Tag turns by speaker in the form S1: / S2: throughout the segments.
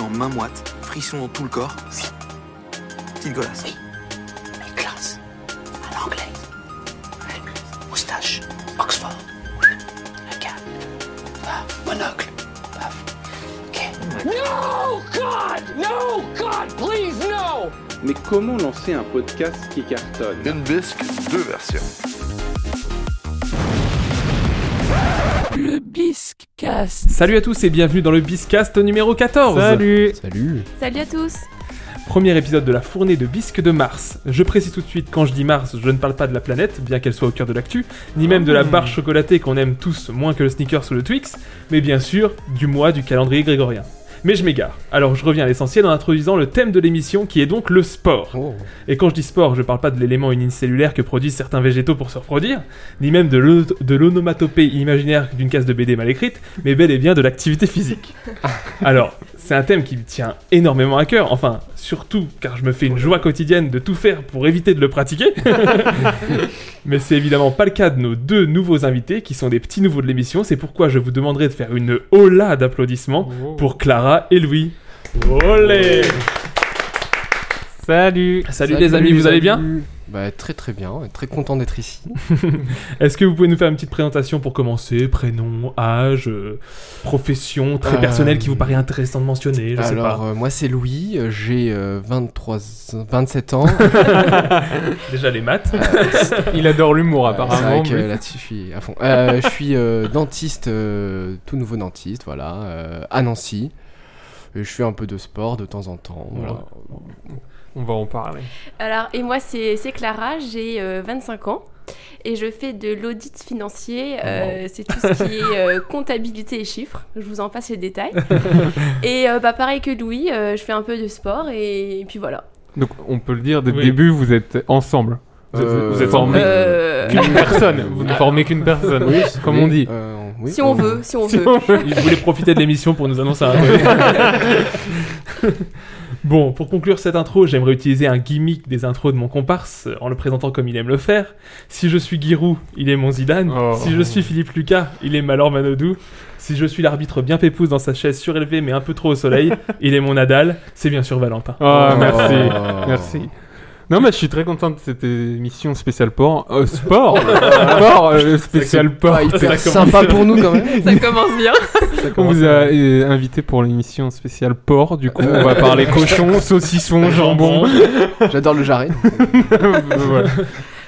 S1: en main moite, frisson dans tout le corps. Oui. Petite golasse.
S2: Oui. Mais classe. À l'anglais. Moustache. Oxford. Un gars. Paf. Monocle. Paf. Ok.
S3: No, God! No, God, please, no!
S4: Mais comment lancer un podcast qui cartonne
S5: Une bisque, deux versions.
S6: Le Biscast.
S7: Salut à tous et bienvenue dans le Biscast numéro 14.
S8: Salut
S9: Salut
S10: Salut à tous
S7: Premier épisode de la fournée de bisques de Mars. Je précise tout de suite, quand je dis Mars, je ne parle pas de la planète, bien qu'elle soit au cœur de l'actu, ni même de la barre chocolatée qu'on aime tous moins que le sneaker sous le Twix, mais bien sûr du mois du calendrier grégorien. Mais je m'égare, alors je reviens à l'essentiel en introduisant le thème de l'émission qui est donc le sport.
S9: Oh.
S7: Et quand je dis sport, je parle pas de l'élément unicellulaire que produisent certains végétaux pour se reproduire, ni même de l'o- de l'onomatopée imaginaire d'une case de BD mal écrite, mais bel et bien de l'activité physique. Alors, c'est un thème qui me tient énormément à cœur, enfin, surtout car je me fais une joie quotidienne de tout faire pour éviter de le pratiquer. mais c'est évidemment pas le cas de nos deux nouveaux invités qui sont des petits nouveaux de l'émission, c'est pourquoi je vous demanderai de faire une hola d'applaudissements pour Clara et Louis. Olé
S8: Salut
S7: Salut, les amis, vous allez bien
S9: amis. Bah, Très très bien, très content d'être ici.
S7: Est-ce que vous pouvez nous faire une petite présentation pour commencer Prénom, âge, euh, profession très
S9: Euh,
S7: personnelle qui vous paraît intéressant de mentionner, je sais
S9: Alors,
S7: pas.
S9: euh, moi c'est Louis, euh, j'ai euh, 23, 27 ans.
S7: Déjà les maths.
S8: euh, Il adore l'humour
S9: Ouais, C'est
S8: apparemment.
S9: vrai que
S8: mais-
S9: là-dessus, je suis à fond. Euh, je suis euh, dentiste, euh, tout nouveau dentiste, voilà, euh, à Nancy. Et je fais un peu de sport de temps en temps. Voilà.
S8: On va en parler.
S10: Alors, et moi, c'est c'est Clara, j'ai euh, 25 ans et je fais de l'audit financier. euh, C'est tout ce qui est euh, comptabilité et chiffres. Je vous en passe les détails. et euh, bah, pareil que Louis, euh, je fais un peu de sport et, puis voilà.
S8: Donc on peut le dire, dès le
S7: Oui.
S8: début, vous êtes ensemble. Vous êtes-
S9: Euh,
S8: vous êtes formés
S10: Euh,
S8: qu'une personne. Vous ne formez qu'une personne.
S9: Oui,
S8: comme
S9: oui,
S8: on dit.
S9: euh, oui,
S10: si on veut, si on
S8: Si
S10: veut.
S8: on veut.
S7: Ils voulaient profiter de l'émission pour nous annoncer un truc. Bon, pour conclure cette intro, j'aimerais utiliser un gimmick des intros de mon comparse euh, en le présentant comme il aime le faire. Si je suis Giroud, il est mon Zidane.
S8: Oh.
S7: Si je suis Philippe Lucas, il est Malor Manodou. Si je suis l'arbitre bien pépouze dans sa chaise surélevée mais un peu trop au soleil, il est mon Nadal. C'est bien sûr Valentin.
S8: Ah,
S9: Oh.
S8: merci. Merci. Non, mais je suis très content de cette émission spéciale sport. Euh, sport Sport euh, spécial sport.
S9: Ah, hyper
S7: Ça commence-
S9: sympa pour nous quand même.
S10: Ça commence bien.
S8: On vous a euh, invité pour l'émission spéciale porc, du coup on va parler
S9: Euh.
S8: cochon, saucisson, jambon.
S9: J'adore le jarret.
S8: Voilà.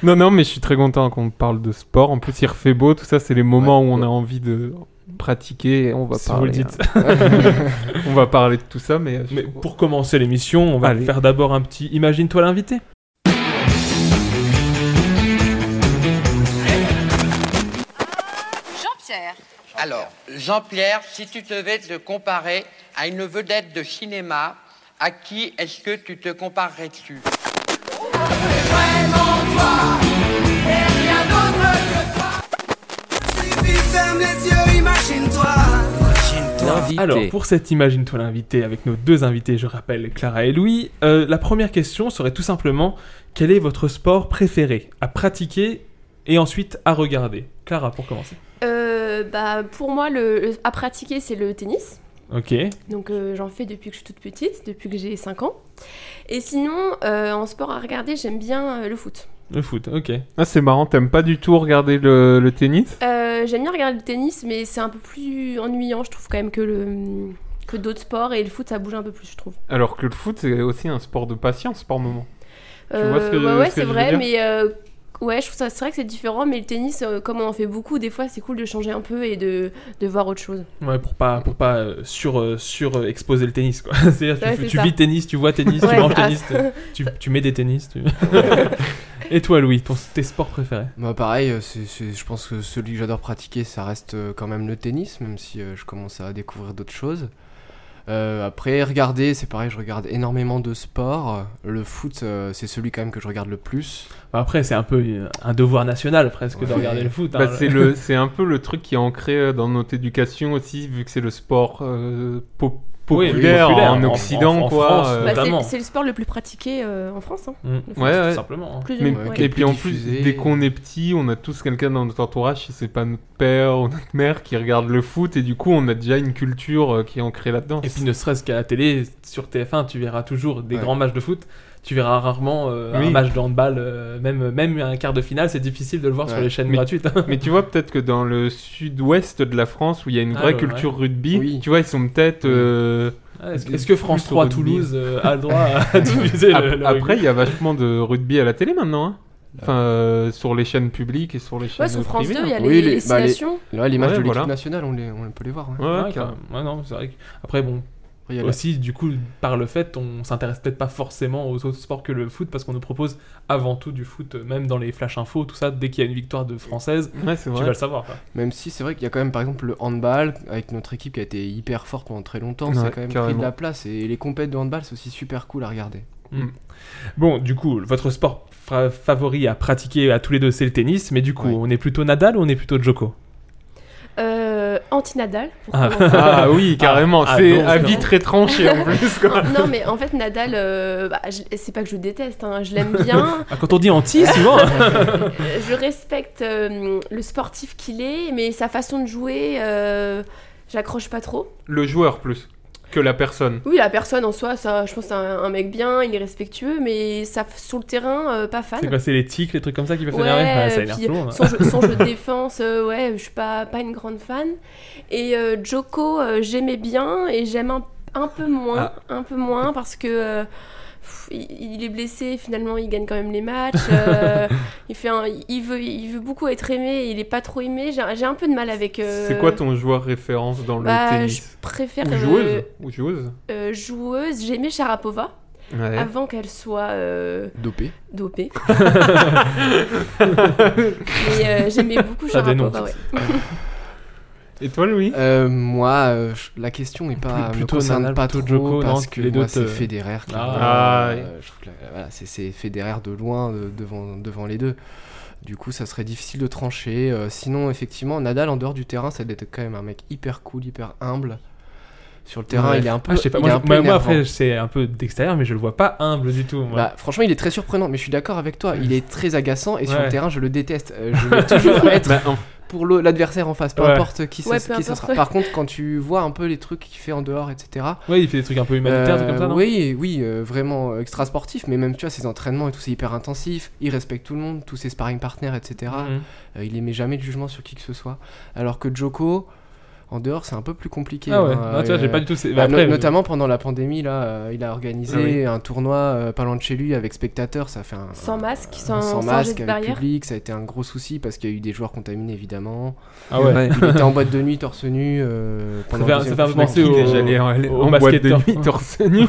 S8: Non, non, mais je suis très content qu'on parle de sport. En plus, il refait beau, tout ça, c'est les moments
S9: Ouais.
S8: où on a envie de pratiquer. Et on va
S7: Si vous
S8: parler.
S7: le dites.
S8: hein. On va parler de tout ça, mais. euh,
S7: Mais pour commencer l'émission, on va
S8: Allez.
S7: faire d'abord un petit Imagine-toi l'invité.
S11: Jean-Pierre.
S12: Alors, Jean-Pierre, si tu devais te comparer à une vedette de cinéma, à qui est-ce que tu te comparerais-tu
S7: Alors, pour cette Imagine-toi l'invité, avec nos deux invités, je rappelle Clara et Louis, euh, la première question serait tout simplement quel est votre sport préféré à pratiquer et ensuite à regarder Clara, pour commencer.
S10: Euh, bah, pour moi, le, le- à pratiquer, c'est le tennis.
S7: Ok.
S10: Donc, euh, j'en fais depuis que je suis toute petite, depuis que j'ai 5 ans. Et sinon, euh, en sport à regarder, j'aime bien euh, le foot.
S7: Le foot, ok.
S8: Ah, c'est marrant, t'aimes pas du tout regarder le, le tennis
S10: Euh, J'aime bien regarder le tennis, mais c'est un peu plus ennuyant, je trouve, quand même, que, le, que d'autres sports. Et le foot, ça bouge un peu plus, je trouve.
S8: Alors que le foot, c'est aussi un sport de patience par moment.
S10: Euh,
S8: vois ce que je-
S10: ouais, ouais,
S8: ce que
S10: c'est
S8: je veux
S10: vrai,
S8: dire
S10: mais euh, ouais, je trouve ça, c'est vrai que c'est différent. Mais le tennis, euh, comme on en fait beaucoup, des fois, c'est cool de changer un peu et de, de voir autre chose.
S7: Ouais, pour pas, pour pas euh, sur, euh, sur euh, exposer le tennis, quoi. C'est-à-dire, tu,
S10: Ouais,
S7: tu
S10: c'est ça.
S7: vis tennis, tu vois tennis, tu
S10: Ouais,
S7: manges
S10: ah,
S7: tennis,
S8: euh,
S7: tu, tu mets des tennis. tu- et toi, Louis, ton, tes sports préférés
S9: Moi, pareil, euh, c'est- c'est- je pense que celui que j'adore pratiquer, ça reste euh, quand même le tennis, même si euh, je commence à découvrir d'autres choses. Euh, après, regarder, c'est pareil, je regarde énormément de sports. Le foot, euh, c'est celui quand même que je regarde le plus.
S7: Bah, Après, c'est un peu euh, un devoir national presque de
S9: Ouais.
S7: regarder le foot. hein.
S8: Bah, c'est le, c'est un peu le truc qui est ancré euh, dans notre éducation aussi, vu que c'est le sport euh, pop-
S7: Oui,
S8: populaire
S7: populaire,
S8: en
S7: en-
S8: Occident,
S7: en- en
S8: quoi.
S7: France,
S8: euh,
S10: Bah, c'est-
S7: Notamment.
S10: c'est le sport le plus pratiqué euh, en France. hein,
S7: Mm.
S10: le
S8: Ouais,
S10: foot.
S8: ouais.
S7: Tout simplement.
S10: Plus
S8: Mais-
S10: ou moins, ouais.
S8: et
S9: est
S8: puis en plus,
S9: diffusé.
S8: dès qu'on est petit, on a tous quelqu'un dans notre entourage, si c'est pas notre père ou notre mère, qui regarde le foot, et du coup, on a déjà une culture euh, qui est ancrée là-dedans.
S7: Et puis ne serait-ce qu'à la télé, sur TF1, tu verras toujours des
S9: Ouais.
S7: grands matchs de foot. Tu verras rarement euh,
S8: Oui.
S7: un match de handball, euh, même, même un quart de finale, c'est difficile de le voir sur
S9: Ouais.
S7: les chaînes
S8: Mais-
S7: gratuites. hein.
S8: Mais tu vois, peut-être que dans le sud-ouest de la France, où il y a une
S7: Ah,
S8: vraie
S7: le-
S8: culture rugby,
S9: Oui.
S8: tu vois, ils sont peut-être. euh,
S7: Ah, Est-ce est-ce que France
S8: Plus au
S7: 3
S8: rugby.
S7: Toulouse euh, a le droit à diffuser
S8: ap-
S7: le, le rugby
S8: Après, il y a vachement de rugby à la télé maintenant. hein. Enfin, euh, sur les chaînes publiques et sur les chaînes
S10: Ouais, sur France 2,
S8: privées.
S10: il y a
S9: Oui,
S10: les,
S9: les-
S10: les
S9: bah, les-
S10: nations.
S9: Là, les matchs
S8: Ouais,
S9: de l'équipe
S8: voilà.
S9: nationale, on, les, on peut les voir. ouais.
S8: hein. Ouais,
S7: Ouais,
S8: ouais,
S7: quand
S8: carrément.
S7: même. Ouais, non, c'est vrai. que- Après, bon,
S9: Après, il y a la-
S7: aussi, du coup, par le fait, on s'intéresse peut-être pas forcément aux autres sports que le foot parce qu'on nous propose avant tout du foot, euh, même dans les flash infos, tout ça. Dès qu'il y a une victoire de française,
S8: Ouais, c'est
S7: tu vas
S8: vrai.
S7: le savoir. quoi.
S9: Même si c'est vrai qu'il y a quand même par exemple le handball avec notre équipe qui a été hyper forte pendant très longtemps,
S8: Ouais,
S9: c'est quand même pris
S8: carrément.
S9: de la place et les compètes de handball c'est aussi super cool à regarder.
S7: Bon, du coup, votre sport fra- favori à pratiquer à tous les deux, c'est le tennis. Mais du coup,
S9: Ouais.
S7: on est plutôt Nadal ou on est plutôt Djoko
S10: Euh, Anti-Nadal. pour
S7: Ah.
S10: commencer.
S8: Ah oui, carrément.
S7: Ah,
S8: c'est
S7: donc,
S8: à vie très tranché en plus. Quoi.
S10: non, mais en fait, Nadal, euh, bah, je- c'est pas que je le déteste, hein, je l'aime bien,
S7: Ah, Quand on dit anti, souvent.
S10: euh, je respecte euh, le sportif qu'il est, mais sa façon de jouer, euh, j'accroche pas trop.
S8: Le joueur plus que la personne.
S10: Oui, la personne en soi, ça, je pense que c'est un, un mec bien, il est respectueux, mais ça, sur le terrain, euh, pas fan.
S7: c'est quoi C'est les tics, les trucs comme ça qui peuvent
S10: Ouais,
S7: s'énerver Ah, Ça
S10: euh,
S7: énerve
S10: puis
S7: tout
S8: hein.
S7: le monde.
S10: son, jeu, son jeu de défense, euh, ouais, je suis pas, pas une grande fan. Et euh, Joko, euh, j'aimais bien et j'aime un, un peu moins,
S8: Ah.
S10: un peu moins parce que euh, pff, il, il est blessé. Finalement, il gagne quand même les matchs. euh, il fait, un- il veut, il veut beaucoup être aimé. Il est pas trop aimé. J'ai j'ai un peu de mal avec. euh,
S8: C'est quoi ton joueur référence dans le
S10: bah, Je
S8: tennis
S10: préfère
S8: Ou
S10: euh,
S8: joueuse Ou joueuse
S10: euh, joueuse. J'aimais Sharapova
S8: Ouais.
S10: avant qu'elle soit. euh,
S9: Dopé.
S10: dopé. Mais euh, j'aimais beaucoup
S7: Ça
S10: Sharapova,
S7: dénonce.
S10: ouais.
S8: Et toi, Louis
S9: Euh, moi, euh, je- la question n'est pas
S7: Plus-
S9: me
S7: plutôt
S9: concerne
S7: Nadal,
S9: pas
S7: plutôt
S9: trop
S7: Djoko,
S9: parce
S7: non,
S9: que
S7: les deux euh,
S9: moi c'est
S7: te-
S9: Federer. clairement.
S8: Ah.
S9: Euh, je trouve que la- voilà, c'est c'est Federer de loin de- devant devant les deux. Du coup, ça serait difficile de trancher. Euh, sinon, effectivement, Nadal en dehors du terrain, ça doit être quand même un mec hyper cool, hyper humble. Sur le terrain,
S7: Ouais.
S9: il est un peu.
S7: Ah, je sais pas.
S9: il
S7: Moi,
S9: est
S7: je-
S9: un peu
S7: moi- moi,
S9: énervant.
S7: après, c'est un peu d'extérieur, mais je le vois pas humble du tout. moi.
S9: Bah, franchement, il est très surprenant, mais je suis d'accord avec toi. Il est très agaçant et sur
S7: Ouais.
S9: le terrain, je le déteste. Euh, je vais toujours être
S8: Bah, en-
S9: pour le- l'adversaire en face, peu
S7: Ouais.
S9: importe qui, ça-
S10: Ouais, peu
S9: qui ça
S10: importe,
S9: sera.
S10: ouais.
S9: Par contre, quand tu vois un peu les trucs qu'il fait en dehors, etc.
S7: Ouais, il fait des trucs un peu humanitaires, des trucs comme ça,
S9: euh,
S7: non
S9: oui, oui, euh, vraiment extra sportif, mais même tu vois, ses entraînements et tout, c'est hyper intensif. Il respecte tout le monde, tous ses sparring partners, etc.
S7: Mhm.
S9: Euh, il émet jamais de jugement sur qui que ce soit. Alors que Joko, en dehors, c'est un peu plus compliqué.
S7: Ah ouais,
S9: hein.
S7: Ah, tu vois, j'ai
S9: Euh,
S7: pas du tout. c'est-
S9: bah, no-
S7: après,
S9: notamment pendant la pandémie, là, euh, il a organisé
S7: Ah oui.
S9: un tournoi euh, pas loin de chez lui avec spectateurs. Ça fait un,
S10: Sans masque,
S9: un-
S10: sans, sans,
S9: sans masque
S10: geste
S9: avec
S10: barrière.
S9: public. Ça a été un gros souci parce qu'il y a eu des joueurs contaminés évidemment.
S7: Ah ouais.
S9: Il était en boîte de nuit torse nu euh, pendant
S7: fait- ça
S9: le deuxième
S7: fait un peu
S9: confinement.
S7: penser au-
S8: J'allais en,
S7: au
S8: en boîte de
S7: basketteur.
S8: nuit torse nu.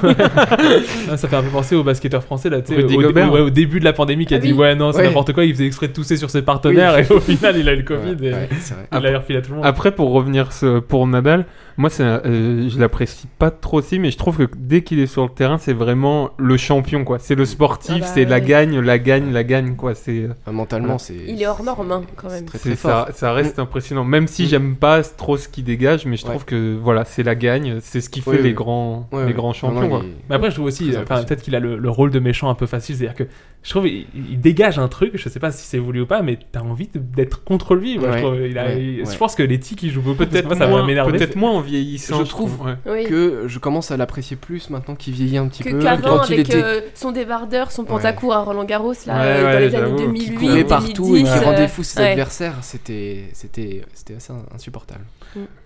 S7: Ah, ça fait un peu penser au basketteur français là, tu sais, au,
S8: Rudy
S7: dé-
S8: Gobert.
S7: ouais, au début de la pandémie qui a
S10: Ah
S7: dit
S10: oui.
S7: ouais non c'est
S9: hein. Ouais.
S7: n'importe quoi, il faisait exprès de tousser sur ses partenaires et au final il a eu le Covid
S9: Ouais,
S7: et
S9: ouais, c'est vrai.
S7: il a refilé à tout le monde.
S8: Après, pour revenir ce- pour Nadal, moi, c'est un- euh, je l'apprécie pas trop aussi, mais je trouve que dès qu'il est sur le terrain, c'est vraiment le champion, quoi. C'est le sportif,
S10: Ah bah,
S8: c'est la
S10: ouais.
S8: gagne, la gagne, la gagne, quoi. C'est
S9: Ah, mentalement, c'est.
S10: Il est hors norme, hein, quand même.
S9: Très
S8: c'est-
S9: très fort. Mm.
S8: ça, ça reste impressionnant. Même si j'aime pas trop ce qu'il dégage, mais je
S9: Ouais.
S8: trouve que voilà, c'est la gagne, c'est ce qui fait
S9: Oui, oui.
S8: les grands,
S9: Ouais,
S8: les
S9: ouais.
S8: grands champions.
S9: Non, non,
S8: quoi.
S9: il est-
S10: Bah,
S7: Mais après je trouve aussi,
S9: Très
S7: enfin,
S9: impressionnant.
S7: peut-être qu'il a le, le rôle de méchant un peu facile, c'est-à-dire que je trouve il, il dégage un truc, je sais pas si c'est voulu ou pas, mais t'as envie de- d'être contre lui. moi, je,
S9: Ouais.
S7: trouve. Il a-
S9: Ouais.
S7: il- je
S9: Ouais.
S7: pense que les tics il joue beaucoup, peut-être
S8: Peut-être
S7: ça va
S8: moins,
S7: m'énerver.
S8: peut-être moins en vieillissant.
S9: Je trouve-
S8: ouais.
S10: Oui.
S9: Que je commence à l'apprécier plus maintenant qu'il vieillit un petit
S10: Que
S9: peu.
S10: qu'avant,
S9: quand il
S10: avec
S9: était
S10: euh, son débardeur, son pantacourt à Roland Garros, là,
S8: Ouais,
S10: euh,
S8: ouais,
S10: dans les
S8: j'avoue,
S10: années
S8: qui
S10: 2008,
S9: qui
S10: 2010.
S9: courait partout et qui
S10: euh,
S9: rendait fou ses
S10: ouais.
S9: adversaires, c'était c'était c'était assez insupportable.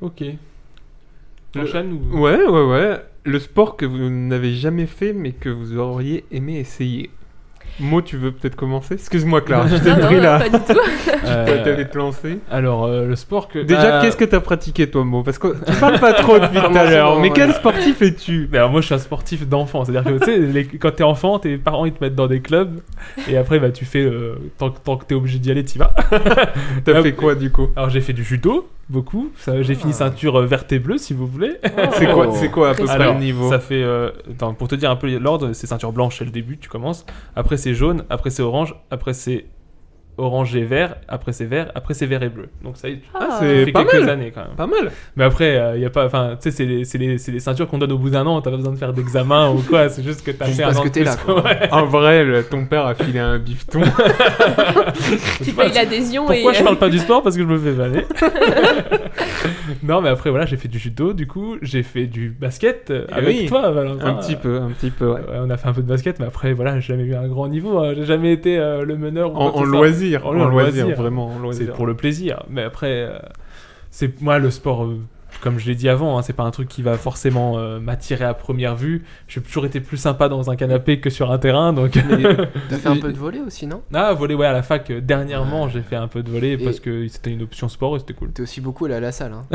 S7: Ok.
S8: Le-
S7: T'enchaînes ou-
S8: Ouais, ouais, ouais. Le sport que vous n'avez jamais fait, mais que vous auriez aimé essayer. Mo, tu veux peut-être commencer Excuse-moi, Clara, je t'ai
S10: Ah non,
S8: pris
S10: non,
S8: là.
S10: pas du tout.
S7: Euh,
S8: Toi, T'allais te lancer.
S7: Alors euh, le sport que
S8: Déjà,
S7: bah,
S8: qu'est-ce que t'as pratiqué, toi, Mo Parce que tu parles pas trop depuis tout à
S9: Commençons,
S8: l'heure. Mais
S9: ouais.
S8: quel sportif es-tu
S7: Mais Alors moi je suis un sportif d'enfant, c'est-à-dire que tu sais, les- quand t'es enfant, tes parents ils te mettent dans des clubs et après bah tu fais euh, tant, que- tant que t'es obligé d'y aller, t'y vas.
S8: T'as
S7: Hop.
S8: fait quoi, du coup
S7: Alors j'ai fait du judo, beaucoup, Ça, j'ai
S8: Ah.
S7: fini ceinture euh, verte et bleue si vous voulez.
S8: C'est
S10: Oh.
S8: quoi, c'est quoi à peu près
S7: Alors,
S8: le niveau
S7: ça fait, euh, attends, pour te dire un peu l'ordre, c'est ceinture blanche c'est le début, tu commences, après c'est jaune, après c'est orange, après c'est orange et vert, après c'est vert, après c'est vert et bleu. Donc ça,
S8: Ah,
S7: ça
S8: c'est
S7: fait
S8: pas
S7: quelques
S8: mal.
S7: années quand même.
S8: Pas mal.
S7: Mais après, euh, y a pas, enfin, tu sais, c'est les, c'est les- c'est les ceintures qu'on donne au bout d'un an. T'as pas besoin de faire d'examen ou quoi. C'est juste que t'as
S9: Juste
S7: fait un
S9: parce
S7: an
S9: que
S7: de
S9: t'es là,
S7: plus,
S9: quoi.
S7: ouais.
S8: En vrai, le- ton père a filé un bifton.
S10: Tu payes l'adhésion et. euh,
S7: Pourquoi je parle pas du sport Parce que je me fais valer. non, mais après, voilà, j'ai fait du judo, du coup, j'ai fait du basket euh,
S8: Eh
S7: avec
S8: oui.
S7: toi, Valentin.
S8: un petit peu, un petit peu, ouais.
S7: Ouais, on a fait un peu de basket, mais après, voilà, j'ai jamais eu un grand niveau. hein. J'ai jamais été euh, le meneur. ou quoi
S8: En,
S7: que
S8: en
S7: ce soit.
S8: loisir,
S7: En
S8: en,
S7: lo-
S8: loisir,
S7: loisir.
S8: vraiment en
S7: C'est
S8: loisir.
S7: pour le plaisir. Mais après, euh, c'est moi le sport. euh, comme je l'ai dit avant, hein, c'est pas un truc qui va forcément euh, m'attirer à première vue. J'ai toujours été plus sympa dans un canapé que sur un terrain, donc.
S9: T'as fait un peu de volet aussi, non
S7: Ah, voler, ouais, à la fac, euh, dernièrement, j'ai fait un peu de voler
S9: Et-
S7: parce que c'était une option sport et c'était cool.
S9: T'es aussi beaucoup allé à la salle. Hein.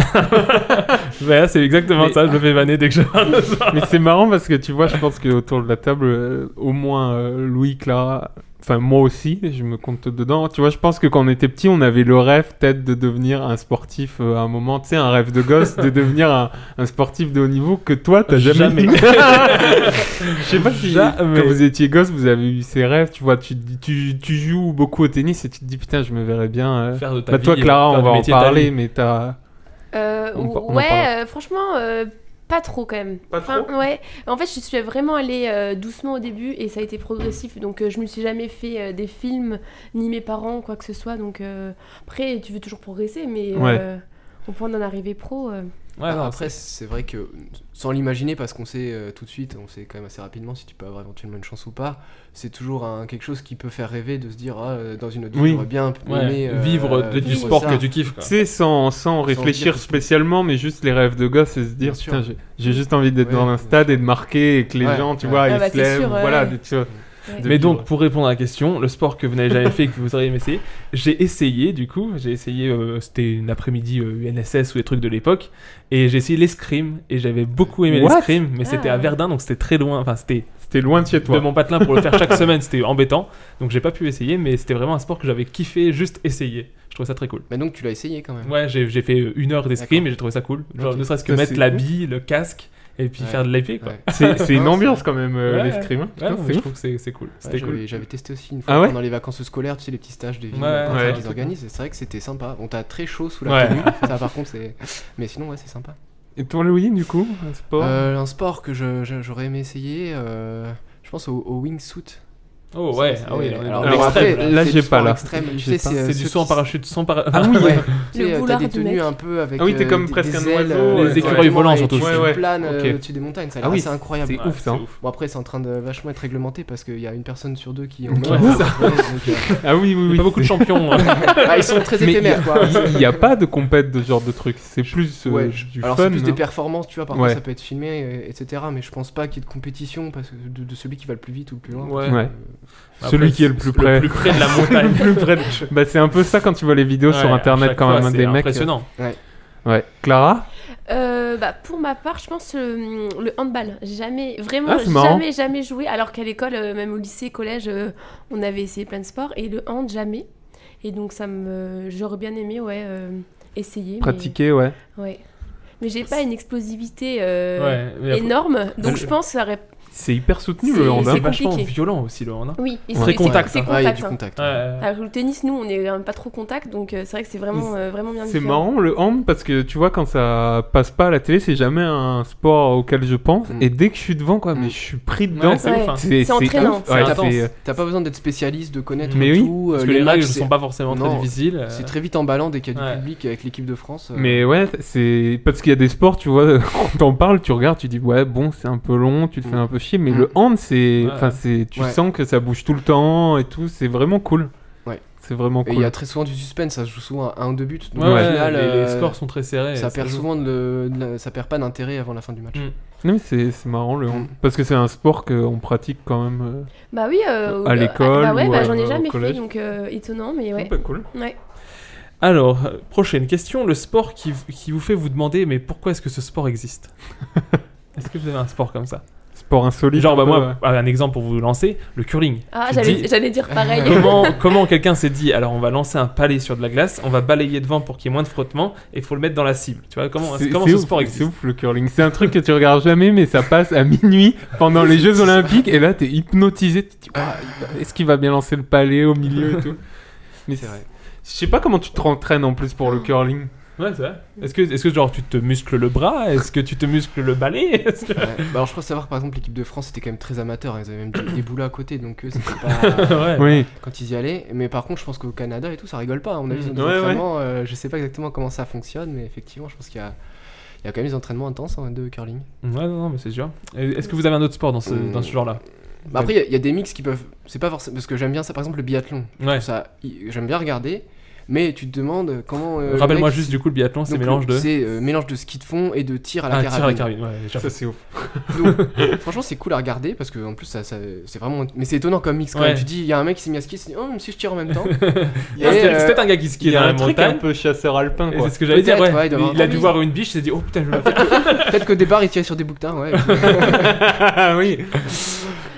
S7: Voilà, c'est exactement
S8: Mais-
S7: ça, je
S9: ah.
S7: me fais vanner dès que je parle de ça.
S8: Mais c'est marrant parce que tu vois, je pense que autour de la table, euh, au moins euh, Louis, Clara, enfin moi aussi, je me compte dedans. Tu vois, je pense que quand on était petit, on avait le rêve peut-être de devenir un sportif euh, à un moment, tu sais, un rêve de gosse, de devenir un, un sportif de haut niveau que toi, t'as jamais.
S7: Jamais.
S8: eu. je sais pas si
S7: Jamais.
S8: quand vous étiez gosse, vous avez eu ces rêves. Tu vois, tu, te dis- tu, tu joues beaucoup au tennis et tu te dis putain, je me verrais bien. euh,
S7: Faire de ta
S8: Bah toi
S7: vie,
S8: Clara,
S7: faire
S8: on
S7: du
S8: va en
S7: métier de ta
S8: parler,
S7: vie.
S8: mais t'as...
S10: Euh,
S8: On par- on en
S10: ouais,
S8: parle.
S10: euh, franchement, euh, pas trop quand même.
S8: Pas
S10: Enfin,
S8: trop
S10: ouais. En fait, je suis vraiment allée euh, doucement au début et ça a été progressif. Donc, euh, je me suis jamais fait euh, des films, ni mes parents, quoi que ce soit. Donc, euh, après, tu veux toujours progresser, mais
S8: Ouais.
S10: euh, au point d'en arriver pro. euh,
S7: Ouais, non,
S9: après, c'est vrai que sans l'imaginer, parce qu'on sait euh, tout de suite, on sait quand même assez rapidement si tu peux avoir éventuellement une chance ou pas, c'est toujours un- quelque chose qui peut faire rêver de se dire ah, euh, dans une autre vie,
S8: Oui.
S9: j'aurais bien
S7: Ouais,
S9: aimé, euh,
S7: vivre de- du
S9: vivre
S7: sport
S9: ça.
S7: que tu kiffes.
S8: Tu
S7: Quoi.
S8: sais, sans, sans réfléchir
S9: dire-
S8: spécialement, mais juste les rêves de gosse et se dire,
S9: Bien sûr.
S8: putain, j'ai- j'ai juste envie d'être
S9: Ouais,
S8: dans un
S9: bien
S8: stade et de marquer et que les
S9: Ouais,
S8: gens, tu
S9: ouais.
S8: vois,
S10: Ah
S8: ils
S10: bah,
S8: se
S10: c'est
S8: lèvent.
S10: sûr, ouais.
S8: Voilà, des- tu vois,
S10: Ouais.
S8: de
S7: Mais
S8: vivre.
S7: donc, pour répondre à la question, le sport que vous n'avez jamais fait et que vous auriez aimé essayer, j'ai essayé du coup, j'ai essayé, euh, c'était une après-midi euh, UNSS ou des trucs de l'époque, et j'ai essayé l'escrime, et j'avais beaucoup aimé
S8: What
S7: l'escrime, mais
S10: Ah.
S7: c'était à Verdun, donc c'était très loin, enfin c'était
S8: c'était loin de chez
S7: de
S8: toi.
S7: mon patelin pour le faire chaque semaine, c'était embêtant, donc j'ai pas pu essayer, mais c'était vraiment un sport que j'avais kiffé, juste essayer. Je trouvais ça très cool.
S9: Mais donc, tu l'as essayé quand même.
S7: Ouais, j'ai j'ai fait euh, une heure d'escrime
S9: D'accord.
S7: et j'ai trouvé ça cool. Genre,
S9: Ok.
S7: ne serait-ce que
S8: Ça,
S7: mettre
S8: c'est
S7: la
S8: cool.
S7: bille, le casque et puis
S9: Ouais.
S7: faire de l'épée quoi.
S9: Ouais.
S8: C'est c'est une
S9: Non,
S8: ambiance quand même, euh,
S7: Ouais.
S8: l'escrime. hein.
S7: Ouais,
S8: Putain,
S7: non, mais
S8: c'est
S7: je
S8: ouf.
S7: trouve que c'est c'est cool. C'était
S9: Ouais,
S7: cool.
S9: j'avais- J'avais testé aussi une
S8: Ah
S9: fois
S8: ouais
S9: pendant les vacances scolaires, tu sais, les petits stages des villes
S7: Ouais,
S9: euh, comme ça
S8: ouais.
S9: qu'ils organisent. et C'est vrai que c'était sympa. Bon, t'as très chaud sous la
S7: Ouais.
S9: tenue. ça, par contre, c'est. Mais sinon, ouais, c'est sympa.
S8: Et toi, Louis, du coup, un sport
S9: Euh, un sport que je- je- j'aurais aimé essayer, euh, je pense au, au wingsuit.
S7: Oh ouais,
S9: Ça,
S7: ah oui,
S9: c'est-
S7: on est
S9: alors,
S7: dans
S8: alors
S7: l'extrême,
S8: après,
S7: là.
S8: là, j'ai
S9: c'est du
S8: pas,
S9: sport
S8: là.
S9: extrême. Tu
S8: J'ai
S9: sais,
S8: pas.
S9: euh,
S7: c'est
S9: ceux
S7: du
S9: qui-
S7: saut en parachute sans para-
S8: Ah oui,
S9: Ouais. Tu
S10: Le
S9: sais, euh,
S10: boulard
S9: T'as des
S10: du mec.
S9: tenues un peu avec.
S8: Ah oui, t'es
S9: euh,
S8: comme
S9: des-
S8: presque
S9: des
S8: un
S9: ailes,
S8: oiseau,
S9: euh,
S8: ouais.
S7: Les écureuils volants,
S9: et
S7: surtout.
S9: Tu
S8: Ouais, ouais.
S9: planes euh,
S8: Ok.
S9: au-dessus des montagnes. Ça
S8: Ah
S9: a l'air
S8: oui,
S9: assez incroyable.
S8: c'est ouf ça. hein.
S9: Bon, après, c'est en train de vachement être réglementé parce qu'il y a une personne sur deux qui en
S7: Ouais,
S9: meurt.
S7: c'est
S9: Donc, euh,
S8: Ah oui, oui,
S7: Il y a
S8: oui.
S7: pas beaucoup de champions. hein.
S9: ah, Ils sont très
S8: Mais il y a-
S9: éphémères, quoi.
S8: Il n'y a pas de compète de ce genre de truc. C'est plus euh,
S9: Ouais.
S8: du
S9: Alors
S8: fun.
S9: c'est plus des
S8: hein.
S9: performances, tu vois, parfois
S8: Ouais.
S9: ça peut être filmé, euh, etc. Mais je pense pas qu'il y ait de compétition parce que de, de celui qui va le plus vite ou le plus loin.
S7: Ouais.
S8: Ouais.
S7: Après,
S8: Celui qui est le
S7: c'est-
S8: plus près.
S7: Le plus près de la montagne.
S8: Plus près de- Bah, c'est un peu ça quand tu vois les vidéos sur
S7: Ouais, à
S8: internet
S7: chaque
S8: quand
S7: fois,
S8: même hein,
S7: c'est
S8: des mecs.
S7: Impressionnant.
S8: Ouais. Clara
S10: Euh, bah, pour ma part, je pense euh, le handball. J'ai jamais, vraiment,
S8: Ah, c'est marrant.
S10: jamais, jamais joué. Alors qu'à l'école, euh, même au lycée, collège, euh, on avait essayé plein de sports et le hand, jamais. Et donc, ça me, j'aurais bien aimé, ouais, euh, essayer. mais-
S8: Pratiquer, ouais.
S10: ouais. Mais j'ai pas une explosivité euh,
S7: Ouais, mais après-
S10: énorme, donc
S7: Euh,
S10: je pense que ça aurait.
S8: C'est hyper soutenu
S10: C'est-
S8: le hand. hein.
S7: C'est vachement
S10: compliqué.
S7: violent aussi le Ah, hand. hein.
S10: Oui, et
S7: Très
S10: c'est-
S7: contact,
S10: C'est
S7: hein.
S9: Ouais, Ah, il y a
S10: contact.
S9: du
S10: hein.
S9: contact. ouais.
S7: Ouais.
S8: Ah,
S10: Alors que le tennis, nous, on est euh, pas trop contact, donc euh, c'est vrai que c'est vraiment, euh, vraiment bien
S8: C'est
S10: différent.
S8: marrant le hand parce que tu vois quand ça passe pas à la télé c'est jamais un sport auquel je pense
S9: Mm.
S8: et dès que je suis devant quoi mais
S9: Mm.
S8: je suis pris dedans
S7: Ouais, c'est ouf, hein.
S10: C'est entraînant,
S8: ouf.
S10: c'est
S8: Ouais,
S7: intense.
S8: c'est-
S9: T'as pas besoin d'être spécialiste, de connaître
S8: Mais oui,
S9: tout. euh,
S7: euh, Parce que les
S9: matchs,
S7: règles
S9: c'est-
S7: sont pas forcément très
S9: Non,
S7: difficiles. euh.
S9: C'est très vite emballant dès qu'il y a du
S7: Ouais.
S9: public avec l'équipe de France. euh,
S8: mais ouais c'est parce qu'il y a des sports tu vois quand t'en parles tu regardes tu dis ouais bon c'est un peu long tu te fais
S9: Mm.
S8: un peu chier mais
S9: Mm.
S8: le hand c'est
S7: Ouais.
S8: enfin c'est tu
S9: Ouais.
S8: sens que ça bouge tout le temps et tout c'est vraiment cool
S9: Ouais.
S8: c'est vraiment
S9: Et il y
S8: cool
S9: a très souvent du suspense, ça se joue souvent à un ou deux buts. Donc
S7: Ouais,
S8: au
S7: ouais,
S9: au final,
S7: les, les
S9: euh,
S7: scores sont très serrés.
S9: ça perd
S7: joue.
S9: souvent de, de la- ça perd pas d'intérêt avant la fin du match.
S7: Mm.
S8: non mais c'est c'est marrant le hand
S9: Mm.
S8: parce que c'est un sport qu'on pratique quand même euh,
S10: Bah oui, euh,
S8: À
S10: euh,
S8: l'école
S10: Bah ouais,
S8: ou,
S10: bah,
S8: euh,
S10: j'en ai
S8: au
S10: jamais fait,
S8: collège.
S10: donc euh, étonnant, mais ouais.
S8: pas cool
S10: ouais.
S7: Alors, euh, prochaine question, le sport qui, qui vous fait vous demander mais pourquoi est-ce que ce sport existe Est-ce que vous avez un sport comme ça
S8: Sport insolite.
S7: Genre, bah,
S8: un peu,
S7: moi, un exemple pour vous lancer, le curling.
S10: Ah,
S7: Tu
S10: j'allais
S7: dis-
S10: j'allais dire pareil.
S7: comment comment quelqu'un s'est dit alors on va lancer un palais sur de la glace, on va balayer devant pour qu'il y ait moins de frottement et il faut le mettre dans la cible. Tu vois comment,
S8: C'est-
S7: comment
S8: c'est
S7: ce
S8: ouf,
S7: sport
S8: C'est
S7: existe
S8: ouf le curling. C'est un truc que tu regardes jamais, mais ça passe à minuit pendant les Jeux Ah, Olympiques et là t'es hypnotisé. Tu te dis, Ouah, il va- est-ce qu'il va bien lancer le palais au milieu et tout Mais
S9: C'est vrai.
S8: Je sais pas comment tu te rentraînes en plus pour le curling.
S7: Ouais, c'est vrai. Est-ce que, est que genre tu te muscles le bras Est-ce que tu te muscles le balai Est-ce que-
S9: Ouais. Bah, alors, je crois savoir que, par exemple, l'équipe de France était quand même très amateur. hein, Ils avaient même des, des boulots à côté, donc eux, c'était pas.
S7: Ouais.
S8: Oui.
S9: quand ils y allaient. Mais par contre, je pense qu'au Canada et tout, ça rigole pas. On a vu
S8: Mm.
S9: des
S8: Ouais, ouais.
S9: entraînements. euh, je sais pas exactement comment ça fonctionne, mais effectivement, je pense qu'il y a, il y a quand même des entraînements intenses hein, de curling.
S7: Ouais, non, non, mais c'est sûr. Et Est-ce que vous avez un autre sport dans
S9: Euh,
S7: ce, dans ce genre-là
S9: Bah, après, il y a- il y, a des mix qui peuvent. C'est pas forcément. Parce que j'aime bien ça, par exemple, le biathlon.
S7: Ouais.
S9: Ça, i- j'aime bien regarder. Mais tu te demandes comment. euh, le
S7: Rappelle-moi
S9: mec-
S7: juste du coup le biathlon, c'est
S9: donc,
S7: mélange de.
S9: C'est euh, mélange de ski de fond et de tir à la
S7: Ah,
S9: carabine.
S7: tir à la carabine. Ouais, j'ai
S8: Ça, c'est ouf.
S9: Donc, franchement, c'est cool à regarder parce que en plus, ça, ça- c'est vraiment. Mais c'est étonnant comme mix quand
S7: Ouais.
S9: même. Tu dis, il y a un mec qui s'est mis à skier, il s'est dit, oh, mais si je tire en même
S8: y
S9: temps.
S8: a-
S9: Et,
S7: C'est
S9: euh,
S7: peut-être un gars qui skie
S8: Il y
S7: dans
S8: a
S7: la
S8: un truc un
S7: montagne.
S8: peu chasseur alpin,
S7: Et
S8: quoi.
S7: C'est ce que j'allais dire,
S9: hein. Peut-être,
S7: ouais.
S9: ouais, il doit avoir-
S7: il a dû
S9: Ah oui.
S7: voir une biche, il s'est dit Oh putain, je vais le faire.
S9: Peut-être qu'au départ, il tirait sur des bouquetins, ouais.
S8: Ah oui.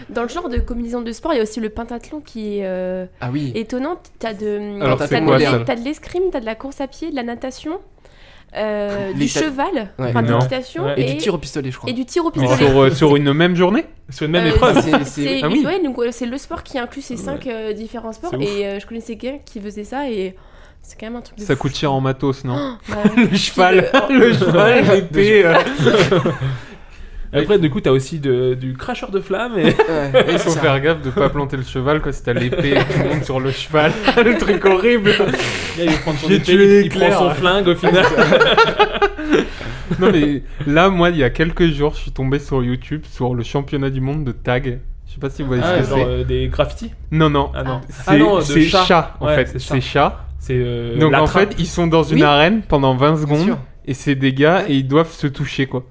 S10: Dans le genre de combinaison de sport, il y a aussi le pentathlon qui est euh,
S9: Ah oui.
S10: étonnant. T'as de,
S8: Alors,
S10: t'as
S8: c'est
S10: de
S8: quoi,
S10: l'é-
S8: ça
S10: t'as de l'escrime, t'as de la course à pied, de la natation, euh,
S9: Les
S10: du
S9: ta-
S10: cheval,
S9: Ouais.
S10: enfin de
S8: Ah, Non.
S10: l'équitation
S7: Ouais.
S9: Et, du tir au pistolet, je crois.
S10: et du tir au
S8: Sur,
S10: pistolet.
S8: euh, sur une même journée
S7: Sur une même
S10: Euh,
S7: épreuve.
S9: C'est- c'est-
S10: C'est
S8: Ah oui.
S10: ouais, donc, euh, c'est le sport qui inclut ces cinq euh, différents sports.
S7: C'est ouf.
S10: Et euh, je connaissais quelqu'un qui faisait ça et c'est quand même un truc de
S8: Ça
S10: fou.
S8: coûte cher en matos, non
S10: Bah,
S8: Le cheval, le cheval, l'épée. euh,
S7: Après, du coup, t'as aussi de- du cracheur de flammes. Et...
S9: Ouais, ouais,
S8: Il
S9: c'est
S8: faut
S9: ça.
S8: faire gaffe de pas planter le cheval quoi, si t'as l'épée qui monte sur le cheval, le truc horrible.
S7: il prend son
S8: J'ai
S7: épée,
S8: tué
S7: il prend
S8: Claire.
S7: son flingue au final.
S8: Ah, Non mais là moi il y a quelques jours je suis tombé sur YouTube sur le championnat du monde de tag. Je sais pas si vous voyez
S7: Ah,
S8: ce que
S7: genre
S8: c'est.
S7: euh, des graffitis
S8: Non non.
S7: Ah non.
S8: C'est
S7: Ah non, de
S8: c'est
S7: chat.
S8: chat. en
S7: Ouais, c'est
S8: fait.
S7: chat.
S8: C'est chat.
S7: C'est. euh,
S8: Donc
S7: la
S8: en
S7: trappe.
S8: fait ils sont dans une
S9: Oui.
S8: arène pendant 20 secondes
S9: sûr.
S8: et c'est des gars et ils doivent se toucher quoi.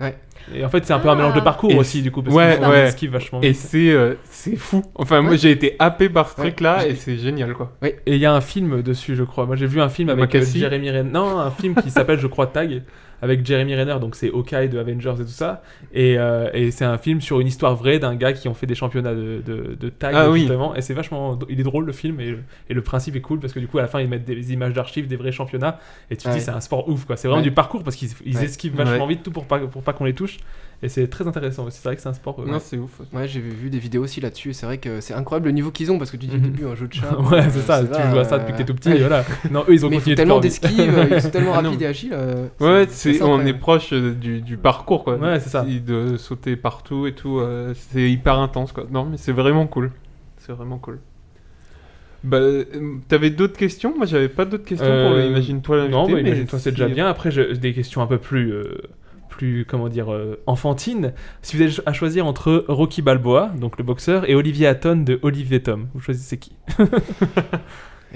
S7: Et en fait, c'est un peu un mélange de parcours
S8: Et-
S7: aussi, du coup, parce
S8: Ouais,
S7: qu'ils
S8: ouais.
S7: skivent vachement.
S8: Et c'est euh, c'est fou. Enfin moi
S9: Ouais.
S8: j'ai été happé par ce
S9: Ouais.
S8: truc là et c'est génial quoi.
S7: Et il y a un film dessus, je crois. Moi, j'ai vu un film avec euh,
S8: Macassi
S7: Jeremy Renner. Non, un film qui s'appelle, je crois, Tag, avec Jeremy Renner. Donc, c'est Hawkeye de Avengers et tout ça. Et, euh, et c'est un film sur une histoire vraie d'un gars qui ont fait des championnats de, de, de tag,
S8: Ah oui.
S7: justement. Et c'est vachement. Il est drôle, le film. Et, et le principe est cool parce que, du coup, à la fin, ils mettent des images d'archives, des vrais championnats. Et tu te
S9: Ouais.
S7: dis, c'est un sport ouf, quoi. C'est vraiment
S9: Ouais.
S7: du parcours parce qu'ils ils
S9: Ouais.
S7: esquivent vachement
S8: Ouais.
S7: vite tout pour pas, pour pas qu'on les touche. Et c'est très intéressant aussi. C'est vrai que c'est un sport. euh,
S8: Non c'est ouf.
S9: Ouais, j'ai vu des vidéos aussi là-dessus. et C'est vrai que c'est incroyable le niveau qu'ils ont parce que tu dis au
S7: Mhm.
S9: début un jeu de chat.
S7: Ouais,
S9: euh,
S7: c'est ça, tu
S9: va,
S7: joues à ça
S9: euh,
S7: depuis que t'es tout petit, et voilà. Non, eux, ils ont
S9: Mais ils font
S7: continué de
S9: tellement
S7: faire-
S9: d'esquives, euh, ils sont tellement
S8: Ah non.
S9: rapides et agiles. euh,
S8: Ouais, c'est, on est
S9: incroyable.
S8: proche euh, du, du parcours, quoi.
S7: Ouais, c'est ça.
S8: Et De sauter partout et tout, euh, c'est hyper intense, quoi. Non, mais c'est vraiment cool. C'est vraiment cool. Bah, euh, t'avais d'autres questions Moi, j'avais pas d'autres questions pour
S7: Euh,
S8: le Imagine-toi l'invité.
S7: Non, mais
S8: mais
S7: imagine-toi, c'est
S8: si-
S7: déjà bien. Après, j'ai des questions un peu plus, euh, plus comment dire, euh, enfantines. Si vous avez à choisir entre Rocky Balboa, donc le boxeur, et Olivier Hatton de Olivier Tom, vous choisissez qui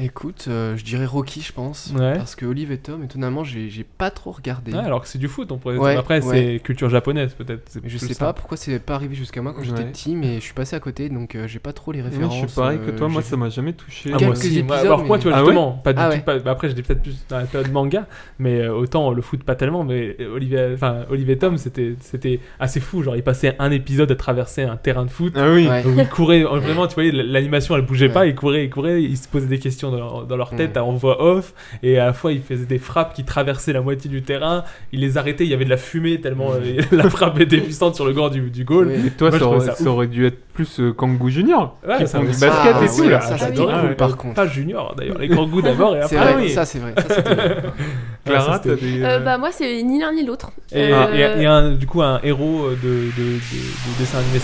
S9: Écoute, euh, je dirais Rocky, je pense.
S7: Ouais.
S9: Parce que Olive et Tom, étonnamment, j'ai j'ai pas trop regardé.
S7: Ah, Alors que c'est du foot, on pourrait.
S9: Ouais,
S7: Après,
S9: ouais.
S7: c'est culture japonaise, peut-être. c'est
S9: Mais je
S7: plus
S9: sais
S7: ça.
S9: pas pourquoi c'est pas arrivé jusqu'à moi quand j'étais
S8: Ouais.
S9: petit, mais je suis passé à côté donc euh, j'ai pas trop les
S8: Ouais,
S9: références.
S8: je suis pareil que
S9: euh,
S8: toi, moi,
S9: j'ai
S8: ça
S9: vu-
S8: m'a jamais touché.
S7: Ah, moi
S9: Quelques
S7: aussi, moi-
S9: épisodes,
S7: alors que moi,
S9: mais-
S7: tu vois,
S8: Ah ouais
S7: justement, pas du
S9: Ah
S7: tout.
S9: ouais.
S7: pas- bah, après, j'étais peut-être plus dans la période manga, mais euh, autant le foot, pas tellement. Mais Olivier, enfin, Olivier Tom, c'était c'était assez fou. Genre, il passait un épisode à traverser un terrain de foot.
S8: Ah oui,
S9: Ouais.
S7: Donc, ils couraient, euh, vraiment, tu voyais, l'animation elle bougeait pas,
S9: Ouais.
S7: ils couraient, ils couraient, ils se posaient des questions dans leur, dans leur tête en voix off, et à la fois ils faisaient des frappes qui traversaient la moitié du terrain, ils les arrêtaient, il y avait de la fumée tellement euh, la frappe était puissante sur le corps du, du goal.
S9: Oui.
S8: toi,
S7: Moi, je
S8: ça,
S7: trouvais
S8: aurait,
S7: ça
S8: ça aurait dû être plus euh, Kangoo Junior.
S7: Ouais,
S8: qui
S7: ça
S8: font
S7: me-
S8: du basket
S9: Ah,
S8: et tout,
S9: ouais,
S8: là.
S9: ça,
S10: Ah oui.
S9: j'adorais,
S8: Ah ouais.
S9: par contre.
S7: Pas junior hein, d'ailleurs, les grands goûts d'abord et
S9: C'est
S7: après.
S9: vrai,
S7: ah oui.
S9: ça c'est vrai. ça, c'était vrai.
S8: Clara,
S7: Ouais, ça,
S8: t'as
S7: c'était-
S8: des...
S10: Euh, bah moi c'est ni l'un ni l'autre.
S7: Et,
S10: Euh,
S7: et- et un- du coup, un héros euh, de, de- de- de dessin animé.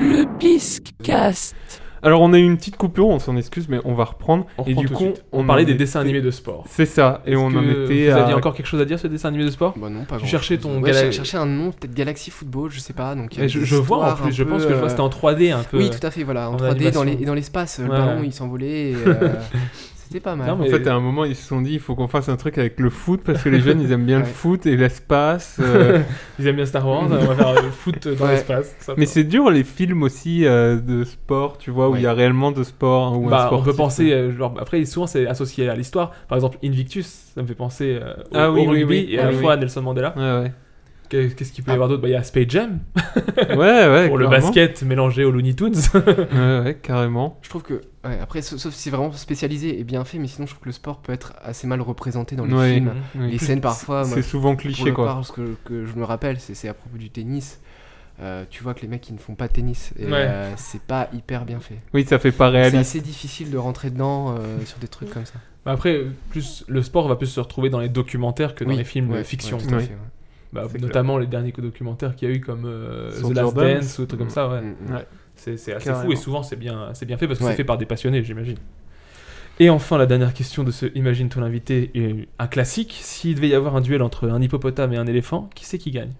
S6: Le Biscast.
S8: Alors, on a eu une petite coupure, on s'en excuse, mais on va reprendre.
S7: On
S8: et
S7: reprend
S8: du
S7: tout de
S8: coup,
S7: suite.
S8: on
S7: On parlait
S8: en
S7: des
S8: était-
S7: dessins animés de sport.
S8: C'est ça, et
S7: Est-ce
S8: on en
S7: que
S8: était
S7: Vous
S8: à...
S7: aviez encore quelque chose à dire sur les dessins animés de sport
S9: Bah non, pas
S7: Tu
S9: grand
S7: cherchais
S9: chose.
S7: ton
S9: ouais,
S7: gala-
S9: je cherchais un nom, peut-être Galaxy Football, je sais pas. Donc il y a
S7: Et je,
S9: des
S7: je vois en
S9: histoires
S7: plus,
S9: un
S7: je pense
S9: peu,
S7: que je vois,
S9: euh,
S7: c'était en 3D un peu.
S9: Oui, tout à fait, voilà, en
S7: en
S9: 3D dans les,
S7: animation.
S9: et dans l'espace, le
S7: Ouais,
S9: ballon
S7: ouais.
S9: il s'envolait. et, euh, C'était pas mal.
S7: Non, mais-
S8: En fait, à un moment, ils se sont dit, il faut qu'on fasse un truc avec le foot, parce que les jeunes, ils aiment bien le
S9: Ouais.
S8: foot et l'espace. euh,
S7: Ils aiment bien Star Wars, on va faire le foot dans
S9: Ouais.
S7: l'espace. ça
S8: Mais
S7: va.
S8: c'est dur, les films aussi euh, de sport, tu vois, où il y a réellement de sport. hein, Ou
S7: Bah,
S8: un
S7: on
S8: sportif.
S7: peut penser, euh, genre, après souvent c'est associé à l'histoire. Par exemple, Invictus, ça me fait penser euh, au,
S8: Ah oui,
S7: au
S8: oui,
S7: rugby
S8: oui.
S7: et à
S8: Ah
S7: la
S8: oui.
S7: fois à Nelson Mandela.
S8: Ouais,
S7: Que- Qu'est-ce
S9: Ah.
S7: qu'il peut y avoir d'autre Bah, Il y a Space Jam
S8: ouais. Ouais, ouais.
S7: pour le
S8: clairement.
S7: basket mélangé au Looney Tunes.
S8: Ouais, ouais, carrément.
S9: Je trouve que, ouais, après, sa- sauf si c'est vraiment spécialisé et bien fait, mais sinon je trouve que le sport peut être assez mal représenté dans les
S8: Ouais.
S9: films.
S8: Ouais,
S9: Les
S8: plus-
S9: scènes parfois, moi,
S8: C'est souvent
S9: pour
S8: cliché,
S9: le
S8: quoi.
S9: part, ce que, que je me rappelle, c'est c'est à propos du tennis. euh, tu vois que les mecs ils ne font pas de tennis et
S8: Ouais.
S9: euh, c'est pas hyper bien fait.
S8: Oui, ça fait pas
S9: C'est
S8: réaliste.
S9: assez difficile de rentrer dedans euh, sur des trucs comme ça.
S7: Bah après, euh, plus le sport va plus se retrouver dans les documentaires que dans
S9: Oui,
S7: les films de
S9: ouais,
S7: fiction.
S9: ouais, tout à
S8: Oui.
S9: fait, ouais.
S7: Bah,
S8: C'est
S7: notamment les derniers documentaires qu'il y a eu comme euh,
S8: Sur
S7: The Last
S8: Jordan.
S7: Dance ou des trucs comme ça. Ouais.
S9: Mm, mm.
S8: Ouais.
S7: C'est c'est assez
S9: Carrément.
S7: fou et souvent c'est bien, c'est bien fait parce que
S9: Ouais.
S7: c'est fait par des passionnés, j'imagine. Et enfin, la dernière question de ce Imagine-toi l'invité est un classique. S'il devait y avoir un duel entre un hippopotame et un éléphant, qui c'est qui gagne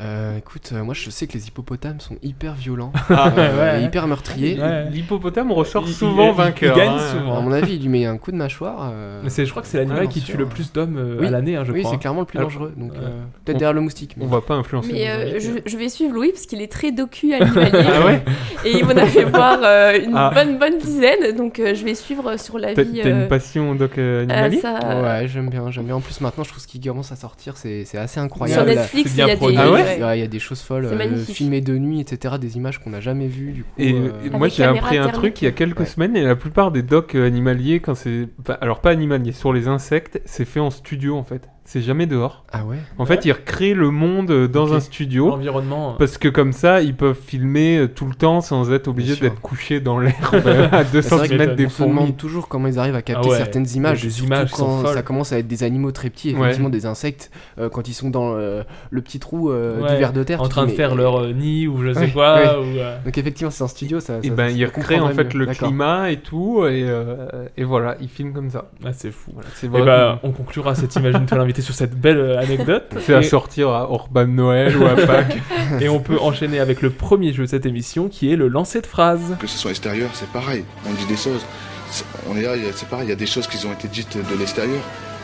S9: Euh, écoute, euh, moi je sais que les hippopotames sont hyper violents,
S8: Ah,
S9: euh,
S8: ouais.
S9: et hyper meurtriers.
S7: Ouais.
S8: L'hippopotame ressort
S7: Il- il-
S8: souvent
S7: il- il
S8: vainqueur.
S7: gagne
S8: hein.
S9: À
S7: souvent.
S9: mon avis, il lui met un coup de mâchoire. euh,
S7: Mais c'est- je crois que c'est l'animal
S9: ouais,
S7: qui
S9: bien
S7: tue
S9: sûr.
S7: le plus d'hommes euh,
S9: Oui.
S7: à l'année, hein, je
S9: oui,
S7: crois.
S9: c'est clairement le plus
S7: Alors-
S9: dangereux. Donc
S7: Ouais.
S9: euh, peut-être derrière le moustique. mais-
S8: On va pas influencer.
S10: Mais
S8: nos
S10: euh,
S8: invités.
S10: je, je vais suivre Louis parce qu'il est très docu animalier
S8: Ah ouais
S10: et il m'en a fait voir euh, une
S7: Ah.
S10: bonne bonne dizaine donc euh, je vais suivre sur la
S8: T'as
S10: vie.
S8: t'as
S10: euh,
S8: une passion doc euh,
S10: euh,
S8: animalier
S10: ça-
S9: Ouais, j'aime bien, j'aime bien. En plus, maintenant, je trouve ce qui commence à sortir, c'est c'est assez
S10: Sur
S9: incroyable.
S10: Netflix,
S7: C'est
S10: il
S7: bien
S10: y a des.
S7: produit.
S8: Ah ouais
S9: Ouais, Il y a des choses folles,
S10: C'est
S9: euh,
S10: magnifique.
S9: filmées de nuit, etc. Des images qu'on n'a jamais vues. Du coup,
S8: Et,
S9: euh,
S8: et moi
S10: Avec
S8: j'ai
S10: caméra
S8: appris un
S10: thermique.
S8: truc il y a quelques
S9: Ouais.
S8: semaines et la plupart des docs euh, animaliers quand c'est enfin, alors pas animaliers sur les insectes c'est fait en studio en fait c'est jamais dehors
S9: Ah ouais
S8: en fait ils recréent le monde euh, dans
S7: Ok.
S8: un studio
S7: L'environnement. euh,
S8: parce que comme ça ils peuvent filmer euh, tout le temps sans être obligés
S9: sûr.
S8: d'être couchés dans l'air euh, à 2
S9: C'est vrai
S8: cm
S7: que
S8: des
S9: On se demande
S8: fourmis
S9: toujours comment ils arrivent à capter
S7: Ah ouais,
S9: certaines images.
S7: des
S9: surtout
S7: images qui sont
S9: quand ça
S7: folles.
S9: commence à être des animaux très petits,
S8: Ouais.
S9: effectivement des insectes, euh, quand ils sont dans euh, le petit trou euh,
S7: Ouais,
S9: du ver de terre.
S7: en
S9: tu
S7: train
S9: dis,
S7: de
S9: mais-
S7: faire leur euh, nid ou je sais
S9: Ouais,
S7: quoi.
S9: ouais.
S7: Ou, euh,
S9: Donc effectivement, c'est un studio, ça.
S8: et
S9: ça-
S8: ben
S9: ça
S8: ils
S9: se
S8: recréent en
S9: comprendrait
S8: fait
S9: mieux.
S8: le
S9: D'accord.
S8: climat et tout et, euh, et voilà ils filment comme ça
S7: ah, c'est fou.
S8: Voilà, c'est
S7: Et
S8: vrai
S9: ben,
S7: bah, on conclura cette Imagine-toi l'invité sur cette belle euh, anecdote.
S8: c'est à
S7: Et-
S8: sortir à Orban Noël ou à Pâques
S7: Et on peut enchaîner avec le premier jeu de cette émission qui est le lancer de phrase.
S5: Que ce soit extérieur, c'est pareil. On dit des choses. C'est- On est là, il y a- c'est pareil. Il y a des choses qui ont été dites de l'extérieur.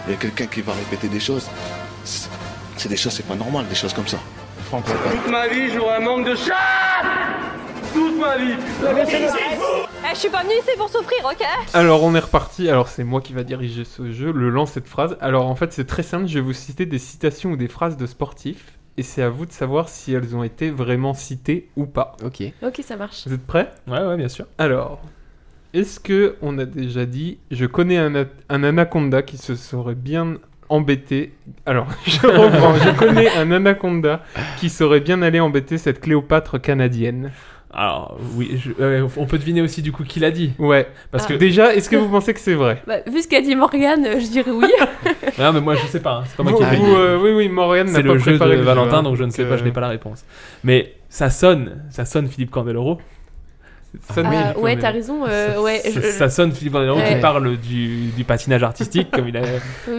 S5: Il y a quelqu'un qui va répéter des choses. C'est c'est des choses, c'est pas normal, des choses comme ça. C'est pas-
S3: Toute ma vie, j'aurai un manque de chat Toute ma vie
S11: Eh, je suis pas venue ici pour souffrir, ok
S8: Alors on est reparti, alors c'est moi qui va diriger ce jeu, le lance cette phrase. Alors en fait c'est très simple, je vais vous citer des citations ou des phrases de sportifs, et c'est à vous de savoir si elles ont été vraiment citées ou pas.
S9: Ok.
S10: Ok, ça marche.
S8: Vous êtes prêts
S7: Ouais, ouais, bien sûr.
S8: Alors, est-ce que on a déjà dit, je connais un, a- un anaconda qui se serait bien embêté, alors je reprends, je connais un anaconda qui serait bien allé embêter cette Cléopâtre canadienne.
S7: Alors, oui, je- euh, on peut deviner aussi du coup qui l'a dit.
S8: Ouais,
S10: Ah.
S7: Parce que.
S8: déjà, est-ce que vous pensez que c'est vrai
S10: Bah, vu ce qu'a dit Morgane, euh, je dirais oui.
S7: Non, mais moi je sais pas, hein, c'est pas moi
S8: Vous-
S7: qui ai
S9: l'ai
S8: vous,
S7: dit.
S8: euh, Oui, oui, Morgane n'a
S7: C'est
S8: pas
S7: le jeu de
S8: préparé le jeu,
S7: Valentin,
S8: hein,
S7: donc je ne sais
S8: euh,
S7: pas, je n'ai pas la réponse. Mais ça sonne, ça sonne Philippe Candeloro.
S8: Ça ne
S10: Ah,
S8: dit pas,
S10: ouais,
S8: mais-
S10: t'as raison. euh, ouais, je,
S7: Ça- ça sonne Philippe Candeloro qui
S10: Ouais.
S7: parle du, du patinage artistique, comme il a,
S10: je- oui,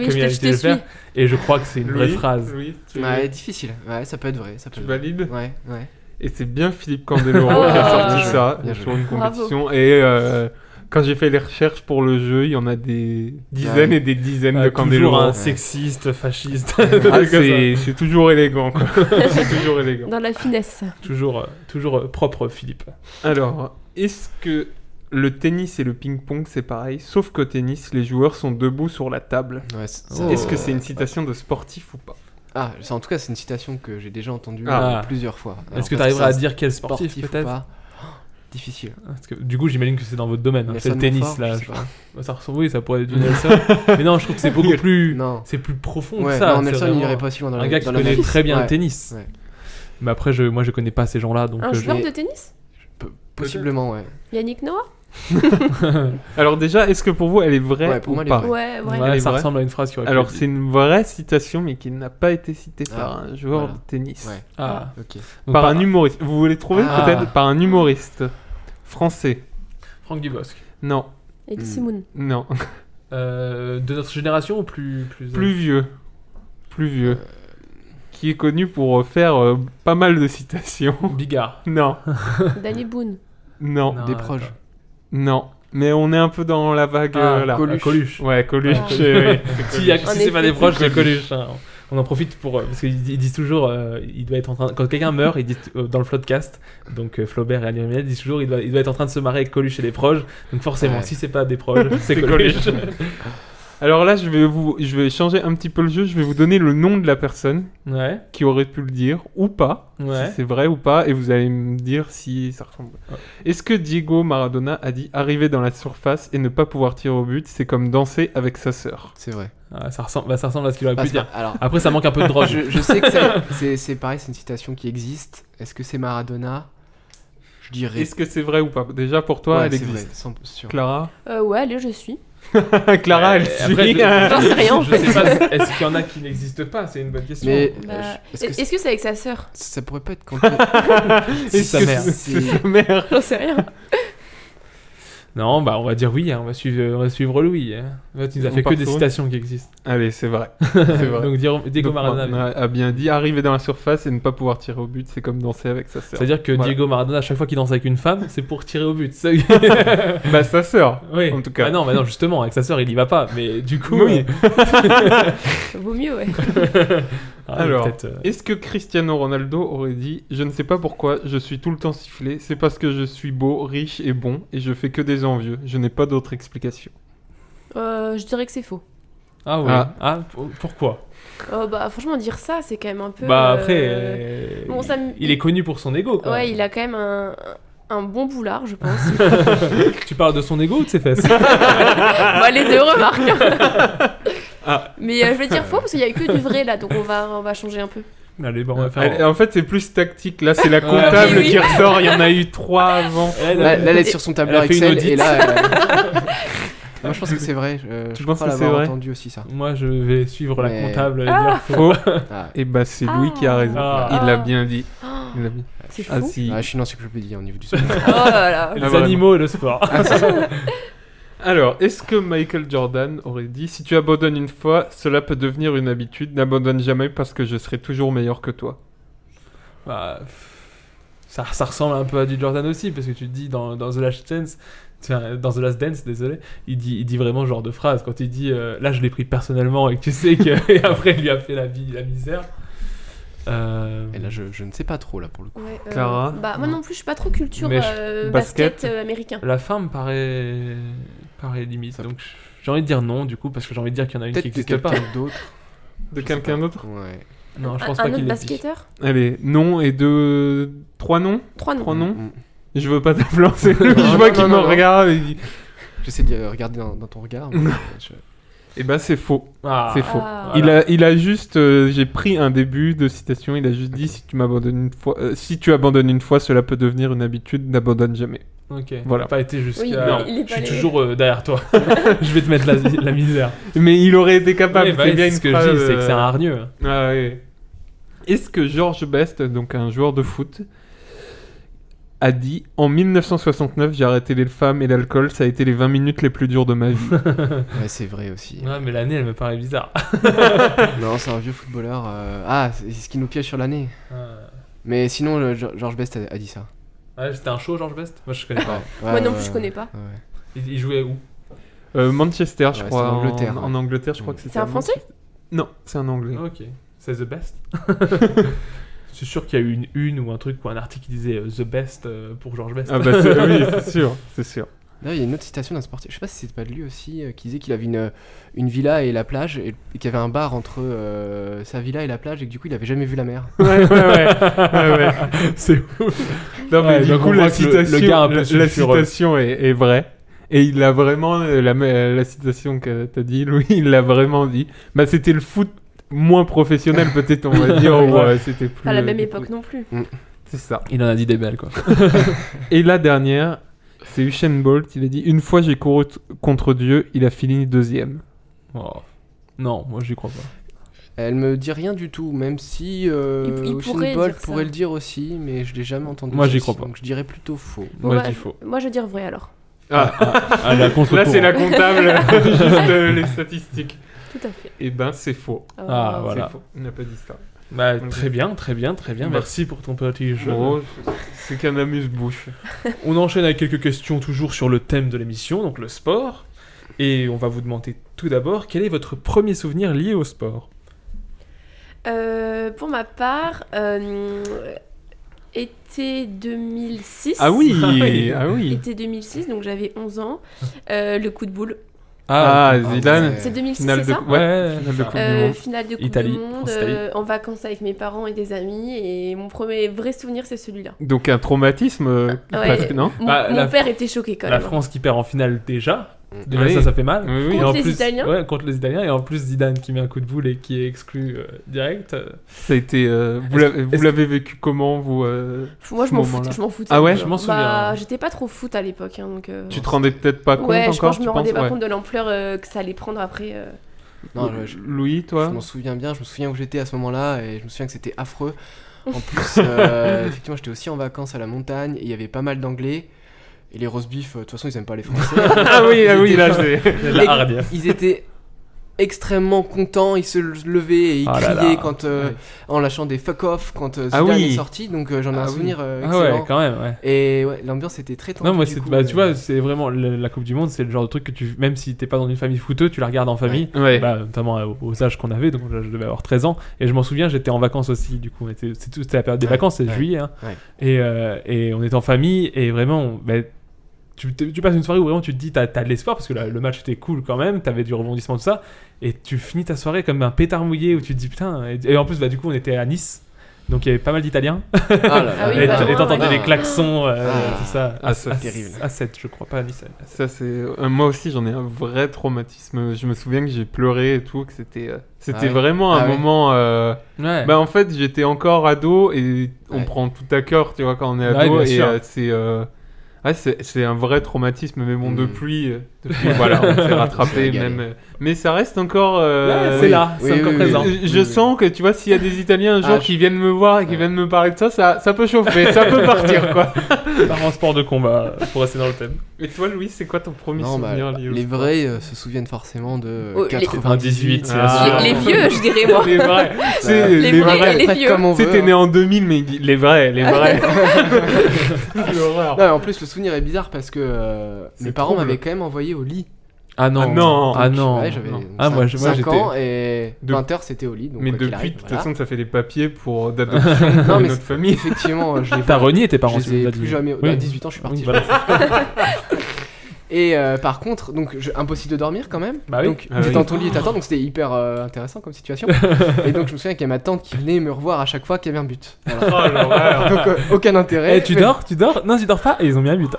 S7: comme il
S10: je
S7: a
S10: te, je
S7: l'habitude
S10: te
S7: de le
S10: suis.
S7: faire. Et je crois que c'est une vraie
S8: Louis,
S7: phrase.
S8: Louis, tu,
S9: Ouais, difficile. Ouais, ça peut être vrai. Ça peut
S8: tu
S9: être
S8: valides
S9: vrai. Ouais, ouais.
S8: Et c'est bien Philippe Candeloro
S10: Oh.
S8: qui a sorti
S10: Bien joué,
S8: ça
S9: bien
S8: sur
S9: joué.
S8: une
S10: Bravo.
S8: compétition. Et euh, quand j'ai fait les recherches pour le jeu, il y en a des dizaines et des dizaines
S7: Euh,
S8: de
S7: toujours
S8: Candeloro.
S7: un
S9: ouais.
S7: sexiste, fasciste,
S8: Ah, c'est c'est toujours élégant, quoi. c'est toujours élégant.
S10: Dans la finesse.
S7: toujours, euh, toujours euh, propre Philippe.
S8: Alors, est-ce que le tennis et le ping-pong, c'est pareil Sauf qu'au tennis, les joueurs sont debout sur la table.
S9: Ouais, c'est-
S7: Oh.
S8: Est-ce que c'est une citation de sportif ou pas
S9: Ah, c'est- en tout cas, c'est une citation que j'ai déjà entendue
S7: Ah.
S9: euh, plusieurs fois. Alors,
S7: Est-ce que tu
S9: parce
S7: arriveras à
S9: ça,
S7: dire quel
S9: c'est sportif,
S7: sportif, peut-être
S9: ou pas Difficile.
S7: Parce que, Du coup, j'imagine que c'est dans votre domaine. hein. C'est le
S9: Nelson
S7: tennis
S9: Montfort,
S7: là.
S9: je sais pas.
S7: Bah, Ça ressemble, oui, ça pourrait être du Nelson. mais non, je trouve que c'est beaucoup plus,
S9: Non.
S7: c'est plus profond que
S9: Ouais,
S7: ça.
S9: non,
S7: c'est
S9: Nelson, il
S7: vraiment
S9: irait pas si loin dans
S7: un
S9: la-
S7: gars qui
S9: dans la
S7: connaît
S9: analyse.
S7: très bien le
S9: Ouais.
S7: tennis.
S9: Ouais.
S7: Mais après, je, moi, je connais pas ces gens-là, donc.
S10: Un
S7: euh, je-
S10: joueur
S9: vais-
S10: de tennis
S9: Pe- Possiblement, ouais.
S10: Yannick Noah
S8: Alors, déjà, est-ce que pour vous, elle est vraie
S9: Ouais, pour
S8: ou
S9: moi, elle est
S8: pas
S10: Ouais,
S9: vraie.
S10: ouais.
S7: Ouais,
S8: Elle est
S7: ça
S8: vraie.
S7: ressemble à une phrase qui aurait pu
S8: Alors
S7: être
S8: c'est une vraie citation mais qui n'a pas été citée
S9: Ah,
S8: par un joueur
S9: voilà.
S8: de tennis.
S9: Ouais,
S7: dite. Ah.
S9: ok.
S7: Donc,
S8: Par
S9: hum-
S8: un humoriste. Vous voulez trouver
S9: Ah.
S8: peut-être par un humoriste français
S7: Franck Dubosc.
S8: Non,
S10: Et
S9: Hmm.
S7: Mm.
S10: Simon.
S8: non,
S7: Euh, de notre génération ou plus plus.
S8: plus vieux. Plus vieux. Qui est connu pour euh, faire euh, pas mal de citations.
S7: euh, Bigard.
S8: non,
S10: Danny Boone.
S8: non,
S7: Non,
S9: Des
S7: attends.
S9: proches.
S8: non. Mais on est un peu dans la vague
S7: Ah,
S8: euh, là.
S7: Coluche. Coluche.
S8: Ouais, Coluche.
S10: Ah.
S8: euh,
S7: Si, y a- si
S10: En
S7: c'est pas
S10: effet,
S7: des
S10: c'est
S7: proches, c'est Coluche. hein. On en profite pour. euh, Parce qu'ils di- ils disent toujours. euh, il doit être en train. Quand quelqu'un meurt, ils disent euh, dans le podcast. Donc euh, Flaubert et Annie Amiel disent toujours il doit, il doit être en train de se marrer avec Coluche et les proches. Donc forcément,
S9: Ouais.
S7: si c'est pas des proches, c'est
S8: C'est
S7: Coluche.
S8: Coluche. Alors là, je vais vous, je vais changer un petit peu le jeu. Je vais vous donner le nom de la personne
S7: ouais.
S8: qui aurait pu le dire ou pas,
S7: Ouais.
S8: si c'est vrai ou pas, et vous allez me dire si ça ressemble.
S7: Ouais.
S8: Est-ce que Diego Maradona a dit arriver dans la surface et ne pas pouvoir tirer au but, c'est comme danser avec sa sœur
S9: C'est vrai.
S7: Ah, ça, ressemble, bah, ça ressemble à ce qu'il aurait
S9: Bah,
S7: pu
S9: c'est
S7: dire.
S9: pas- alors,
S7: Après, ça manque un peu de drogue.
S9: Je, je sais que c'est- c'est c'est pareil, c'est une citation qui existe. Est-ce que c'est Maradona Je dirais.
S8: Est-ce que c'est vrai ou pas Déjà pour toi,
S9: Ouais,
S8: elle
S9: c'est vrai,
S8: existe.
S9: 100% sûr.
S8: Clara
S10: Euh, ouais, allez, je suis.
S8: Clara, elle
S7: Et
S8: suit.
S7: après, je-
S10: J'en sais rien, en
S7: je sais
S10: fait.
S7: pas, Est-ce qu'il y en a qui n'existent pas C'est une bonne question.
S9: Mais
S10: Bah,
S9: euh, je-
S10: Est-ce que c'est avec sa sœur
S9: ça pourrait pas être quand
S7: C'est sa mère.
S9: C'est
S8: C'est sa mère.
S10: J'en sais rien.
S7: Non, bah on va dire oui, hein, on, va suivre, euh, on va suivre Louis. hein. Là, tu nous as
S8: On
S7: fait que
S8: part
S7: des
S8: sur une-
S7: citations qui existent.
S8: Allez, c'est vrai. C'est vrai.
S7: Donc dire- Diego
S8: Donc,
S7: Maradona.
S8: Maradona a bien dit arriver dans la surface et ne pas pouvoir tirer au but, c'est comme danser avec sa sœur.
S7: C'est-à-dire que
S8: Voilà.
S7: Diego Maradona, à chaque fois qu'il danse avec une femme, c'est pour tirer au but. Ça-
S8: Bah, sa sœur,
S7: oui.
S8: en tout cas.
S7: Ah non, bah non, justement, avec sa sœur, il y va pas. Mais du coup.
S8: Oui.
S10: Vaut mieux, ouais.
S7: Ah,
S8: Alors,
S7: peut-être, euh,
S8: est-ce que Cristiano Ronaldo aurait dit Je ne sais pas pourquoi, je suis tout le temps sifflé, c'est parce que je suis beau, riche et bon, et je fais que des envieux, je n'ai pas d'autre explication.
S10: Euh, je dirais que c'est faux.
S7: Ah ouais.
S8: Ah.
S7: Ah, pour- pourquoi
S10: Oh, bah, franchement, dire ça, c'est quand même un peu.
S7: Bah
S10: euh,
S7: après. euh,
S10: bon, ça me-
S7: Il est connu pour son ego quoi.
S10: Ouais, il a quand même un, un bon boulard, je pense.
S7: Tu parles de son ego ou de ses fesses
S10: Bon, Bah, les deux remarques.
S7: Ah.
S10: Mais euh, je vais dire faux parce qu'il n'y a que du vrai là, donc on va, on va changer un peu.
S7: Allez, bon, on va faire.
S8: Elle- en fait, c'est plus tactique, là c'est la
S7: Ouais.
S8: comptable
S10: Oui, oui.
S8: qui ressort, il y en a eu trois avant.
S7: Elle,
S9: Là, là, elle est
S7: elle-
S9: sur son
S7: elle
S9: tableur
S7: a fait une
S9: Excel
S7: audite.
S9: et là. elle- Moi, je pense que c'est vrai. Je,
S8: Tu
S9: je
S8: penses
S9: crois
S8: que c'est
S9: l'avoir
S8: vrai
S9: entendu aussi ça.
S7: Moi, je vais suivre la
S9: Mais-
S7: comptable. et dire faux.
S8: Faux.
S9: Ah,
S8: Et bah, c'est Louis qui a raison,
S7: Ah.
S8: il l'a bien dit. Il l'a bien-
S10: C'est fou.
S8: Ah si.
S9: Ah, je suis une encyclopédie au niveau du sport.
S10: Oh là là.
S7: Les
S8: Ah, vraiment.
S7: animaux et le sport.
S8: Alors, est-ce que Michael Jordan aurait dit Si tu abandonnes une fois, cela peut devenir une habitude, n'abandonne jamais parce que je serai toujours meilleur que toi
S7: Bah, ça, ça ressemble un peu à du Jordan aussi, parce que tu te dis dans, dans The Last Dance, enfin, dans The Last Dance, désolé, il dit, il dit vraiment ce genre de phrase. Quand il dit euh, là, je l'ai pris personnellement et que tu sais que et après, il lui a fait la, vie, la misère. Euh,
S9: Et là, je, je ne sais pas trop là pour le coup.
S10: Ouais, euh,
S8: Clara
S10: Bah, moi non plus, je suis pas trop culture
S7: Mais je-
S10: euh,
S8: basket.
S10: basket, euh, américain.
S7: la femme paraît, paraît limite,
S9: Ça-
S7: donc je- j'ai envie de dire non du coup, parce que j'ai envie de dire qu'il y en a une qui
S9: Peut-être de
S7: n'existe pas.
S9: quelqu'un d'autre.
S8: De
S9: Je sais
S8: quelqu'un
S9: pas.
S8: d'autre
S9: Ouais.
S7: Non, je
S10: Un-
S7: pense
S10: un
S7: pas
S10: autre
S7: qu'il l'ait dit.
S10: basketteur
S8: Allez, non et deux. Trois noms
S10: Trois noms.
S8: Trois noms
S9: Mm.
S8: Je veux pas t'influencer, Louis, je
S9: Non,
S8: vois
S9: non,
S8: qu'il
S9: non,
S8: me
S9: non, non.
S8: regarde. Et, dit-
S9: J'essaie de euh, regarder dans, dans ton regard. mais, euh, je-
S8: Eh ben, c'est faux.
S7: Ah,
S8: C'est faux.
S10: Ah.
S8: Il, a, il a juste. euh, J'ai pris un début de citation, il a juste dit Si tu, m'abandonnes une fois, euh, si tu abandonnes une fois, cela peut devenir une habitude, n'abandonne jamais.
S7: ok.
S8: Voilà.
S7: Pas été jusqu'à.
S10: Oui, il est- il est
S7: je
S10: pas
S7: suis
S10: allé.
S7: toujours euh, derrière toi. je vais te mettre la, la misère.
S8: Mais il aurait été capable,
S7: Ouais, bah,
S8: c'est bien une
S7: ce que je
S8: phrase,
S7: dis, c'est que c'est un
S8: euh,
S7: hargneux.
S8: Ah oui. Est-ce que George Best, donc un joueur de foot, a dit En 1969, j'ai arrêté les femmes et l'alcool, ça a été les 20 minutes les plus dures de ma vie.
S9: Ouais, c'est vrai aussi.
S7: Ouais, mais l'année, elle me paraît bizarre.
S9: Non, c'est un vieux footballeur. euh, Ah, c'est c'est ce qui nous piège sur l'année.
S7: ouais,
S9: Mais sinon, le- Ge- George Best a, a dit ça.
S7: Ah, c'était un show, George Best Moi, je connais
S9: Ouais.
S7: pas.
S10: Moi non
S9: Ouais,
S10: plus,
S7: Euh,
S10: je
S9: ouais,
S10: connais pas.
S9: ouais.
S7: Il, il jouait où
S8: Euh, Manchester, je
S9: Ouais,
S8: crois.
S9: c'est en Angleterre,
S8: En,
S9: ouais. Mm.
S8: en Angleterre, je crois que c'était.
S10: C'est un
S8: à Manchester.
S10: français
S8: Non, c'est un anglais.
S7: Ah, Ok. C'est The Best Je suis sûr qu'il y a eu une une ou un truc ou un article qui disait euh, The Best euh, pour George Best.
S8: Ah bah c'est- oui, c'est sûr, c'est sûr.
S9: D'ailleurs, il y a une autre citation d'un sportif, je sais pas si c'est pas de lui aussi, euh, qui disait qu'il avait une, une villa et la plage, et, et qu'il y avait un bar entre euh, sa villa et la plage, et que du coup, il avait jamais vu la mer.
S8: Ouais, ouais, ouais. Ah ouais, ouais.
S7: c'est
S8: Non, mais
S7: Ouais,
S8: du
S7: donc
S8: coup,
S7: on
S8: la
S7: voit que le- le
S8: citation,
S7: gars un peu
S8: la, la
S7: sulfureux.
S8: citation est, est vraie. Et il a vraiment, euh, la, euh, la citation que t'as dit, Louis, il l'a vraiment dit. Bah, c'était le foot moins professionnel, peut-être, on va dire, ou
S7: Ouais.
S8: euh, c'était plus.
S10: Pas à la
S8: euh,
S10: même
S8: du
S10: époque
S8: coup.
S10: non plus.
S8: C'est ça.
S7: Il en a dit des belles, quoi.
S8: Et la dernière, c'est Usain Bolt. Il a dit Une fois j'ai couru t- contre Dieu, il a fini deuxième.
S7: Oh. Non, moi, j'y crois pas.
S9: Elle me dit rien du tout, même si euh,
S10: Il- il
S9: Usain
S10: pourrait
S9: Bolt
S10: dire ça.
S9: pourrait le dire aussi, mais je l'ai jamais entendu.
S7: Moi,
S9: dire
S7: j'y
S9: aussi,
S7: crois pas.
S9: Donc je dirais plutôt faux.
S10: Bon,
S7: moi,
S10: bah,
S7: je dis faux.
S10: moi, je veux dire vrai alors.
S7: Ah, la contre
S8: Là, c'est la comptable, juste euh, les statistiques.
S10: Tout à fait.
S8: Eh ben, c'est faux.
S10: Oh.
S7: Ah,
S8: C'est
S7: voilà.
S8: faux. On n'a pas dit ça.
S7: Bah, très bien, très bien, très bien.
S8: Bah.
S7: Merci pour ton petit jeu.
S8: Bon, c'est qu'un amuse-bouche.
S7: On enchaîne avec quelques questions toujours sur le thème de l'émission, donc le sport. Et on va vous demander tout d'abord quel est votre premier souvenir lié au sport
S10: Euh, pour ma part, euh, été 2006.
S8: Ah oui,
S7: Ah oui.
S8: ah oui.
S10: Été 2006, donc j'avais 11 ans. Euh, le coup de boule.
S8: Ah, Zidane,
S9: ouais.
S10: C'est 2006,
S8: finale
S10: c'est
S8: de
S10: ça
S8: ouais, finale de Coupe du
S10: Euh,
S8: Monde.
S10: finale de Coupe
S7: Italie,
S10: du Monde,
S7: France-Italie.
S10: euh, en vacances avec mes parents et des amis, et mon premier vrai souvenir c'est celui-là.
S8: Donc un traumatisme, euh,
S10: Ouais.
S8: presque, non
S10: Mon,
S7: Bah,
S10: mon
S7: la
S10: père était choqué quand
S7: La
S10: même.
S7: France qui perd en finale déjà,
S9: Mm.
S7: Déjà,
S8: Oui.
S7: ça, ça fait mal.
S8: Oui, oui.
S7: Et
S8: Contre
S7: en
S10: les
S7: plus-
S10: Italiens.
S7: ouais, contre les Italiens. Et en plus, Zidane qui met un coup de boule et qui est exclu euh, direct. euh,
S8: Ça a été. euh, vous l'avez- vous l'avez vécu comment, vous euh,
S10: Moi,
S8: ce
S10: je m'en fous,
S8: moment-là
S10: je m'en foutais.
S8: Ah ouais, je m'en
S10: Bah,
S8: souviens.
S10: j'étais pas trop foot à l'époque. hein, donc, euh,
S8: Tu te rendais peut-être pas compte
S10: Ouais, je
S8: encore,
S10: pense que je
S8: tu
S10: me rendais
S8: penses
S10: pas
S8: Ouais.
S10: compte de l'ampleur euh, que ça allait prendre après. euh.
S9: Non, je- je-
S8: Louis, toi
S9: Je m'en souviens bien, je me souviens où j'étais à ce moment-là et je me souviens que c'était affreux. En plus, euh, effectivement, j'étais aussi en vacances à la montagne et il y avait pas mal d'anglais. Et les roast beef, euh, de toute façon, ils aiment pas les Français.
S8: Ah oui, ah oui,
S9: Ils
S8: là,
S9: étaient-
S8: c'est-
S9: Et
S8: la hardière.
S9: Ils étaient extrêmement contents, ils se levaient et
S7: Oh
S9: ils
S8: Ah là
S9: criaient
S8: là.
S9: quand, euh, en lâchant des fuck off quand euh,
S7: Ah
S9: Zidane
S7: oui.
S9: est sorti. Donc euh, j'en ai
S7: Ah
S9: un
S7: oui.
S9: souvenir euh,
S7: Ah ouais,
S9: excellent.
S7: quand même, ouais.
S9: Et ouais, l'ambiance était très tendue.
S7: Non, moi,
S9: du
S7: c'est,
S9: coup,
S7: bah, tu
S9: euh,
S7: vois, c'est vraiment le- la Coupe du Monde, c'est le genre de truc que tu, même si t'es pas dans une famille footeuse, tu la regardes en famille,
S8: Ouais.
S7: Bah, notamment euh, aux âges qu'on avait, donc là, je devais avoir 13 ans, et je m'en souviens, j'étais en vacances aussi, du coup, on était- c'est tout- c'était la période des
S9: Ouais,
S7: vacances, c'est
S9: ouais,
S7: juillet, hein.
S9: ouais.
S7: et, euh, et on était en famille, et vraiment, on- bah, tu, tu- tu passes une soirée où vraiment tu te dis, t'as, t'as de l'espoir, parce que là, le match était cool quand même, t'avais du rebondissement, tout ça, et tu finis ta soirée comme un pétard mouillé, où tu te dis, putain, et, et en plus, bah, du coup, on était à Nice. Donc il y avait pas mal d'Italiens.
S9: là là. Ah oui,
S7: et
S9: bah,
S7: et t'entendais
S9: ouais.
S7: les klaxons, euh,
S9: Ah.
S7: tout ça.
S8: Ah, ça,
S7: À-
S8: c'est terrible.
S7: À 7, je crois pas à Nice. à-
S8: Ça c'est euh, moi aussi j'en ai un vrai traumatisme. Je me souviens que j'ai pleuré et tout, que c'était euh, c'était
S7: Ah ouais.
S8: vraiment
S7: Ah
S8: un
S7: ouais.
S8: moment. euh,
S7: Ouais.
S8: Bah en fait j'étais encore ado et on prend tout à cœur, tu vois, quand on est
S7: Ouais,
S8: ado
S7: bien
S8: et
S7: sûr.
S8: euh, c'est euh, ouais, c'est c'est un vrai traumatisme. Mais bon
S7: Hmm.
S8: depuis euh, depuis, voilà on s'est rattrapé
S7: On s'est régalé.
S8: même. euh, Mais ça reste encore. euh,
S7: Ouais, c'est là, c'est encore présent.
S8: Je, je sens que tu vois s'il y a des Italiens un
S7: Ah,
S8: jour
S7: je-
S8: qui viennent me voir et qui viennent me parler de ça, ça ça peut chauffer, ça peut partir quoi.
S7: Par un sport de combat, euh, pour rester dans le thème.
S8: Et toi Louis c'est quoi ton premier
S9: Non, bah,
S8: souvenir lié au
S9: les
S8: sport
S9: vrais euh, se souviennent forcément de euh,
S8: Oh, les-
S9: 98.
S8: Ah.
S10: Les- les vieux, je dirais, moi.
S8: Les vrais. C'est
S10: Les
S8: les
S10: vrais, les
S8: vrais.
S10: vieux. Comme on veut,
S8: C'était
S9: hein.
S8: né en 2000, mais les vrais, les vrais.
S9: Non, mais en plus, le souvenir est bizarre parce que euh, mes parents
S8: trouble.
S9: m'avaient quand même envoyé au lit.
S7: Ah non.
S8: Ah non.
S7: Ah non.
S9: Ouais, j'avais
S7: Non.
S9: donc
S7: Ah, moi,
S9: cinq-
S7: je- moi,
S9: cinq
S7: j'étais-
S9: ans et
S8: De-
S9: 20h c'était au lit. Donc
S8: mais
S9: quoi qu'il
S8: depuis,
S9: arrive,
S8: de toute
S9: voilà.
S8: façon, ça fait des papiers pour d'adoption
S9: Non,
S8: pour une
S9: mais
S8: autre
S9: c'est-
S8: famille.
S9: Effectivement, euh, je les
S7: T'as
S9: vois-
S7: renié tes parents,
S9: Je
S7: tu
S9: les
S7: nous
S9: ai
S7: as
S9: plus
S7: dit.
S9: jamais.
S7: Oui.
S9: À 18 ans, je suis
S7: Oui,
S9: parti.
S7: voilà.
S9: Et euh, par contre, donc je- impossible de dormir quand même.
S7: Bah oui.
S9: Donc
S7: Ah
S9: t'es
S7: oui.
S9: dans ton lit et t'attends, donc c'était hyper euh, intéressant comme situation. et donc je me souviens qu'il y a ma tante qui venait me revoir à chaque fois qu'il y avait un but. Voilà.
S7: Oh, l'horreur.
S9: donc euh, aucun intérêt.
S7: Eh, tu dors, tu dors Non, tu dors pas. Et ils ont mis un but.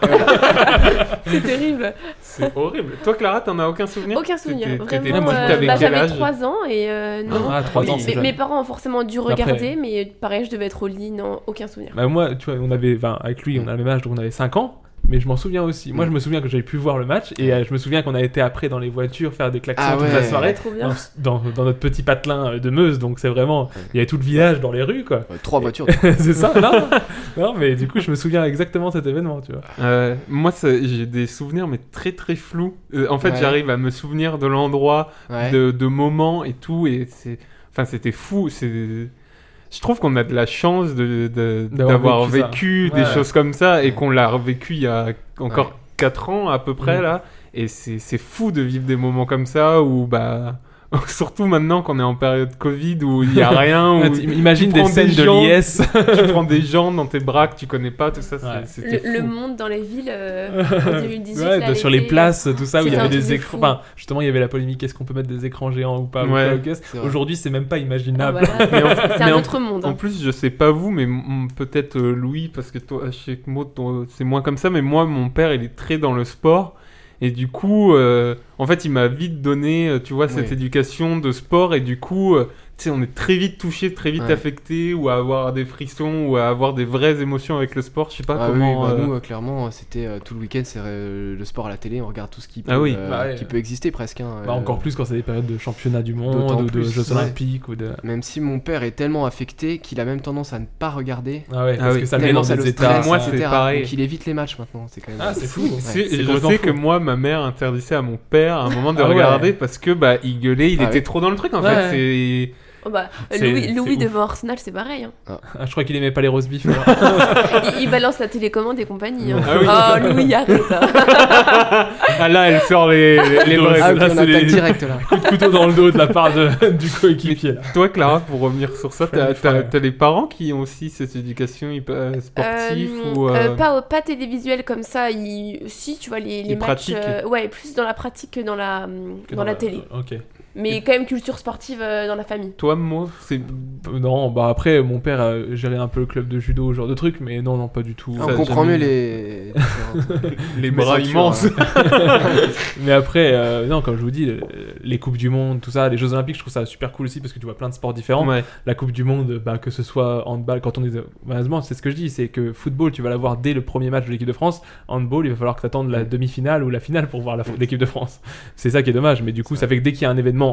S10: C'est terrible.
S8: C'est horrible. Toi, Clara, t'en as aucun souvenir
S10: Aucun souvenir.
S8: T'étais-
S10: Vraiment,
S8: T'étais petite,
S10: euh,
S8: t'avais
S10: bah,
S8: quel
S10: j'avais
S8: âge
S10: 3 ans et euh, non.
S7: Ah, trois ans, c'est
S10: mes,
S7: jeune.
S10: mes parents ont forcément dû
S7: Après-
S10: regarder, mais pareil, je devais être au lit, non, aucun souvenir.
S7: Bah moi, tu vois, on avait, enfin, avec lui, on a le même âge, donc on avait 5 ans. Mais je m'en souviens aussi. Moi, je me souviens que j'avais pu voir le match et euh, je me souviens qu'on a été après dans les voitures faire des klaxons
S9: Ah
S7: toute
S9: ouais.
S7: la soirée
S9: Trop bien.
S7: dans, dans- dans notre petit patelin euh, de Meuse. Donc c'est vraiment, il y avait tout le village dans les rues, quoi.
S9: Euh, trois voitures.
S7: c'est ça. Non, non, mais du coup, je me souviens exactement de cet événement, tu vois.
S8: Euh, moi, ça- j'ai des souvenirs, mais très très flous. Euh, en fait,
S7: Ouais.
S8: j'arrive à me souvenir de l'endroit,
S9: Ouais.
S8: de, de moments et tout. Et c'est, enfin, c'était fou. C'est, je trouve qu'on a de la chance de, de-
S7: D'avoir
S8: d'avoir
S7: vécu ça.
S8: vécu, des
S7: Ouais.
S8: choses comme ça et qu'on l'a revécu il y a encore
S9: Ouais.
S8: 4 ans à peu près
S7: Mm.
S9: Mhm.
S8: là. Et c'est, c'est fou de vivre des moments comme ça où bah. Surtout maintenant qu'on est en période Covid où il n'y a rien.
S9: Oh,
S8: Où
S7: Ah, t'imagines
S8: tu prends
S7: des scènes de
S8: gens-
S7: liesse.
S8: tu prends des gens dans tes bras que tu connais pas, tout ça. c'est-
S10: Le,
S8: c'était
S10: le
S8: fou.
S10: monde dans les villes euh, en 2018.
S7: Ouais,
S10: là,
S7: sur
S10: l'été, euh,
S7: les places, tout ça, où il y
S10: c'était un
S7: avait
S10: truc
S7: des
S10: de
S7: écrans.
S10: fou.
S7: Enfin, justement, il y avait la polémique est-ce qu'on peut mettre des écrans géants ou pas, ou
S8: Ouais,
S7: pas, ou qu'est-ce
S8: c'est vrai.
S7: Aujourd'hui, c'est même pas imaginable.
S10: Ah, voilà.
S8: Mais en-
S10: C'est un
S8: mais en-
S10: autre monde, hein.
S8: En plus, je sais pas vous, mais mm, peut-être euh, Louis, parce que toi, chez Maud, ton- c'est moins comme ça, mais moi, mon père, il est très dans le sport. Et du coup, euh, en fait, il m'a vite donné, euh, tu vois, cette
S9: Oui.
S8: éducation de sport. Et du coup, euh, tu sais, on est très vite touché, très vite
S9: Ouais.
S8: affecté, ou à avoir des frissons, ou à avoir des vraies émotions avec le sport. Je sais pas
S9: Ah
S8: comment.
S9: oui, bah
S8: euh,
S9: nous euh, clairement euh, c'était euh, tout le week-end c'est euh, le sport à la télé on regarde tout ce qui peut,
S8: Ah oui.
S9: euh,
S7: Bah ouais.
S9: qui peut exister presque hein,
S7: Bah,
S9: euh,
S7: encore plus quand c'est des périodes de championnat du
S9: d'autant
S7: monde, ou de
S9: plus,
S7: Jeux
S9: ouais.
S7: Olympiques, ou de.
S9: même si mon père est tellement affecté qu'il a même tendance à ne pas regarder
S7: Ah ouais, parce que ça le met
S9: Tellement
S7: dans
S9: ça
S7: des
S9: le
S7: états,
S9: stresse, hein.
S7: Moi,
S9: etc.
S7: c'est
S8: pareil.
S9: donc il évite les matchs maintenant c'est quand même
S7: Ah, c'est fou.
S9: Ouais.
S8: Si,
S9: C'est
S8: je
S9: complètement
S8: sais
S9: fou.
S8: que moi, ma mère interdisait à mon père à un moment de
S7: Ah ouais.
S8: regarder parce que bah il gueulait, il
S7: Ah
S8: était
S7: ouais.
S8: trop dans le truc en
S7: Ouais.
S8: fait. C'est
S10: Oh bah,
S8: C'est-
S10: Louis,
S8: c'est
S10: Louis
S8: ouf.
S10: devant Arsenal, c'est pareil. hein.
S7: Ah, je crois qu'il aimait pas les roast beef. alors.
S10: Il, il balance la télécommande et compagnie. hein.
S8: Ah oui.
S10: Oh, Louis, arrête. hein.
S8: Ah là, elle sort les, les,
S9: Ah,
S8: les
S7: Donc,
S8: vrais.
S7: là, c'est les- Coup de couteau dans le dos de la part de- du coéquipier. là.
S8: Toi, Clara, pour revenir sur ça, t'as,
S7: Family
S8: t'as-
S7: fire.
S8: t'as les parents qui ont aussi cette éducation hyper- euh, sportive
S10: Euh,
S8: ou.
S10: euh,
S8: euh,
S10: pas, pas télévisuel comme ça. il- Si, tu vois, les, les
S8: Ils
S10: matchs.
S8: pratiquent.
S10: euh, ouais, plus dans la pratique que dans la, hum,
S7: Que
S10: dans la télé.
S7: Ok.
S10: mais quand même culture sportive euh, dans la famille.
S8: Toi, moi, c'est. Non, bah après, mon père euh, gérait un peu le club de judo, ce genre de truc, mais non, non, pas du tout.
S9: On
S8: Ça,
S9: comprend mieux
S8: jamais-
S9: les.
S8: les bras
S9: ceintures,
S8: immenses.
S9: hein.
S7: mais après, euh, non, comme je vous dis, euh, les Coupes du Monde, tout ça, les Jeux Olympiques, je trouve ça super cool aussi parce que tu vois plein de sports différents.
S8: Ouais.
S7: La Coupe du Monde, bah, que ce soit handball, quand on est. Malheureusement, c'est ce que je dis, c'est que football, tu vas l'avoir dès le premier match de l'équipe de France. Handball, il va falloir que tu attendes la demi-finale ou la finale pour voir la- l'équipe de France. Mm. C'est ça qui est dommage, mais du coup, ça fait que dès qu'il y a un événement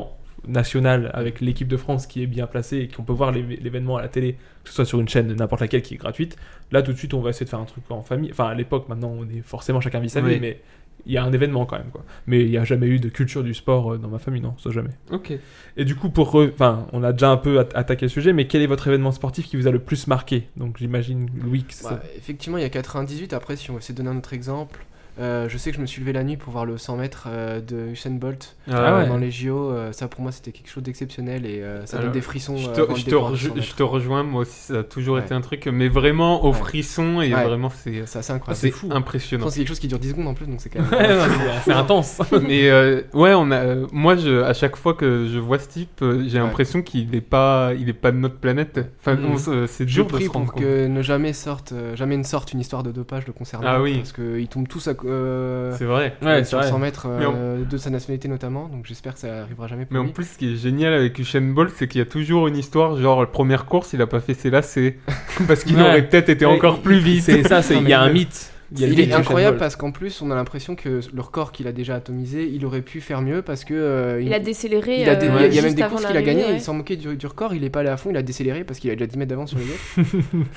S7: national avec l'équipe de France qui est bien placée et qu'on peut voir l'é- l'événement à la télé, que ce soit sur une chaîne n'importe laquelle qui est gratuite, là tout de suite on va essayer de faire un truc en famille. Enfin à l'époque maintenant on est forcément chacun vit sa vie,
S8: Oui.
S7: mais il y a un événement quand même quoi. Mais il n'y a jamais eu de culture du sport euh, dans ma famille, non, ça jamais.
S8: Ok.
S7: Et du coup pour re- enfin on a déjà un peu at- attaqué le sujet, mais quel est votre événement sportif qui vous a le plus marqué Donc j'imagine Louis. que c'est
S9: Bah,
S7: ça.
S9: effectivement, il y a 98. Après, si on essaie de donner un autre exemple, euh, je sais que je me suis levé la nuit pour voir le 100 mètres euh, de Usain Bolt
S8: Ah
S9: euh,
S8: ouais.
S9: dans les JO. euh, ça, pour moi, c'était quelque chose d'exceptionnel et euh, ça
S8: Alors,
S9: donne des frissons.
S8: Je
S9: euh,
S8: te,
S9: avant le
S8: je te
S9: départ du
S8: rejo-
S9: 100 mètres.
S8: je te rejoins, moi aussi, ça a toujours
S9: Ouais.
S8: été un truc, mais vraiment au
S9: Ouais.
S8: frisson et
S9: Ouais.
S8: vraiment c'est
S9: Ça, c'est incroyable.
S8: c'est impressionnant.
S9: Je pense que C'est quelque chose qui dure 10 secondes en plus, donc c'est quand même.
S8: Ouais, non, c'est- c'est intense. Mais euh, ouais, on a. euh, moi, je, à chaque fois que je vois ce type, euh, j'ai l'impression qu'il n'est pas, il est pas de notre planète. Enfin, on se- euh, c'est
S9: Mm. Je
S8: dur de
S9: prie
S8: se rendre
S9: pour
S8: compte.
S9: que ne jamais sorte, euh, jamais ne sorte une histoire de dopage le concernant.
S8: Ah oui.
S9: Parce qu'ils tombent tous à. euh,
S8: C'est vrai.
S9: euh,
S8: Ouais, c'est
S9: sur
S8: vrai.
S9: 100 mètres
S8: Mais
S9: euh, de sa nationalité notamment, donc j'espère que ça arrivera jamais pour
S8: Mais en
S9: lui.
S8: plus, ce qui est génial avec Usain Bolt, c'est qu'il y a toujours une histoire. Genre, la première course, il a pas fait ses lacets parce qu'il
S7: Ouais.
S8: aurait peut-être été
S7: Ouais,
S8: encore
S7: il-
S8: plus vite.
S7: c'est ça, c'est-
S8: Non,
S7: il y a
S8: mais-
S7: un mythe.
S9: Il,
S7: y a le mythe
S9: est
S7: du
S9: incroyable
S7: Usain Bolt.
S9: parce qu'en plus, on a l'impression que le record qu'il a déjà atomisé, il aurait pu faire mieux parce que. euh,
S10: Il a décéléré,
S9: Il a, dé-
S10: euh,
S9: il y a- il y a
S10: juste
S9: même des
S10: avant
S9: courses qu'il a
S10: l'arrivée,
S9: gagnées,
S10: ouais.
S9: il s'en moquait du, du record, il est pas allé à fond, il a décéléré parce qu'il a déjà 10 mètres d'avance sur les autres.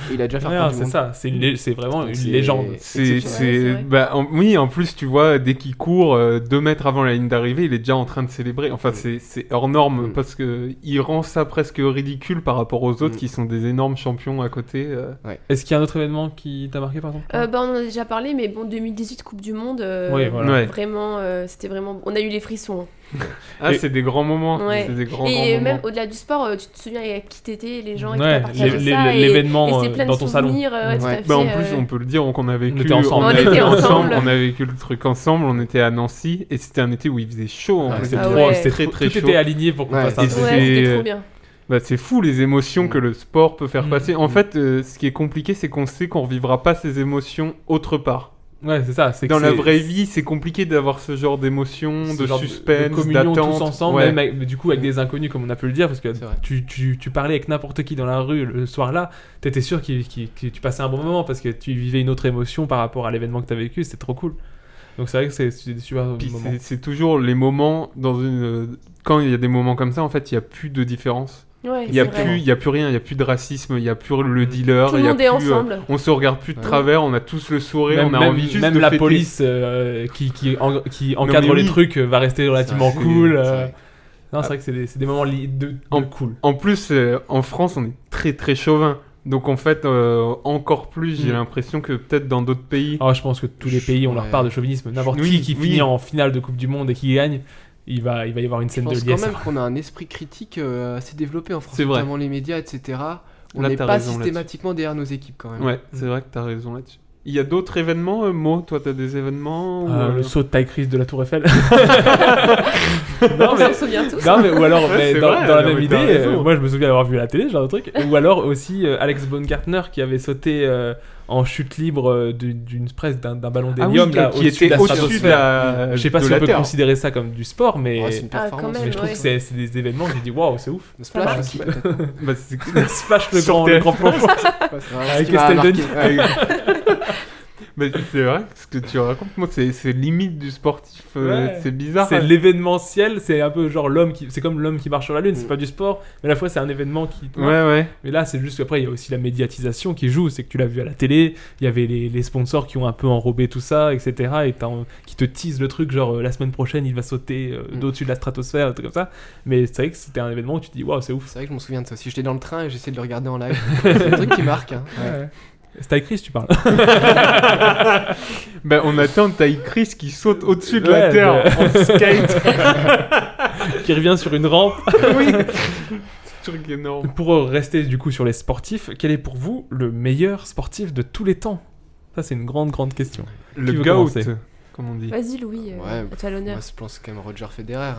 S9: Et il a déjà fait
S7: Ouais,
S9: un record du
S7: c'est
S9: monde.
S7: ça, c'est une lé- c'est vraiment
S9: Donc
S7: une
S9: c'est
S7: légende.
S8: C'est, c'est- bah, en- oui, en plus, tu vois, dès qu'il court euh, deux mètres avant la ligne d'arrivée, il est déjà en train de célébrer.
S7: Mm.
S8: Enfin, c'est, c'est hors norme parce que il rend ça presque ridicule par rapport aux
S7: Mm.
S8: autres qui sont des énormes champions à côté. euh.
S7: Est-ce qu'il y a un autre événement qui t'a marqué par exemple
S10: Euh, bah, on en a déjà parlé, mais bon, 2018 Coupe du Monde, euh,
S7: Oui, voilà. Ouais.
S10: vraiment, euh, c'était vraiment, on a eu les frissons. hein.
S8: Ah,
S7: Et-
S8: c'est des grands moments.
S10: Ouais.
S8: C'est des grands,
S10: et
S8: grands
S10: euh,
S8: moments.
S10: même au-delà du sport, euh, tu te souviens avec qui t'étais, les gens, et
S8: Ouais,
S10: qui t'ont partagé
S8: les-
S10: ça,
S8: les-
S10: et-
S8: l'événement,
S10: et c'est
S8: euh,
S10: plein de
S8: dans ton salon.
S10: souvenirs, euh, ouais, tout à
S8: Ouais.
S10: fait,
S8: Bah, en
S10: euh,
S8: plus, on peut le dire, on qu'on a vécu,
S7: était ensemble.
S8: on,
S7: On
S8: a
S7: était
S8: été
S7: ensemble.
S8: on a vécu le truc ensemble, on était à Nancy et c'était un été où il faisait chaud. en
S7: Ah,
S8: plus.
S7: c'était Ah trop- ouais. c'était trop- tout était aligné pour qu'on fasse un
S8: Et
S7: truc. Ouais,
S8: c'est-
S7: c'était trop bien.
S8: Bah, c'est fou les émotions que le sport peut faire
S7: Mm.
S8: passer. En fait, euh, ce qui est compliqué, c'est qu'on sait qu'on revivra pas ces émotions autre part.
S7: Ouais, c'est ça, c'est que
S8: Dans la
S7: c'est-
S8: vraie vie, c'est compliqué d'avoir ce genre d'émotions,
S7: Ce
S8: de
S7: genre
S8: suspense,
S7: de communion
S8: d'attente.
S7: tous ensemble,
S8: Ouais.
S7: même avec- mais du coup avec des inconnus comme on a pu le dire, parce que tu, tu- tu parlais avec n'importe qui dans la rue le soir-là, t'étais sûr qu'il- qu'il- que tu passais un bon moment parce que tu vivais une autre émotion par rapport à l'événement que t'as vécu, c'était trop cool. Donc c'est vrai que c'est c'est des super
S8: Puis
S7: moments.
S8: c'est- c'est toujours les moments dans une. euh, Quand il y a des moments comme ça, en fait, il n'y a plus de différence.
S10: Ouais,
S8: il n'y a,
S10: c'est vrai.
S8: plus- il y a plus rien, il n'y a plus de racisme, il n'y a plus le dealer.
S10: Tout le
S8: il y a
S10: monde est
S8: plus,
S10: ensemble.
S8: euh, on se regarde plus de
S7: Ouais.
S8: travers, on a tous le sourire,
S7: Même,
S8: on a
S7: même-
S8: envie juste
S7: même
S8: de
S7: la
S8: fêter.
S7: police euh, qui, qui en- qui
S8: Non,
S7: encadre
S8: mais
S7: les
S8: oui.
S7: trucs euh, va rester relativement
S8: C'est-
S7: cool.
S8: c'est
S7: euh,
S8: vrai.
S7: Non, c'est vrai que c'est des, c'est des moments li- de, de
S8: en,
S7: cool.
S8: En plus, euh, en France, on est très très chauvin. Donc en fait, euh, encore plus, j'ai
S7: Mm.
S8: l'impression que peut-être dans d'autres pays.
S7: Ah, je pense que tous les pays ont leur part de chauvinisme. N'importe qui qui finit en finale de Coupe du Monde et qui gagne, il va, il va y avoir une
S9: Je
S7: scène de
S9: pense quand
S7: liesse.
S9: même qu'on a un esprit critique euh, assez développé en France,
S8: C'est vrai.
S9: notamment les médias, etc. On
S8: Là,
S9: n'est
S8: t'as
S9: pas
S8: raison
S9: systématiquement derrière nos équipes quand même.
S8: Ouais, c'est vrai que t'as raison là-dessus. Il y a d'autres événements, euh, Mo Toi, t'as des événements ou,
S7: Euh,
S8: euh,
S7: le saut de taille crise de la Tour Eiffel.
S8: On s'en souvient tous.
S7: Non, mais- ou alors,
S8: Ouais,
S7: mais
S8: c'est
S7: dans,
S8: vrai,
S7: dans la
S8: non,
S7: même
S8: mais
S7: idée,
S8: t'as raison.
S7: euh, moi je me souviens avoir vu à la télé, ce genre de truc. ou alors aussi euh, Alex Baumgartner qui avait sauté euh, en chute libre euh, du- d'une presse d'un d'un ballon
S8: Ah oui,
S7: d'hélium là,
S8: qui était
S7: de la
S8: au-dessus de
S7: stratosphère.
S8: la- euh,
S7: Je sais pas
S8: de
S7: si
S8: la
S7: on peut
S8: Terre.
S7: considérer ça comme du sport,
S9: Oh,
S7: mais,
S8: Ah, c'est une
S10: Ah, quand performance,
S7: mais
S10: même,
S7: je trouve
S10: ouais.
S7: que c'est c'est des événements que j'ai dit waouh, c'est ouf.
S9: Le splash
S7: Ça va.
S9: aussi,
S8: Bah, c'est-
S7: Le splash, le
S8: Sur
S7: grand, le
S8: TF1.
S7: grand plan.
S9: Ouais,
S7: Avec
S9: ce qui m'a
S7: Estelle Denis.
S9: marqué, ouais.
S8: Mais Bah, c'est vrai, que ce que tu racontes, moi, c'est c'est limite du sportif. euh,
S7: Ouais.
S8: C'est bizarre.
S7: C'est
S8: hein.
S7: l'événementiel, c'est un peu genre l'homme qui. C'est comme l'homme qui marche sur la lune, c'est pas du sport, mais à la fois c'est un événement qui.
S8: Mm. Ouais, ouais.
S7: Mais là, c'est juste qu'après, il y a aussi la médiatisation qui joue, c'est que tu l'as vu à la télé, il y avait les, les sponsors qui ont un peu enrobé tout ça, etc. Et t'as en- qui te teasent le truc, genre euh, la semaine prochaine, il va sauter euh, d'au-dessus de la stratosphère, des trucs comme ça. Mais c'est vrai que c'était un événement où tu te dis, waouh, c'est ouf.
S9: C'est vrai que je m'en souviens de ça aussi. J'étais dans le train et j'essayais de le regarder en live. c'est un truc qui marque. Hein.
S7: Ouais. C'est à Chris, tu parles.
S8: Bah, on attend Ty Chris qui saute au-dessus de
S7: Ouais,
S8: la terre
S7: de-
S8: en skate.
S7: qui revient sur une rampe.
S8: oui. Truc énorme.
S7: Pour euh, rester du coup sur les sportifs, quel est pour vous le meilleur sportif de tous les temps Ça, c'est une grande, grande question.
S8: Le
S7: Qui veut
S8: GOAT.
S7: commencer
S8: comme on dit.
S10: Vas-y, Louis, euh,
S9: Ouais,
S10: à toi l'honneur.
S9: Moi, je pense quand même Roger Federer.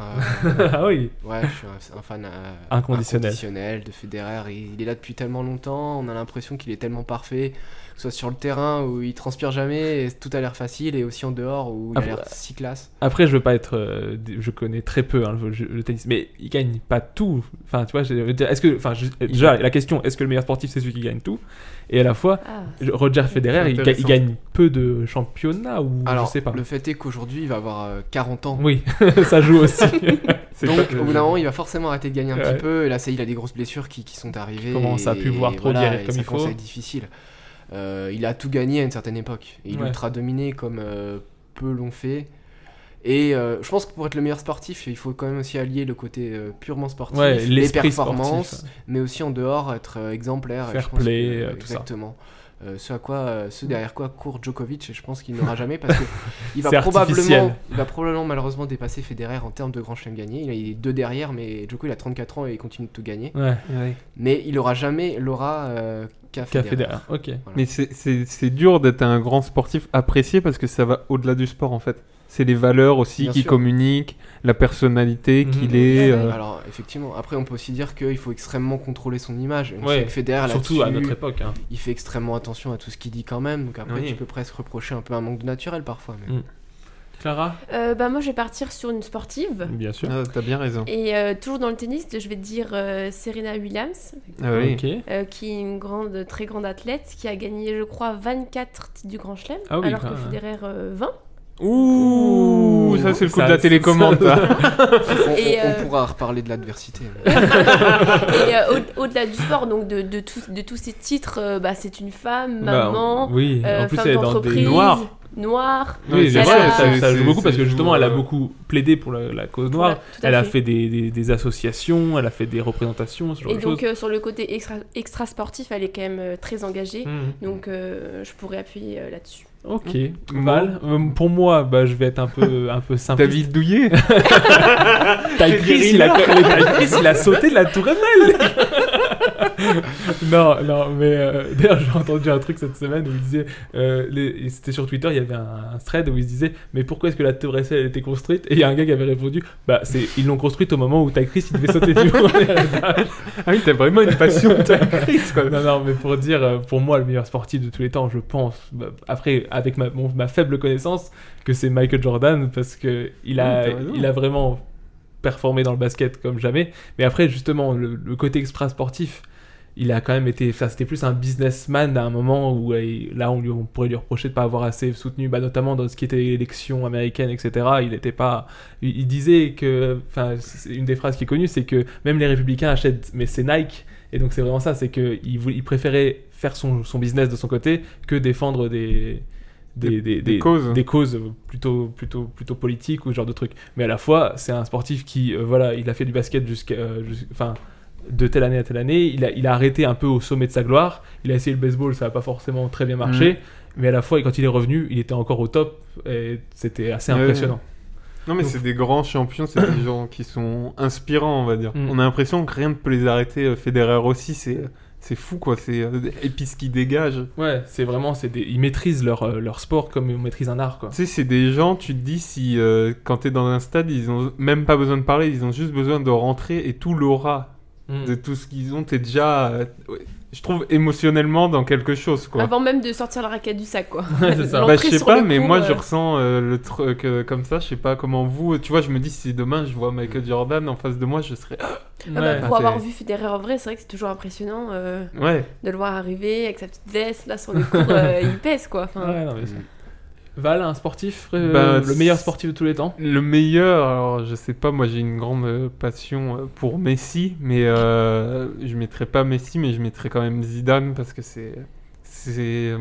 S9: euh,
S7: Ah oui.
S9: Ouais, je suis un, un fan euh,
S7: Inconditionnel.
S9: inconditionnel de Federer. Il, il est là depuis tellement longtemps, on a l'impression qu'il est tellement parfait, que ce soit sur le terrain où il transpire jamais, et tout a l'air facile, et aussi en dehors où il
S7: Après-
S9: a l'air si classe.
S7: Après, je veux pas être. euh, dé- je connais très peu hein, le, jeu- le tennis, mais il gagne pas tout. Enfin, tu vois, je veux dire, est-ce que. Enfin, je- euh, déjà, la question, est-ce que le meilleur sportif, c'est celui qui gagne tout Et à la fois,
S10: Ah.
S7: je- Roger Federer, il, ga- il
S8: Intéressant.
S7: gagne peu de championnats ou
S9: Alors,
S7: je sais pas.
S9: le fait est qu'aujourd'hui, il va avoir euh, 40 ans.
S7: Oui, ça joue aussi. C'est
S9: Donc,
S7: pas-
S9: au bout d'un moment, il va forcément arrêter de gagner un
S7: Ouais.
S9: petit peu. Et là, ça y est, il a des grosses blessures qui, qui sont arrivées.
S7: Qui commencent à
S9: et-
S7: plus voir
S9: et
S7: trop
S9: voilà,
S7: dire
S9: et
S7: comme
S9: ça
S7: il
S9: commence
S7: faut.
S9: à être difficile. Euh, il a tout gagné à une certaine époque. Il est
S7: Ouais.
S9: ultra dominé comme euh, peu l'ont fait. Et euh, je pense que pour être le meilleur sportif, il faut quand même aussi allier le côté euh, purement sportif,
S7: Ouais,
S9: les
S7: l'esprit
S9: performances,
S7: sportif.
S9: mais aussi en dehors être euh, exemplaire. Et
S7: Fair
S9: je pense que-
S7: play, euh, tout ça.
S9: exactement. Euh, ce à quoi, euh, ce derrière quoi court Djokovic, et je pense qu'il n'aura jamais parce que il va
S7: C'est artificiel.
S9: probablement, il va probablement malheureusement dépasser Federer en termes de grand chelem gagné. Il a- Il est deux derrière, mais Djoko il a 34 ans et il continue de tout gagner.
S7: Ouais.
S8: Ouais.
S9: Mais il aura jamais l'aura euh, qu'a
S7: Qu'a
S9: Federer.
S7: Federer, ok.
S8: Mais c'est- c'est c'est dur d'être un grand sportif apprécié parce que ça va au-delà du sport en fait. C'est les valeurs aussi
S9: Bien
S8: qui
S9: sûr.
S8: communiquent, la personnalité qu'il est. euh,
S9: Alors effectivement, après on peut aussi dire qu'il faut extrêmement contrôler son image. On
S7: Ouais,
S9: sait que Federer
S7: surtout à
S9: là-dessus,
S7: notre époque, hein.
S9: Il fait extrêmement attention à tout ce qu'il dit quand même. Donc après
S7: Oui.
S9: tu peux presque reprocher un peu un manque de naturel parfois. mais-
S7: Mm. Clara
S10: Euh, bah, moi, je vais partir sur une sportive.
S7: Bien sûr.
S8: Ah, T'as bien raison.
S10: Et euh, toujours dans le tennis, je vais te dire euh, Serena Williams,
S8: Ah oui.
S7: Ok.
S10: euh, qui est une grande, très grande athlète, qui a gagné, je crois, 24 titres du Grand Chelem,
S7: Ah oui,
S10: alors
S7: quand
S10: que
S7: même.
S10: Federer euh, 20.
S8: Ouh,
S7: euh,
S8: ça c'est le coup de la télécommande.
S9: On, on-
S10: Et, euh,
S9: on pourra reparler de l'adversité.
S10: Et euh, au- au-delà du sport, donc de, de, tous- de tous ces titres, euh, bah, c'est une femme,
S7: Bah,
S10: maman,
S7: oui,
S10: euh,
S7: en plus,
S10: femme
S7: elle est dans des
S10: d'entreprise,
S7: noirs.
S10: noire.
S7: Oui, c'est
S10: Elle
S7: vrai,
S10: a-
S7: ça, ça
S8: c'est-
S7: joue beaucoup
S8: c'est
S7: parce que justement,
S8: tout,
S7: elle a
S8: euh,
S7: beaucoup plaidé pour la, la cause
S10: Pour la-
S7: noire.
S10: tout à
S7: elle a
S10: fait.
S7: fait des, des- des associations, elle a fait des représentations, ce genre
S10: Et
S7: de
S10: donc
S7: choses.
S10: euh, sur le côté extra, extra sportif, elle est quand même euh, très engagée,
S8: Mmh.
S7: Mhm.
S10: donc euh, je pourrais appuyer euh, là-dessus.
S7: Ok,
S8: Bon.
S7: Val. euh, pour moi, bah, je vais être un peu, un peu simpliste.
S8: David Douillet
S7: Taille Chris, il a, le Taille Chris, il a sauté de la tour Eiffel Non, non, mais euh, d'ailleurs, j'ai entendu un truc cette semaine où il disait, euh, les- c'était sur Twitter, il y avait un, un thread où il se disait, mais pourquoi est-ce que la tour Eiffel elle a été construite Et il y a un gars qui avait répondu, bah, c'est, ils l'ont construite au moment où Taille Chris il devait sauter du premier étage.
S8: Ah oui, t'as vraiment une passion, t'as une crise, quoi.
S7: Non, non, mais pour dire, euh, pour moi, le meilleur sportif de tous les temps, je pense, bah, après, avec ma, mon- ma faible connaissance, que c'est Michael Jordan, parce que il a,
S8: Oui, t'as raison.
S7: il a vraiment performé dans le basket comme jamais. Mais après, justement, le, le côté extra sportif, il a quand même été. Enfin, c'était plus un businessman à un moment où euh, il- là, on, lui, on pourrait lui reprocher de pas avoir assez soutenu, bah, notamment dans ce qui était l'élection américaine, etc. Il n'était pas. Il, il disait que. Enfin, c'est une des phrases qui est connue, c'est que même les républicains achètent, mais c'est Nike. Et donc, c'est vraiment ça, c'est qu'il il préférait faire son, son business de son côté que défendre des.
S8: Des- des causes.
S7: des causes plutôt plutôt plutôt politiques ou ce genre de trucs mais à la fois c'est un sportif qui euh, voilà il a fait du basket jusqu'à euh, jusqu'- enfin de telle année à telle année il a, il a arrêté un peu au sommet de sa gloire il a essayé le baseball ça n'a pas forcément très bien marché
S8: Mhm.
S7: mais à la fois quand il est revenu il était encore au top et c'était assez
S8: Ouais,
S7: impressionnant
S8: Non, mais
S7: Donc-
S8: c'est des grands champions, c'est des gens qui sont inspirants, on va dire.
S7: Mm.
S8: On a l'impression que rien ne peut les arrêter. euh, Federer aussi, c'est. euh, C'est fou quoi, c'est euh, et puis ce qui dégage.
S7: ouais c'est vraiment c'est des- ils maîtrisent leur euh, leur sport comme on maîtrise un art quoi
S8: Tu sais, c'est des gens, tu te dis si euh, quand t'es dans un stade, ils ont même pas besoin de parler, ils ont juste besoin de rentrer et tout l'aura
S7: Mm.
S8: de tout ce qu'ils ont, t'es déjà, euh, ouais, je trouve émotionnellement dans quelque chose quoi.
S10: Avant même de sortir la raquette du sac, quoi.
S7: Ouais, c'est ça.
S10: Ah, bah, L'entrée
S8: Bah, je sais
S10: sur
S8: pas,
S10: le
S8: mais
S10: coup,
S8: moi
S10: euh,
S8: je ressens euh, le truc euh, comme ça. Je sais pas comment vous. Tu vois, je me dis si demain je vois Michael Jordan en face de moi, je serais.
S10: ah bah,
S7: Ouais.
S10: pour
S8: Ah, c'est-
S10: avoir vu Federer en vrai, c'est vrai que c'est toujours impressionnant euh,
S8: Ouais.
S10: de le voir arriver avec sa petite veste, là sur le cou, euh, il pèse quoi. Enfin,
S7: Ouais, non, mais c'est- Val un sportif euh,
S8: Mm. Bah,
S7: le meilleur sportif de tous les temps
S8: Le meilleur, alors je sais pas, moi j'ai une grande euh, passion euh, pour Messi, mais euh, je mettrais pas Messi, mais je mettrais quand même Zidane parce que c'est. C'est. euh,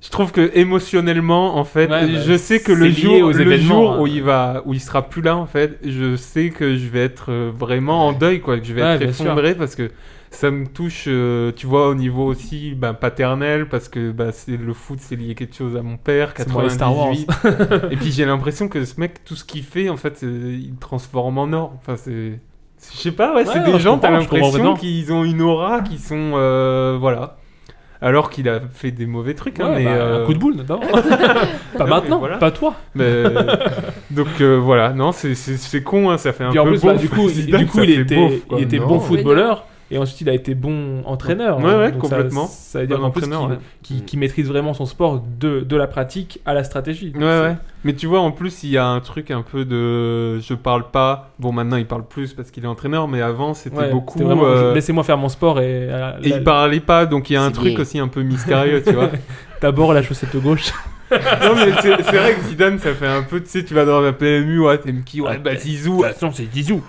S8: Je trouve que émotionnellement, en fait,
S7: Ouais, bah,
S8: je sais que
S7: c'est
S8: le
S7: lié
S8: jour,
S7: aux
S8: le
S7: événements,
S8: jour
S7: hein.
S8: où il va, où il sera plus là, en fait, je sais que je vais être euh, vraiment en deuil, quoi, que je vais
S7: Ouais,
S8: être
S7: bien sûr.
S8: effondré parce que ça me touche, euh, tu vois, au niveau aussi bah, paternel, parce que bah, c'est le foot, c'est lié quelque chose à mon père,
S7: C'est moi et Star Wars.
S8: 98. Et puis j'ai l'impression que ce mec, tout ce qu'il fait, en fait, euh, il transforme en or. Enfin, c'est. c'est- Je sais pas, ouais,
S7: Ouais,
S8: c'est des
S7: non, je
S8: gens, t'as
S7: comprends, je comprends
S8: l'impression
S7: vraiment.
S8: qu'ils ont une aura, qu'ils sont. euh, voilà. alors qu'il a fait des mauvais trucs. hein,
S7: Ouais,
S8: mais, Ah
S7: bah, un coup de boule, non Pas
S8: mais
S7: maintenant, pas toi.
S8: Mais, donc euh, voilà, non, c'est- c'est c'est con, hein, ça fait un
S7: Puis en
S8: peu
S7: plus,
S8: beau.
S7: bah, du coup, il, du coup, il était, il était bon footballeur et ensuite il a été bon entraîneur.
S8: Ouais, ouais,
S7: ça-
S8: complètement.
S7: Ça, veut dire
S8: Bon
S7: en plus qu'il
S8: entraîneur, ouais. Mm.
S7: qu'il- qu'il maîtrise vraiment son sport de, de la pratique à la stratégie.
S8: Ouais, ouais. Mais tu vois, en plus, il y a un truc un peu de je parle pas. Bon, maintenant, il parle plus parce qu'il est entraîneur, mais avant, c'était
S7: Ouais,
S8: beaucoup.
S7: c'était vraiment,
S8: euh,
S7: je- laissez-moi faire mon sport et. euh,
S8: Et
S7: la-
S8: il parlait pas, donc il y a un
S7: C'est
S8: truc
S7: gay.
S8: aussi un peu mystérieux, tu vois.
S7: D'abord la chaussette gauche.
S8: non, mais c'est c'est vrai que Zidane, ça fait un peu, tu sais, tu vas dans la PMU, ouais, t'aimes qui
S9: Ah,
S8: Ouais, bah Zizou.
S7: façon, c'est Zizou.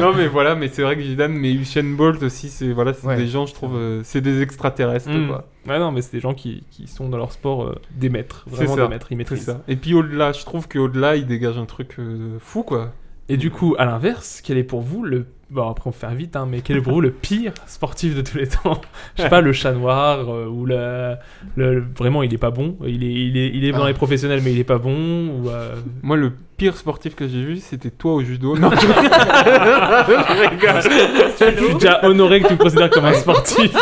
S8: non, mais voilà, mais c'est vrai que Zidane, mais Usain Bolt aussi, c'est voilà, c'est des gens, je trouve, euh, c'est des extraterrestres,
S7: Mm.
S8: quoi.
S7: Ouais, non, mais c'est des gens qui, qui sont dans leur sport euh, des maîtres.
S8: C'est
S7: Vraiment
S8: ça.
S7: des maîtres, ils
S8: c'est
S7: maîtrisent.
S8: ça. Et puis au-delà, je trouve qu'au-delà, il dégage un truc euh, fou, quoi.
S7: Et du coup, à l'inverse, quel est pour vous le. Bon, après, on fait un vite, hein, mais quel est pour vous le pire sportif de tous les temps Je sais pas, le chat noir, euh, ou la- le. Vraiment, il est pas bon. Il est, il est, il est dans
S8: Ah.
S7: les professionnels, mais il est pas bon. Ou, euh,
S8: Moi, le pire sportif que j'ai vu, c'était toi au judo. Non, je- je rigole.
S7: Je suis déjà honoré que tu me considères comme un sportif.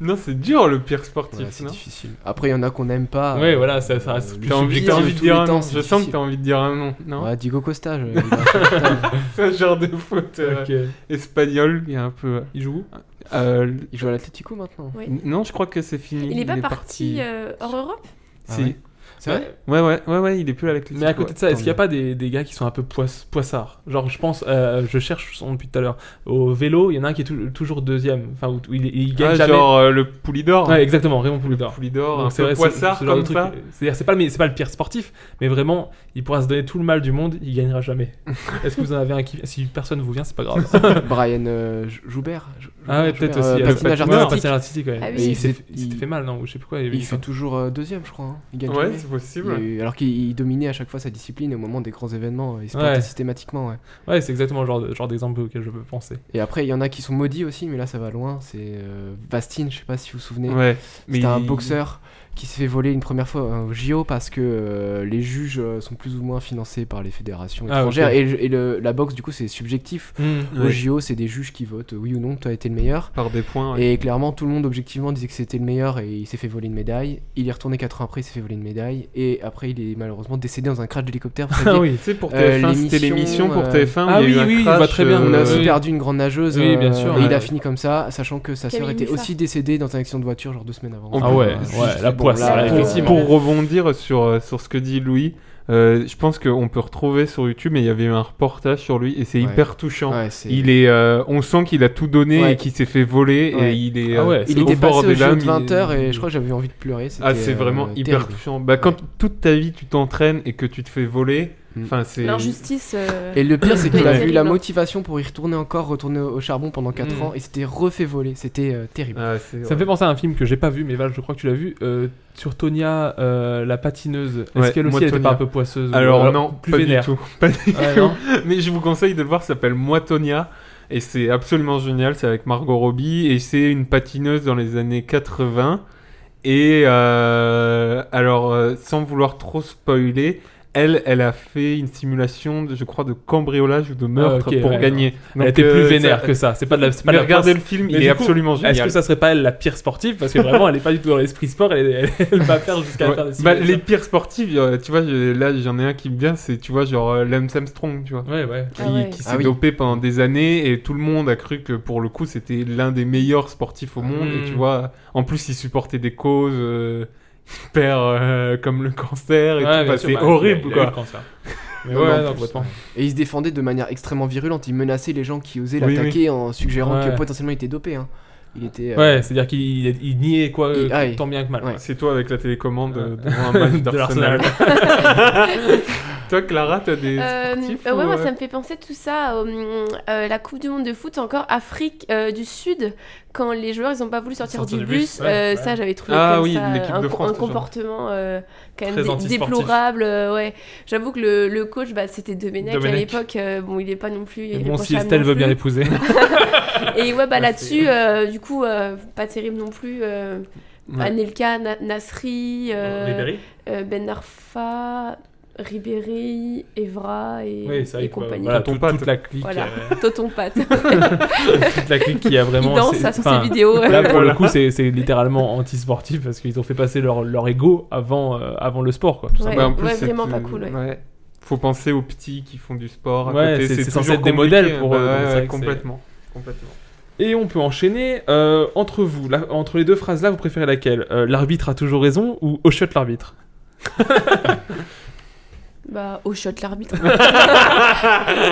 S8: non, c'est dur le pire sportif.
S9: Ouais, c'est difficile. Après, il y en a qu'on n'aime pas.
S7: Ouais, voilà, ça- ça reste plus
S8: Ah. T'as envie, t'as envie de dire un nom. Je sens que t'as
S9: t'as
S8: envie de dire un nom, non
S9: Ouais, Diego Costa. je-
S8: C'est un genre de foot euh,
S9: Ok.
S8: espagnol qui est un peu. euh,
S7: Il joue
S9: Il joue à l'Atletico maintenant.
S10: Oui.
S8: N- Non, je crois que c'est fini.
S10: Il n'est pas parti euh, hors Europe
S8: Si.
S7: Ah ouais C'est vrai
S8: Ouais, ouais, ouais, ouais, il est plus à l'Atletico.
S7: Mais à côté de ça,
S8: ouais.
S7: est-ce qu'il n'y a pas des, des gars qui sont un peu poiss- poissards Genre, je pense, euh, je cherche son nom depuis tout à l'heure. Au vélo, il y en a un qui est tou- toujours deuxième. Enfin, où- où il, il gagne
S8: Ah,
S7: jamais.
S8: genre, euh, le Poulidor.
S7: Ouais, exactement, Raymond Poulidor.
S8: Poulidor,
S7: Donc,
S8: un
S7: c'est
S8: peu
S7: vrai,
S8: poissard
S7: genre de
S8: comme ça.
S7: C'est-à-dire, c'est pas, le meilleur- c'est pas le pire sportif, mais vraiment, il pourra se donner tout le mal du monde, il gagnera jamais. est-ce que vous en avez un qui. Si personne vous vient, c'est pas grave.
S9: Brian euh, Jou- Joubert. Jou-
S7: Ah ouais,
S9: Joubert,
S7: peut-être aussi. euh,
S9: euh, patinage
S7: ouais,
S9: artistique.
S7: patinage artistique, ouais.
S9: Ah oui.
S7: Et
S9: Il
S7: il s'est
S9: fait-
S7: il s'était fait mal, non Ou je sais pas pourquoi.
S9: Il
S7: avait-
S9: fait toujours euh, deuxième, je crois. hein. Il gagne
S8: Ouais,
S9: jamais.
S8: c'est possible.
S9: Il a eu- alors qu'il il dominait à chaque fois sa discipline au moment des grands événements. euh, Il se
S7: Ouais.
S9: plantait systématiquement. Ouais.
S7: Ouais, c'est exactement le genre, de- genre d'exemple auquel je peux penser.
S9: Et après, il y en a qui sont maudits aussi, mais là, ça va loin. C'est euh, Bastine, je sais pas si vous vous souvenez.
S8: Ouais, mais
S9: C'était un
S8: il-
S9: boxeur qui s'est fait voler une première fois euh, au JO parce que euh, les juges euh, sont plus ou moins financés par les fédérations
S7: Ah,
S9: étrangères.
S7: ok.
S9: Et, le- et le- la boxe, du coup, c'est subjectif.
S7: Mm,
S9: au
S7: ouais.
S9: JO, c'est des juges qui votent euh, oui ou non, toi as été le meilleur.
S8: Par des points, ouais.
S9: Et clairement, tout le monde objectivement disait que c'était le meilleur et il s'est fait voler une médaille. Il est retourné 4 ans après, il s'est fait voler une médaille. Et après, il est malheureusement décédé dans un crash d'hélicoptère. Vous
S8: Ah
S9: savez,
S8: oui. Tu sais, pour
S7: Euh,
S8: TF1, c'était l'émission pour TF1 où
S9: Ah
S8: il y
S9: oui,
S8: a eu un
S9: oui,
S8: crash,
S9: je vois très bien.
S8: euh,
S9: On a aussi
S8: oui.
S9: perdu une grande nageuse.
S8: Oui, bien
S9: euh,
S8: sûr,
S9: Et il
S8: ouais.
S9: a fini comme ça, sachant que sa sœur
S7: Camille
S9: était
S7: Moussa.
S9: aussi décédée dans un accident de voiture, genre deux semaines avant. Ah
S7: ah
S8: On peut- juste- bon, là, pour- Pour rebondir sur, euh, sur ce que dit Louis, euh, je pense qu'on peut retrouver sur YouTube, et il y avait eu un reportage sur lui, et c'est
S9: Ouais.
S8: hyper touchant.
S9: Ouais, c'est-
S8: il est, euh, on sent qu'il a tout donné
S9: Ouais.
S8: et qu'il s'est fait voler,
S9: Ouais.
S8: et il est,
S9: Ah
S8: euh,
S9: ouais, il
S8: au
S9: était
S8: bord
S9: passé au
S8: des
S9: JO
S8: lames,
S9: de
S8: il-
S9: 20h et je crois que j'avais envie de pleurer.
S8: Ah,
S9: c'était,
S8: c'est
S9: euh,
S8: vraiment hyper
S9: terrible.
S8: touchant. Bah, Quand toute ta vie, tu t'entraînes et que tu te fais voler,
S9: Mm.
S8: enfin c'est...
S10: L'injustice, euh,
S9: Et le pire, c'est qu'il a
S10: Ouais.
S9: eu la motivation pour y retourner encore, retourner au au charbon pendant 4
S7: Mm.
S9: ans et c'était refait voler. C'était euh, terrible.
S8: Ah,
S7: Ça me fait penser à un film que j'ai pas vu, mais Val, je crois que tu l'as vu, euh, sur Tonia, euh, la patineuse. Est-ce
S8: Ouais,
S7: qu'elle
S8: moi,
S7: aussi elle était
S8: Tonya.
S7: pas un peu poisseuse
S8: Alors,
S7: Ou
S8: non,
S7: plus
S8: pas
S7: vénère.
S8: du tout. Pas du
S7: Ouais,
S8: tout.
S7: non
S8: Mais je vous conseille de le voir, ça s'appelle Moi Tonya. Et c'est absolument génial, c'est avec Margot Robbie. Et c'est une patineuse dans les années 80. Et euh, alors, euh, sans vouloir trop spoiler, elle, elle a fait une simulation, de, je crois, de cambriolage ou de meurtre
S7: Ah, ok,
S8: pour
S7: ouais,
S8: gagner. euh,
S7: non. Elle était plus vénère que ça. C'est pas de la. c'est Pas de
S8: Mais
S7: la
S8: regardez
S7: poisse.
S8: le film,
S7: Mais
S8: il
S7: du
S8: est
S7: coup,
S8: absolument génial.
S7: Est-ce que ça serait pas elle la pire sportive Parce que vraiment, elle est pas du tout dans l'esprit sport. Elle, elle, elle va faire jusqu'à
S8: Ouais.
S7: faire des
S8: Bah,
S7: simulations.
S8: les pires sportifs, euh, tu vois, je- là j'en ai un qui me vient, c'est tu vois, genre euh, Lance Armstrong, tu vois.
S7: Ouais, ouais.
S8: Qui,
S7: Ah ouais.
S8: qui s'est
S7: Ah oui.
S8: dopé pendant des années et tout le monde a cru que pour le coup c'était l'un des meilleurs sportifs au monde. Et tu
S7: Mm.
S8: vois, en plus il supportait des causes euh, hyper euh, comme le cancer
S7: Ouais,
S8: et tout.
S7: bien
S8: Enfin,
S7: sûr,
S8: c'est
S7: bah, il a-
S8: horrible
S7: il a eu
S8: quoi.
S7: le cancer. Mais
S9: Non,
S7: ouais,
S9: non,
S7: non,
S9: plus.
S7: complètement.
S9: Et il se défendait de manière extrêmement virulente. Il menaçait les gens qui osaient
S7: Oui,
S9: l'attaquer
S7: oui.
S9: en suggérant
S7: Ouais.
S9: que potentiellement il était dopé. hein. Il était. euh,
S7: Ouais, c'est-à-dire qu'il il- il niait quoi, euh,
S9: Il- ah, il-
S7: tant bien que mal.
S9: ouais.
S8: C'est toi avec la télécommande euh, devant un match
S7: De l'Arsenal.
S8: d'Arsenal. toi, Clara, t'as des
S10: Euh,
S8: sportifs
S10: euh, ouais,
S8: ou,
S10: moi
S8: euh,
S10: ça me fait penser tout ça euh, euh, la Coupe du Monde de foot encore Afrique euh, du Sud quand les joueurs ils ont pas voulu sortir
S8: Sortir
S10: du,
S8: du
S10: bus,
S8: bus, ouais,
S10: euh,
S8: ouais.
S10: ça j'avais trouvé
S8: Ah
S10: comme
S8: oui,
S10: ça,
S8: l'équipe
S10: un,
S8: de
S10: co-
S8: France,
S10: un
S8: toujours.
S10: comportement euh, quand même
S7: Très
S10: dé-
S7: antisportif.
S10: déplorable euh, ouais j'avoue que le, le coach bah, c'était Domenech, à
S7: Domenech.
S10: l'époque euh, bon il est pas non plus il est
S7: bon,
S10: pas
S7: si
S10: cham
S7: Estelle
S10: non
S7: veut bien
S10: plus.
S7: l'épouser.
S10: et ouais bah là-dessus euh, du coup euh, pas terrible non plus euh,
S7: Ouais.
S10: Anelka Na- Nasri euh,
S7: Ribéry.
S10: euh, Ben Arfa Ribéry, Evra et,
S7: Oui, c'est vrai
S10: et
S7: que, euh,
S10: compagnie.
S7: voilà, Tonton tout- Pat. toute la clique,
S10: Voilà,
S7: euh,
S10: Tonton Pat.
S7: toute la clique qui a vraiment.
S10: Il danse
S7: c'est-
S10: à sur ses
S7: enfin,
S10: vidéos.
S7: Là, pour le
S10: Voilà.
S7: coup, c'est c'est littéralement anti-sportif parce qu'ils ont fait passer leur, leur ego avant, euh, avant le sport. Quoi, tout
S10: Ouais,
S8: Bah,
S7: simplement.
S10: ouais,
S8: c'est
S10: vraiment
S8: que-
S10: pas cool, ouais.
S8: Faut penser aux petits qui font du sport. à
S7: Ouais,
S8: côté,
S7: c'est- c'est
S8: toujours
S7: censé être des
S8: compliqué.
S7: modèles pour
S8: Bah
S7: eux, donc c'est
S8: ouais,
S7: vrai que c'est-
S8: complètement. complètement.
S7: Et on peut enchaîner euh, entre vous. là- entre les deux phrases là, vous préférez laquelle Euh, L'arbitre a toujours raison ou au shot l'arbitre
S10: Bah, au shot l'arbitre.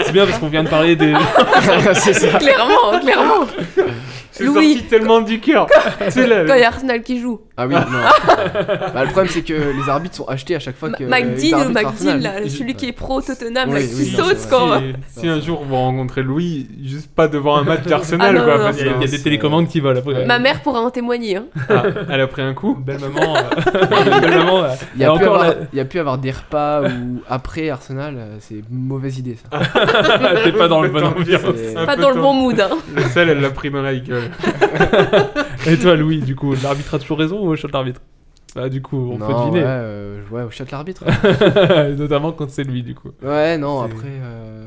S7: C'est bien parce qu'on vient de parler des.
S10: C'est ça. Clairement, clairement.
S8: C'est sorti tellement du cœur. C'est là.
S10: Quand il y a Arsenal qui joue.
S9: Ah oui, non. bah, le problème, c'est que les arbitres sont achetés à chaque fois
S8: euh,
S9: que.
S10: McDean ou McDeal,
S9: McDeal
S10: là, celui qui est pro Tottenham,
S9: Oui,
S10: là,
S9: oui,
S10: qui
S9: non,
S10: saute
S9: c'est
S10: quand.
S9: vrai.
S8: Si un jour vous rencontrez Louis, juste pas devant un match d'Arsenal,
S10: Ah non,
S8: quoi.
S10: non,
S8: parce
S7: Il y a-
S8: que
S7: il y a des
S8: c'est-
S7: télécommandes qui volent après.
S10: Ma mère pourra en témoigner. hein.
S8: Ah, elle a pris un coup.
S7: Belle maman. euh, Belle maman. euh,
S9: Il y a,
S7: elle
S9: pu
S7: encore
S9: avoir,
S7: la-
S9: il y a pu avoir des repas où après Arsenal, euh, c'est mauvaise idée ça.
S7: T'es pas dans le bon environnement.
S9: C'est-
S8: Un
S10: Pas
S8: peu
S10: dans le
S8: tôt.
S10: bon mood. hein.
S8: Le sel, elle l'a pris dans la gueule.
S7: Et toi, Louis, du coup, l'arbitre a toujours raison ou au shot l'arbitre Bah, du coup, on
S9: Non,
S7: peut deviner.
S9: Ouais, euh, ouais, au shot l'arbitre.
S7: Notamment quand c'est lui, du coup.
S9: ouais, non,
S7: C'est-
S9: après. euh,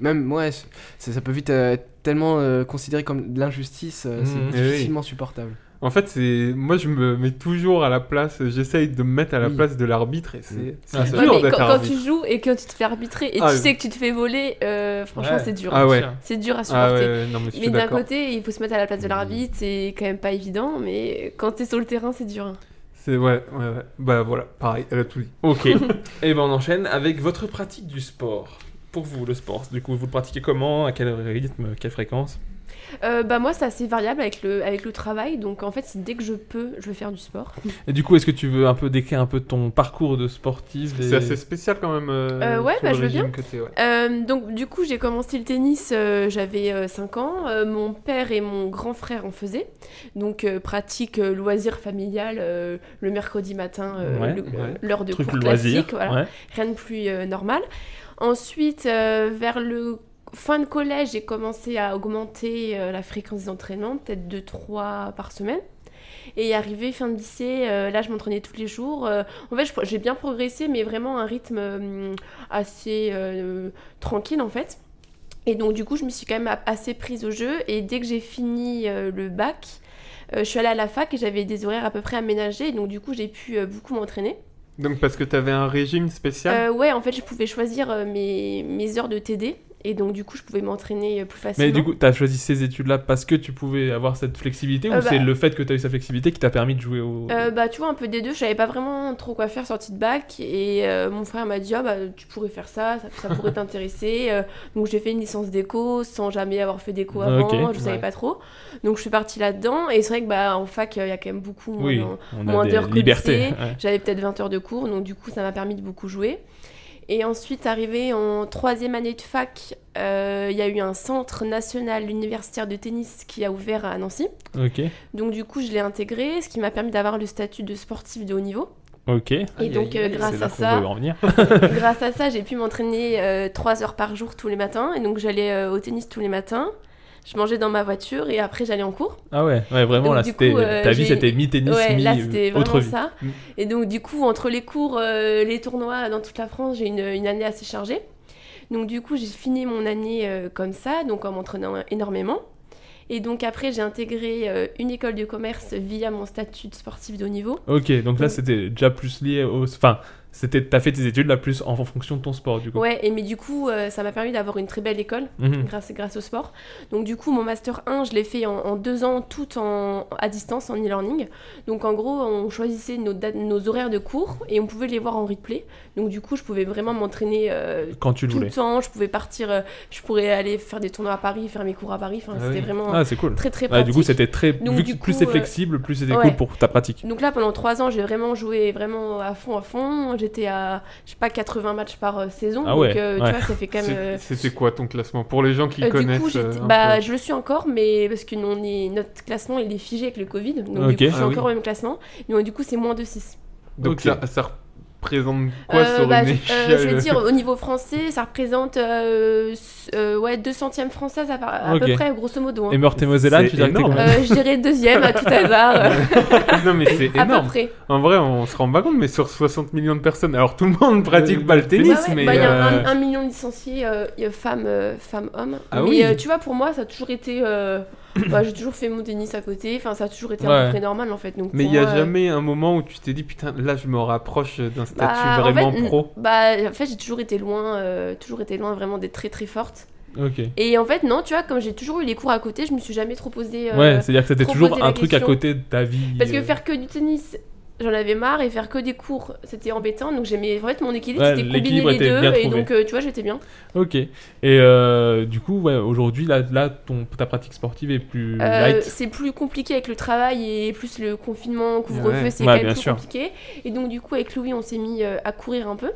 S9: Même, ouais, c'est- ça peut vite euh, être tellement euh, considéré comme de l'injustice, euh,
S8: Mhm. Eh
S9: c'est
S8: oui.
S9: difficilement
S7: Mm.
S9: supportable.
S8: En fait, c'est moi, je me mets toujours à la place. J'essaye de me mettre à la
S9: Oui.
S8: place de l'arbitre et c'est
S9: Oui.
S8: c'est
S7: Ah, c'est
S8: dur
S10: Ouais, mais quand,
S8: d'être
S10: quand
S8: arbitre.
S10: tu joues et que tu te fais arbitrer et
S8: Ah,
S10: tu
S8: oui.
S10: sais que tu te fais voler, euh, franchement,
S7: Ouais.
S10: c'est dur.
S8: Ah ouais.
S10: C'est dur à
S8: Ah
S10: Mm. supporter.
S8: ouais, non mais je
S10: Mais
S8: suis
S10: d'un
S8: d'accord. Mmh.
S10: côté, il faut se mettre à la place de l'arbitre, c'est quand même pas évident, mais quand t'es sur le terrain, c'est dur. hein.
S8: C'est ouais, ouais, ouais. Bah voilà, pareil, elle a tout dit.
S7: Ok. Et ben, on enchaîne avec votre pratique du sport. Pour vous, le sport, du coup, vous le pratiquez comment À quel rythme Quelle fréquence
S10: Euh, bah moi, c'est assez variable avec le, avec le travail, donc en fait, c'est dès que je peux, je vais faire du sport.
S7: Et du coup, est-ce que tu veux un peu décrire un peu ton parcours de sportif
S8: C'est
S7: des-
S8: assez spécial quand même. euh,
S10: Euh, ouais,
S8: sur
S10: bah,
S8: le
S10: je veux
S8: régime
S10: bien.
S8: que t'es, ouais.
S10: Euh, donc du coup, j'ai commencé le tennis, euh, j'avais 5 ans, Euh, mon père et mon grand frère en faisaient, donc euh, pratique euh, loisir familial euh, le mercredi matin, euh,
S7: Ouais,
S10: le-
S8: ouais.
S10: l'heure de
S7: Truc
S10: cours
S7: loisir.
S10: classique, voilà.
S7: ouais.
S10: rien de plus euh, normal. Ensuite, euh, vers le fin de collège, j'ai commencé à augmenter euh, la fréquence des entraînements, peut-être 2-3 par semaine. Et arrivé fin de lycée, euh, là je m'entraînais tous les jours. Euh, en fait, je- j'ai bien progressé, mais vraiment à un rythme euh, assez euh, tranquille en fait. Et donc du coup, je me suis quand même a- assez prise au jeu. Et dès que j'ai fini euh, le bac, euh, je suis allée à la fac et j'avais des horaires à peu près aménagés. Et donc du coup, j'ai pu euh, beaucoup m'entraîner.
S8: Donc parce que t'avais un régime spécial.
S7: Hein
S10: Euh, ouais, en fait, je pouvais choisir euh, mes, mes heures de TD. Et donc, du coup, je pouvais m'entraîner euh, plus facilement.
S7: Mais du coup, t'as choisi ces études-là parce que tu pouvais avoir cette flexibilité ou
S10: Euh, bah-
S7: c'est le fait que t'as eu cette flexibilité qui t'a permis de jouer au.
S10: Euh, bah, tu vois, un peu des deux, je savais pas vraiment trop quoi faire sortie de bac. Et euh, mon frère m'a dit, ah, bah, tu pourrais faire ça, ça, ça pourrait t'intéresser. Euh, donc, j'ai fait une licence d'éco sans jamais avoir fait d'éco
S7: Ah,
S10: avant,
S7: ok,
S10: je savais
S7: ouais.
S10: pas trop. Donc, je suis partie là-dedans. Et c'est vrai que, bah, en fac, il y a quand même beaucoup moins
S7: oui,
S10: d'en-
S7: on a
S10: moins
S7: des
S10: d'heures que
S7: libertés.
S10: lycée.
S7: ouais.
S10: J'avais peut-être 20 heures de cours, donc du coup, ça m'a permis de beaucoup jouer. Et ensuite, arrivé en troisième année de fac, euh, il y a eu un centre national universitaire de tennis qui a ouvert à Nancy.
S7: Ok,
S10: Donc du coup, je l'ai intégré, ce qui m'a permis d'avoir le statut de sportif de haut niveau.
S7: ok.
S10: Et donc, euh, grâce
S7: C'est là
S10: à
S7: qu'on
S10: ça,
S7: veut en venir.
S10: grâce à ça, j'ai pu m'entraîner euh, trois heures par jour tous les matins. Et donc, j'allais euh, au tennis tous les matins. Je mangeais dans ma voiture et après, j'allais en cours.
S7: Ah ouais, ouais vraiment
S10: Donc,
S7: là,
S10: du
S7: c'était
S10: coup, euh,
S7: ta vie,
S10: j'ai-
S7: c'était mi-tennis,
S10: Ouais, là c'était
S7: mi-autre
S10: vraiment
S7: vie.
S10: ça.
S7: Mm.
S10: Et donc du coup, entre les cours, euh, les tournois dans toute la France, j'ai une, une année assez chargée. Donc du coup, j'ai fini mon année euh, comme ça, donc en m'entraînant énormément. Et donc après, j'ai intégré euh, une école de commerce via mon statut de sportif de haut niveau.
S7: Ok, donc là
S10: Donc-
S7: c'était déjà plus lié au. Enfin, c'était t'as fait tes études là plus en, en fonction de ton sport du coup.
S10: Ouais, et mais du coup, euh, ça m'a permis d'avoir une très belle école.
S7: Mhm.
S10: grâce, grâce au sport. Donc du coup, mon master 1, je l'ai fait en, en deux ans, tout en, à distance, en e-learning. Donc en gros, on choisissait nos, dates- nos horaires de cours et on pouvait les voir en replay. Donc du coup, je pouvais vraiment m'entraîner euh,
S7: Quand tu le
S10: tout le
S7: voulais.
S10: temps. Je pouvais partir, euh, je pourrais aller faire des tournois à Paris, faire mes cours à Paris. Enfin,
S8: Ah oui.
S10: c'était vraiment
S7: Ah, c'est cool.
S10: très très
S7: Ouais,
S10: pratique.
S7: du coup, c'était très.
S10: Donc,
S7: vu
S10: du
S7: que plus
S10: coup,
S7: c'est
S10: euh,
S7: flexible, plus c'était
S10: ouais.
S7: cool pour ta pratique.
S10: Donc là, pendant trois ans, j'ai vraiment joué vraiment à fond, à fond. J'étais à, je sais pas, 80 matchs par euh, saison.
S7: Ah
S10: donc
S7: ouais,
S10: euh,
S7: ouais.
S10: tu vois, ça fait quand même... euh,
S8: C'est- C'était quoi ton classement pour les gens qui
S10: Euh, du
S8: connaissent
S10: coup,
S8: euh,
S10: j'étais-
S8: un
S10: bah,
S8: peu
S10: je le suis encore, mais parce que nous, on est... notre classement il est figé avec le Covid, donc
S7: Ok.
S10: du coup, je suis
S8: Ah oui.
S10: encore au même classement. Mais euh, du coup, c'est moins de 6.
S8: Donc
S7: Ok.
S8: ça, ça représente quoi
S10: Euh,
S8: sur
S10: bah,
S8: une
S10: je-
S8: échelle
S10: euh, Je veux dire, au niveau français, ça représente euh, s- euh, ouais, deux centièmes françaises à, par- à
S7: Ok.
S10: peu près, grosso modo. hein.
S7: Et Meurthe-et-Mosella,
S8: C'est
S7: tu dirais que t'es
S8: énorme.
S7: combien
S10: Euh, je dirais deuxième à tout hasard. euh,
S8: non mais c'est
S10: À peu
S8: énorme.
S10: près.
S8: En vrai, on se rend pas compte, mais sur 60 millions de personnes, alors tout le monde pratique pas le
S10: Bah
S8: tennis,
S10: ouais,
S8: mais
S10: bah, il y a
S8: euh,
S10: un, un million de licenciés, euh, il y a femmes, euh, femmes, hommes.
S8: Ah
S10: mais
S8: oui.
S10: euh, tu vois, pour moi, ça a toujours été. euh, bah, j'ai toujours fait mon tennis à côté. Enfin, ça a toujours été à
S8: Ouais.
S10: peu près normal en fait. Donc,
S8: mais il
S10: pour
S8: y a
S10: moi, euh,
S8: jamais un moment où tu t'es dit putain, là je me rapproche d'un
S10: bah,
S8: statut
S10: en
S8: vraiment
S10: fait, n-
S8: pro.
S10: Bah, en fait, j'ai toujours été loin, euh, toujours été loin vraiment d'être très très forte.
S7: Ok.
S10: Et en fait, non, tu vois, comme j'ai toujours eu les cours à côté, je me suis jamais trop posé. euh,
S7: Ouais, c'est-à-dire que c'était
S10: trop
S7: toujours
S10: posé
S7: un
S10: la
S7: truc à
S10: question.
S7: côté de ta vie.
S10: Parce que
S7: euh,
S10: faire que du tennis, j'en avais marre, et faire que des cours, c'était embêtant. Donc j'aimais. En fait, mon équilibre,
S7: Ouais,
S10: c'était
S7: l'équilibre
S10: combiner les
S7: était bien
S10: deux, et
S7: trouvé.
S10: donc euh, tu vois, j'étais bien.
S7: Ok. Et euh, du coup, ouais, aujourd'hui, là, là ton, ta pratique sportive est plus
S10: Euh,
S7: Mmh, light.
S10: c'est plus compliqué avec le travail et plus le confinement, couvre-feu,
S7: Ouais.
S10: c'est
S7: Ouais,
S10: quand même
S7: bien
S10: plus
S7: sûr.
S10: compliqué. Et donc du coup avec Louis on s'est mis euh, à courir un peu.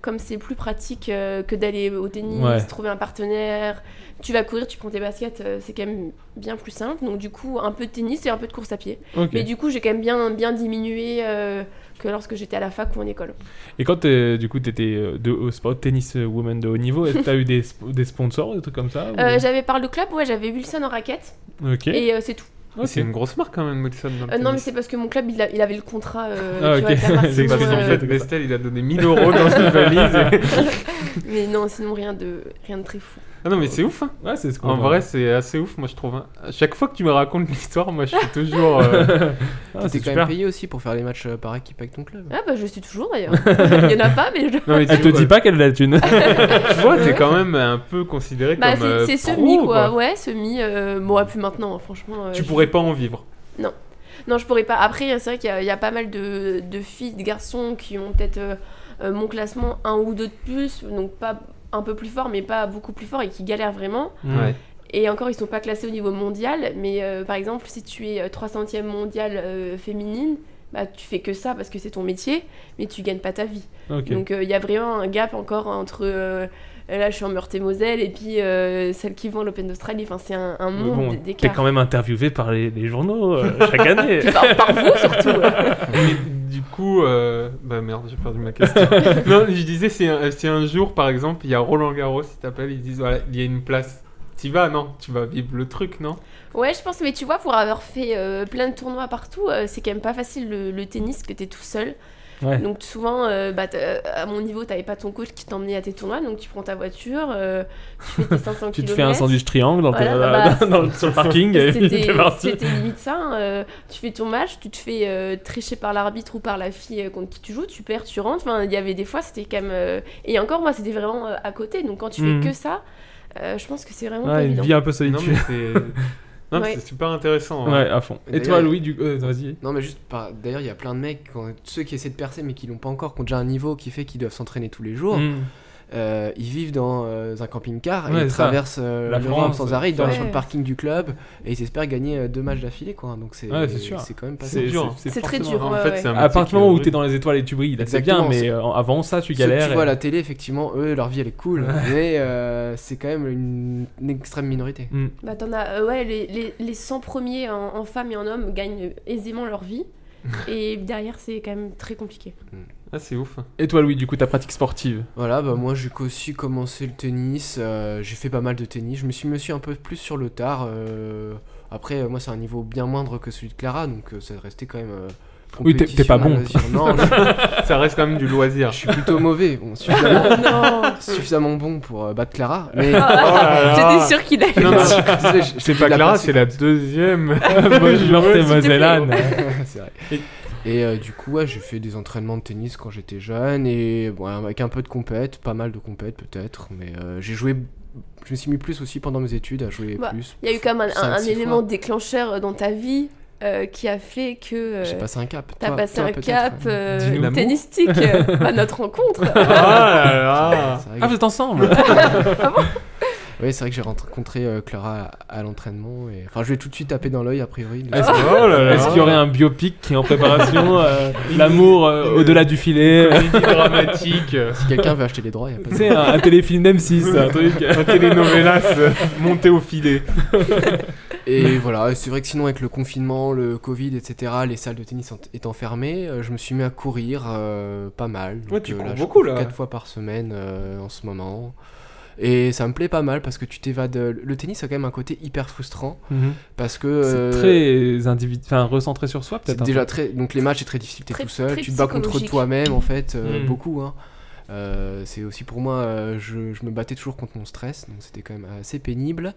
S10: Comme c'est plus pratique euh, que d'aller au tennis,
S7: Ouais.
S10: trouver un partenaire, tu vas courir, tu prends tes baskets, euh, c'est quand même bien plus simple. Donc du coup un peu de tennis et un peu de course à pied.
S7: Ok.
S10: Mais du coup j'ai quand même bien, bien diminué euh, que lorsque j'étais à la fac ou en école.
S7: Et quand euh, du coup, t'étais euh, de au sport, tennis euh, woman de haut niveau, est-ce que t'as eu des, sp- des sponsors, des trucs comme ça ou-
S10: Euh, j'avais par le club, ouais j'avais Wilson en raquette.
S7: Mmh. Ok.
S10: Et euh, c'est tout.
S8: Mais C'est une grosse marque quand même, Wilson. dans le
S10: Euh, non mais
S8: tennis.
S10: c'est parce que mon club il, a- il avait le contrat. euh,
S8: Ah
S10: tu
S8: ok,
S10: vois, avec la marque
S8: c'est
S10: Wilson,
S8: parce qu'en
S10: euh,
S8: fait, Bestel il a donné 1000 euros dans une valise.
S10: mais non, sinon rien de rien de très fou.
S8: Ah non, mais c'est ouf. hein.
S7: Ouais, c'est ce qu'on
S8: En
S7: a.
S8: vrai, c'est assez ouf, moi je trouve. hein. À chaque fois que tu me racontes l'histoire, moi je suis toujours. euh,
S7: Ah,
S9: T'es quand même payé aussi pour faire les matchs euh, par équipe avec ton club.
S10: Ah bah je suis toujours d'ailleurs. Il y en a pas mais je.
S7: Elle te dit pas qu'elle l'a thune.
S8: tu vois, t'es quand même un peu considéré
S10: Bah
S8: comme. euh,
S10: c'est- c'est
S8: pro,
S10: semi quoi, ouais semi. euh, Bon, ouais, plus maintenant hein, franchement. euh,
S8: Tu
S10: je-
S8: pourrais pas en vivre.
S10: Non. Non, je pourrais pas. Après, c'est vrai qu'il y a- il y, a pas mal de, de filles, de garçons qui ont peut-être euh, euh, mon classement un ou deux de plus, donc pas un peu plus fort, mais pas beaucoup plus fort et qui galèrent vraiment.
S8: Ouais.
S10: Et encore, ils sont pas classés au niveau mondial, mais euh, par exemple, si tu es euh, 300e mondiale euh, féminine, bah, tu fais que ça parce que c'est ton métier, mais tu gagnes pas ta vie.
S7: Mm. Ok.
S10: Donc euh, il y a vraiment un gap encore entre. euh, là, je suis en Meurthe-et-Moselle, et puis euh, celles qui vont à l'Open d'Australie. Enfin, c'est un, un
S7: Mais
S10: monde
S7: bon,
S10: d-
S7: t'es
S10: d'écart.
S7: quand même interviewé par les, les journaux euh, chaque année.
S10: par, par vous surtout.
S8: Mais du coup, euh, bah merde, j'ai perdu ma question. non, je disais, si un, si un jour, par exemple, il y a Roland Garros, ils t'appellent, ils disent, voilà, il y a une place. T'y vas, non Tu vas vivre le truc, non
S10: Ouais, je pense, mais tu vois, pour avoir fait euh, plein de tournois partout, euh, c'est quand même pas facile le, le tennis que t'es tout seul.
S8: Ouais.
S10: Donc souvent, euh, bah, t'as- à mon niveau, t'avais pas ton coach qui t'emmenait à tes tournois, donc tu prends ta voiture, euh, tu fais tes 500
S7: Tu te fais un
S10: kilomètres.
S7: sandwich triangle dans, ta-
S10: Voilà, bah,
S7: dans- sur le parking et puis
S10: C'était
S7: t'es Euh, parti.
S10: c'était limite ça. hein, euh, tu fais ton match, tu te fais euh, tricher par l'arbitre ou par la fille euh, contre qui tu joues, tu perds, tu rentres. Enfin, il y avait des fois, c'était quand même. euh, Et encore, moi, c'était vraiment euh, à côté. Donc quand tu
S7: Mhm.
S10: fais que ça, euh, je pense que c'est vraiment
S7: Ouais,
S10: pas
S7: une
S10: évident.
S7: vie un peu solitude.
S8: Non, mais c'est. non, mais
S10: Ouais.
S8: c'est super intéressant. hein.
S7: Ouais, à fond. Et
S9: D'ailleurs,
S7: toi,
S9: il-
S7: Louis, du euh, vas-y.
S9: Non, mais juste, par- d'ailleurs, il y a plein de mecs, quand- ceux qui essaient de percer mais qui l'ont pas encore, qui ont déjà un niveau qui fait qu'ils doivent s'entraîner tous les jours.
S7: Mm.
S9: euh, ils vivent dans euh, un camping-car
S7: Ouais,
S9: et ils
S7: ça.
S9: traversent euh,
S7: La
S9: l'Europe
S7: France,
S9: sans arrêt, ils dorment
S7: ouais.
S9: sur le parking du club et ils espèrent gagner euh, deux matchs d'affilée quoi. Donc c'est
S7: Ouais, c'est sûr.
S9: c'est quand même pas
S7: C'est
S9: simple.
S7: dur. C'est-
S10: c'est très dur. ouais, ouais.
S8: c'est un
S7: À partir
S8: métier
S7: du moment
S8: qui est
S7: où
S8: rude.
S7: t'es dans les étoiles et tu brilles, là c'est bien,
S9: Exactement,
S7: mais
S9: c'est-
S7: euh, avant ça, tu
S9: Ceux que
S7: galères.
S9: tu vois à
S7: et-
S9: la télé, effectivement, eux, leur vie elle est cool, mais euh, c'est quand même une, une extrême minorité.
S10: Bah t'en as, euh, ouais, les, les, les 100 premiers en, en femmes et en hommes gagnent euh, aisément leur vie. et derrière, c'est quand même très compliqué.
S8: Ah, c'est ouf.
S7: Et toi, Louis, du coup, ta pratique sportive
S9: Voilà, bah moi j'ai aussi commencé le tennis, euh, j'ai fait pas mal de tennis, je me suis, me suis un peu plus sur le tard. euh, après, euh, moi c'est un niveau bien moindre que celui de Clara, donc euh, ça restait quand même. euh,
S7: Oui, t'es- t'es pas
S9: compétition,
S7: bon.
S9: loisir. Non, je-
S8: Ça reste quand même du loisir.
S9: Je suis plutôt mauvais, bon, suffisamment, suffisamment bon pour euh, battre Clara. Mais...
S8: Oh là là.
S10: J'étais sûre qu'il allait
S8: Non,
S9: le
S8: non,
S9: dire. Désolé, je- je
S8: c'est
S9: fais
S8: pas
S9: de la
S8: Clara,
S9: place,
S8: c'est la deuxième.
S7: Meurthe et Mosellane.
S9: C'est vrai. Et euh, du coup, ouais, j'ai fait des entraînements de tennis quand j'étais jeune et bon, avec un peu de compète, pas mal de compète peut-être, mais euh, j'ai joué. Je me suis mis plus aussi pendant mes études à jouer
S10: Bah,
S9: plus.
S10: Il y a eu quand même un,
S9: cinq,
S10: un- un
S9: six
S10: élément
S9: fois.
S10: déclencheur dans ta vie euh, qui a fait que. euh,
S9: J'ai passé un cap.
S10: T'as
S9: Toi-
S10: passé
S9: toi,
S10: un
S9: peut-être,
S10: cap
S9: ouais.
S10: euh,
S9: Dis-nous. L'amour.
S10: tennistique euh, à notre rencontre.
S8: Oh
S9: C'est vrai que-
S7: Ah, vous êtes ensemble
S9: Oui, c'est vrai que j'ai rencontré euh, Clara à, à l'entraînement. Et... Enfin, je lui ai tout de suite tapé dans l'œil, a priori. donc-
S7: Est-ce est-ce qu'il y aurait un biopic qui est en préparation euh, L'amour euh, au-delà du filet
S8: Comédie dramatique.
S9: Si quelqu'un veut acheter les droits, il a pas de
S7: C'est un, un téléfilm d'M6, un truc.
S8: Un telenovelas euh, monté au filet.
S9: Et voilà, c'est vrai que sinon, avec le confinement, le Covid, etc., les salles de tennis ent- étant fermées, euh, je me suis mis à courir euh, pas mal.
S8: Ouais, tu
S9: euh,
S8: cours
S9: je
S8: beaucoup, là.
S9: 4 fois par semaine euh, en ce moment. Et ça me plaît pas mal parce que tu t'évades. Le tennis a quand même un côté hyper frustrant
S7: Mhm.
S9: parce que.
S7: C'est
S9: euh,
S7: très individu... enfin, recentré sur soi, peut-être.
S9: c'est
S7: un
S9: déjà
S7: peu.
S9: très. Donc les matchs, c'est très difficile, t'es
S7: Très-
S9: tout seul,
S7: très
S9: tu te bats contre
S7: psychologique.
S9: toi-même en fait, euh,
S7: Mm.
S9: beaucoup. Hein. Euh, c'est aussi pour moi, euh, je, je me battais toujours contre mon stress, donc c'était quand même assez pénible.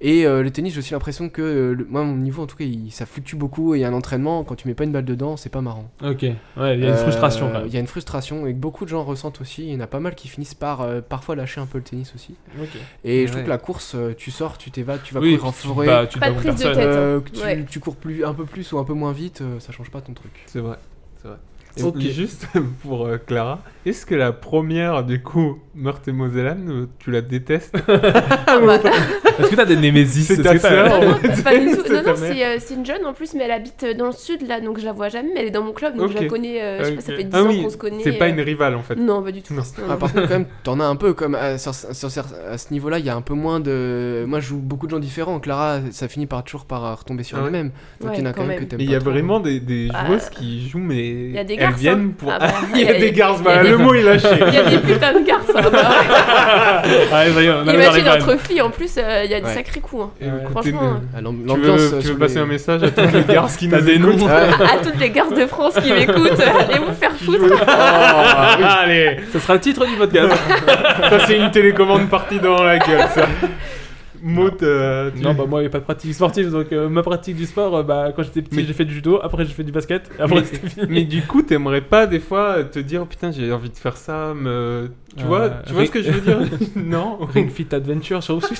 S9: Et euh, le tennis, j'ai aussi l'impression que, euh, le- moi, mon niveau en tout cas, il- ça fluctue beaucoup. Et un entraînement, quand tu mets pas une balle dedans, c'est pas marrant.
S7: hein.
S9: Euh,
S7: Ok. Ouais, il y a une frustration, quand même.
S9: Il y a une frustration et que beaucoup de gens ressentent aussi. Il y en a pas mal qui finissent par euh, parfois lâcher un peu le tennis aussi.
S7: Ok.
S9: Et je
S7: Ouais.
S9: trouve que la course, euh, tu sors, tu t'évades, tu vas
S7: Oui,
S9: courir en
S7: tu te
S9: forêt.
S7: bats- tu te Pas bats de contre prise de personne. tête, hein.
S9: Euh, que tu-
S10: Ouais.
S9: tu cours plus, un peu plus ou un peu moins vite, euh, ça change pas ton truc.
S8: C'est vrai, c'est vrai. Et
S9: Ok.
S8: Juste pour euh, Clara, est-ce que la première, du coup, Meurthe et Mosellane, euh, tu la détestes Est-ce
S7: que t'as des némésis
S8: C'est
S7: Est-ce
S8: ta
S7: que t'as-
S8: sœur
S7: Non,
S8: ou-
S7: non,
S10: Ah, bah, Pas du tout.
S7: C'est
S10: Non,
S7: ta
S10: non,
S7: mère.
S10: c'est euh, c'est une jeune en plus, mais elle habite euh, dans le sud là, donc je la vois jamais, mais elle est dans mon club, donc je la
S9: Ok.
S10: connais. euh, Je sais pas, ça
S9: Ok.
S10: fait 10
S9: Ah
S10: ans
S9: oui,
S10: qu'on se connaît.
S9: c'est pas
S10: euh.
S9: une rivale, en fait.
S10: Non, pas du tout.
S9: Non.
S10: Non,
S9: Ah,
S10: non.
S9: par contre, quand même, t'en as un peu comme euh, sur, sur- sur- à ce niveau-là, il y a un peu moins de. Moi, je joue beaucoup de gens différents. Clara, ça finit par toujours par euh, retomber sur
S8: Ah ouais.
S9: les mêmes. Donc il y en a quand même que t'aimes
S8: Mais il
S9: pas
S8: y a
S9: trop.
S8: vraiment des, des
S10: Bah,
S8: joueuses qui jouent, mais
S10: Il y a des
S8: elles
S10: garces.
S8: viennent
S10: hein.
S8: pour.
S10: Ah bah,
S8: il y a des garces, voilà,
S10: des-
S8: le
S9: Ah,
S8: mot est lâché.
S10: Il y a des putains de garces. hein, bah ouais.
S7: Ouais, ça y est, on arrive dans les
S10: Imagine
S7: vannes.
S10: entre filles, en plus, euh, il y a des
S7: Ouais.
S10: sacrés coups. hein.
S8: Et écoutez,
S10: Franchement,
S8: mais-
S9: Ah, l'amb-
S8: tu
S9: l'ambiance,
S8: veux,
S9: euh,
S8: tu
S9: sous
S8: veux passer
S9: les-
S8: un message à toutes les garces qui
S7: T'as
S8: nous
S7: des noms
S8: écoutent
S10: à Ah, toutes les garces de France qui m'écoutent, allez-vous faire foutre.
S8: Ah, Allez,
S7: ça sera le titre du podcast.
S8: ça c'est une télécommande partie dans la gueule, ça. Maud, euh, tu-
S7: Non, bah moi, il n'y a pas de pratique sportive, donc euh, ma pratique du sport, euh, bah quand j'étais petit, j'ai fait du judo, après j'ai fait du basket, et après
S8: mais,
S7: c'était fini.
S8: mais du coup, t'aimerais pas des fois te dire putain, j'ai envie de faire ça, me... tu
S7: Euh,
S8: vois, tu vois
S7: Ring-
S8: ce que je veux dire Non.
S7: Ring Fit Adventure sur Switch.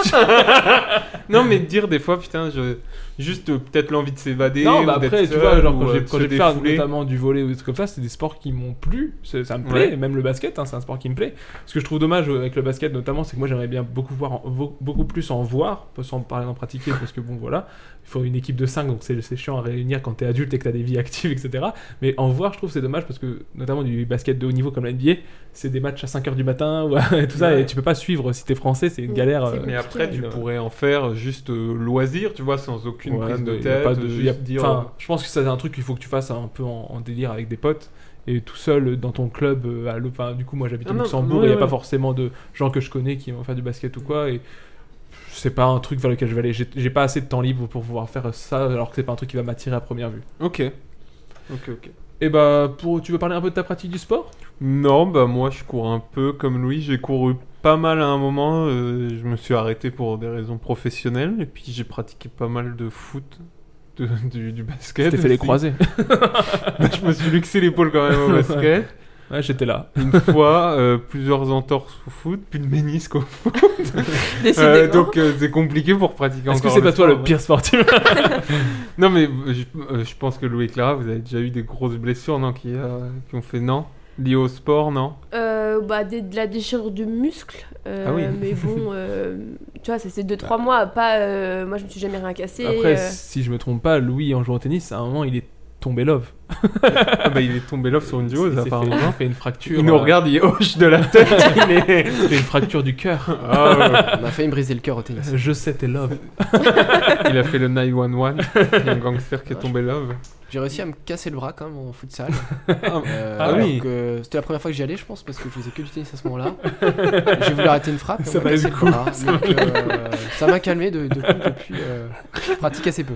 S8: non, mais dire des fois putain, je... juste euh, peut-être l'envie de s'évader.
S7: Non,
S8: ou
S7: bah
S8: d'être
S7: après, tu
S8: seul,
S7: vois, genre
S8: ou,
S7: quand
S8: euh,
S7: j'ai-
S8: de
S7: quand
S8: se
S7: j'ai fait
S8: défouler.
S7: notamment du volet ou des trucs comme ça, c'est des sports qui m'ont plu, c'est- ça me
S8: Ouais.
S7: plaît, et même le basket, hein, c'est un sport qui me plaît. Ce que je trouve dommage euh, avec le basket notamment, c'est que moi j'aimerais bien beaucoup, voir en- vo- beaucoup plus en voir, pas sans parler d'en pratiquer, parce que bon voilà, il faut une équipe de 5, donc c'est c'est chiant à réunir quand t'es adulte et que t'as des vies actives, etc. Mais en voir, je trouve c'est dommage parce que notamment du basket de haut niveau comme la NBA, c'est des matchs à 5h du matin ou à- et tout ça,
S8: Ouais.
S7: et tu peux pas suivre si t'es français, c'est une galère. euh,
S8: Mais après, tu
S7: euh,
S8: pourrais en faire juste euh, loisir, tu vois, sans aucune
S7: Ouais,
S8: prise de
S7: mais y a
S8: tête. euh,
S7: pas de-
S8: juste
S7: y a-
S8: dire.
S7: enfin, je pense que ça, c'est un truc qu'il faut que tu fasses un peu en, en délire avec des potes. Et tout seul euh, dans ton club, euh, à l'eau- enfin, du coup, moi j'habite
S8: Ah
S7: au
S8: non,
S7: Luxembourg, il
S8: ouais,
S7: n'y a
S8: ouais.
S7: pas forcément de gens que je connais qui vont faire du basket ou quoi. Et c'est pas un truc vers lequel je vais aller. J'ai j'ai pas assez de temps libre pour pouvoir faire ça, alors que c'est pas un truc qui va m'attirer à première vue.
S8: Ok. euh, Ok, ok.
S7: Et bah, pour, tu veux parler un peu de ta pratique du sport
S8: Non, bah moi je cours un peu comme Louis, j'ai couru pas mal à un moment, euh, je me suis arrêté pour des raisons professionnelles et puis j'ai pratiqué pas mal de foot, de- du, du
S7: Tu
S8: basket.
S7: t'es fait les
S8: aussi.
S7: croisés.
S8: Bah, je me suis luxé l'épaule quand même au basket.
S7: Ouais, j'étais là.
S8: Une fois, euh, plusieurs entorses au foot, puis de ménisque au foot.
S7: Décidément.
S8: donc euh, c'est compliqué pour pratiquer
S7: Est-ce que
S8: encore
S7: c'est pas toi
S8: sport,
S7: le
S8: ouais.
S7: pire sportif
S8: Non mais euh, je, euh, je pense que Louis et Clara, vous avez déjà eu des grosses blessures, non qui, euh, qui ont fait non Liées au sport, non
S10: Euh, bah, des- de la déchirure de muscles. euh,
S8: Ah oui. Bah.
S10: Mais bon, euh, tu vois, ça c'est 2-3 mois. Pas, euh, moi, je me suis jamais rien cassé.
S7: Après,
S10: euh.
S7: si je me trompe pas, Louis en jouant au tennis, à un moment il est tombé love.
S8: Ah bah il est tombé love sur une duo,
S7: Il s'est
S8: apparemment.
S7: fait- il fait une fracture.
S8: Il nous
S7: euh,
S8: regarde, il hoche de la tête. il est...
S7: Il fait une fracture du cœur.
S8: Ah ouais.
S9: On a failli me briser le cœur au tennis.
S7: Je sais tes love.
S8: Il a fait le 911. Il y a un gangster qui est tombé love.
S9: J'ai réussi à me casser le bras quand même en futsal. Euh,
S8: ah
S9: alors
S8: oui.
S9: que C'était la première fois que j'y allais, je pense, parce que je faisais que du tennis à ce moment-là. J'ai voulu arrêter une frappe. et on
S8: Ça
S9: m'a
S8: valait
S9: cassé
S8: le
S9: le
S8: coup,
S9: bras.
S8: ça
S9: Donc,
S8: valait le
S9: euh,
S8: coup.
S9: Ça m'a calmé de, de coup depuis. euh, je pratique assez peu.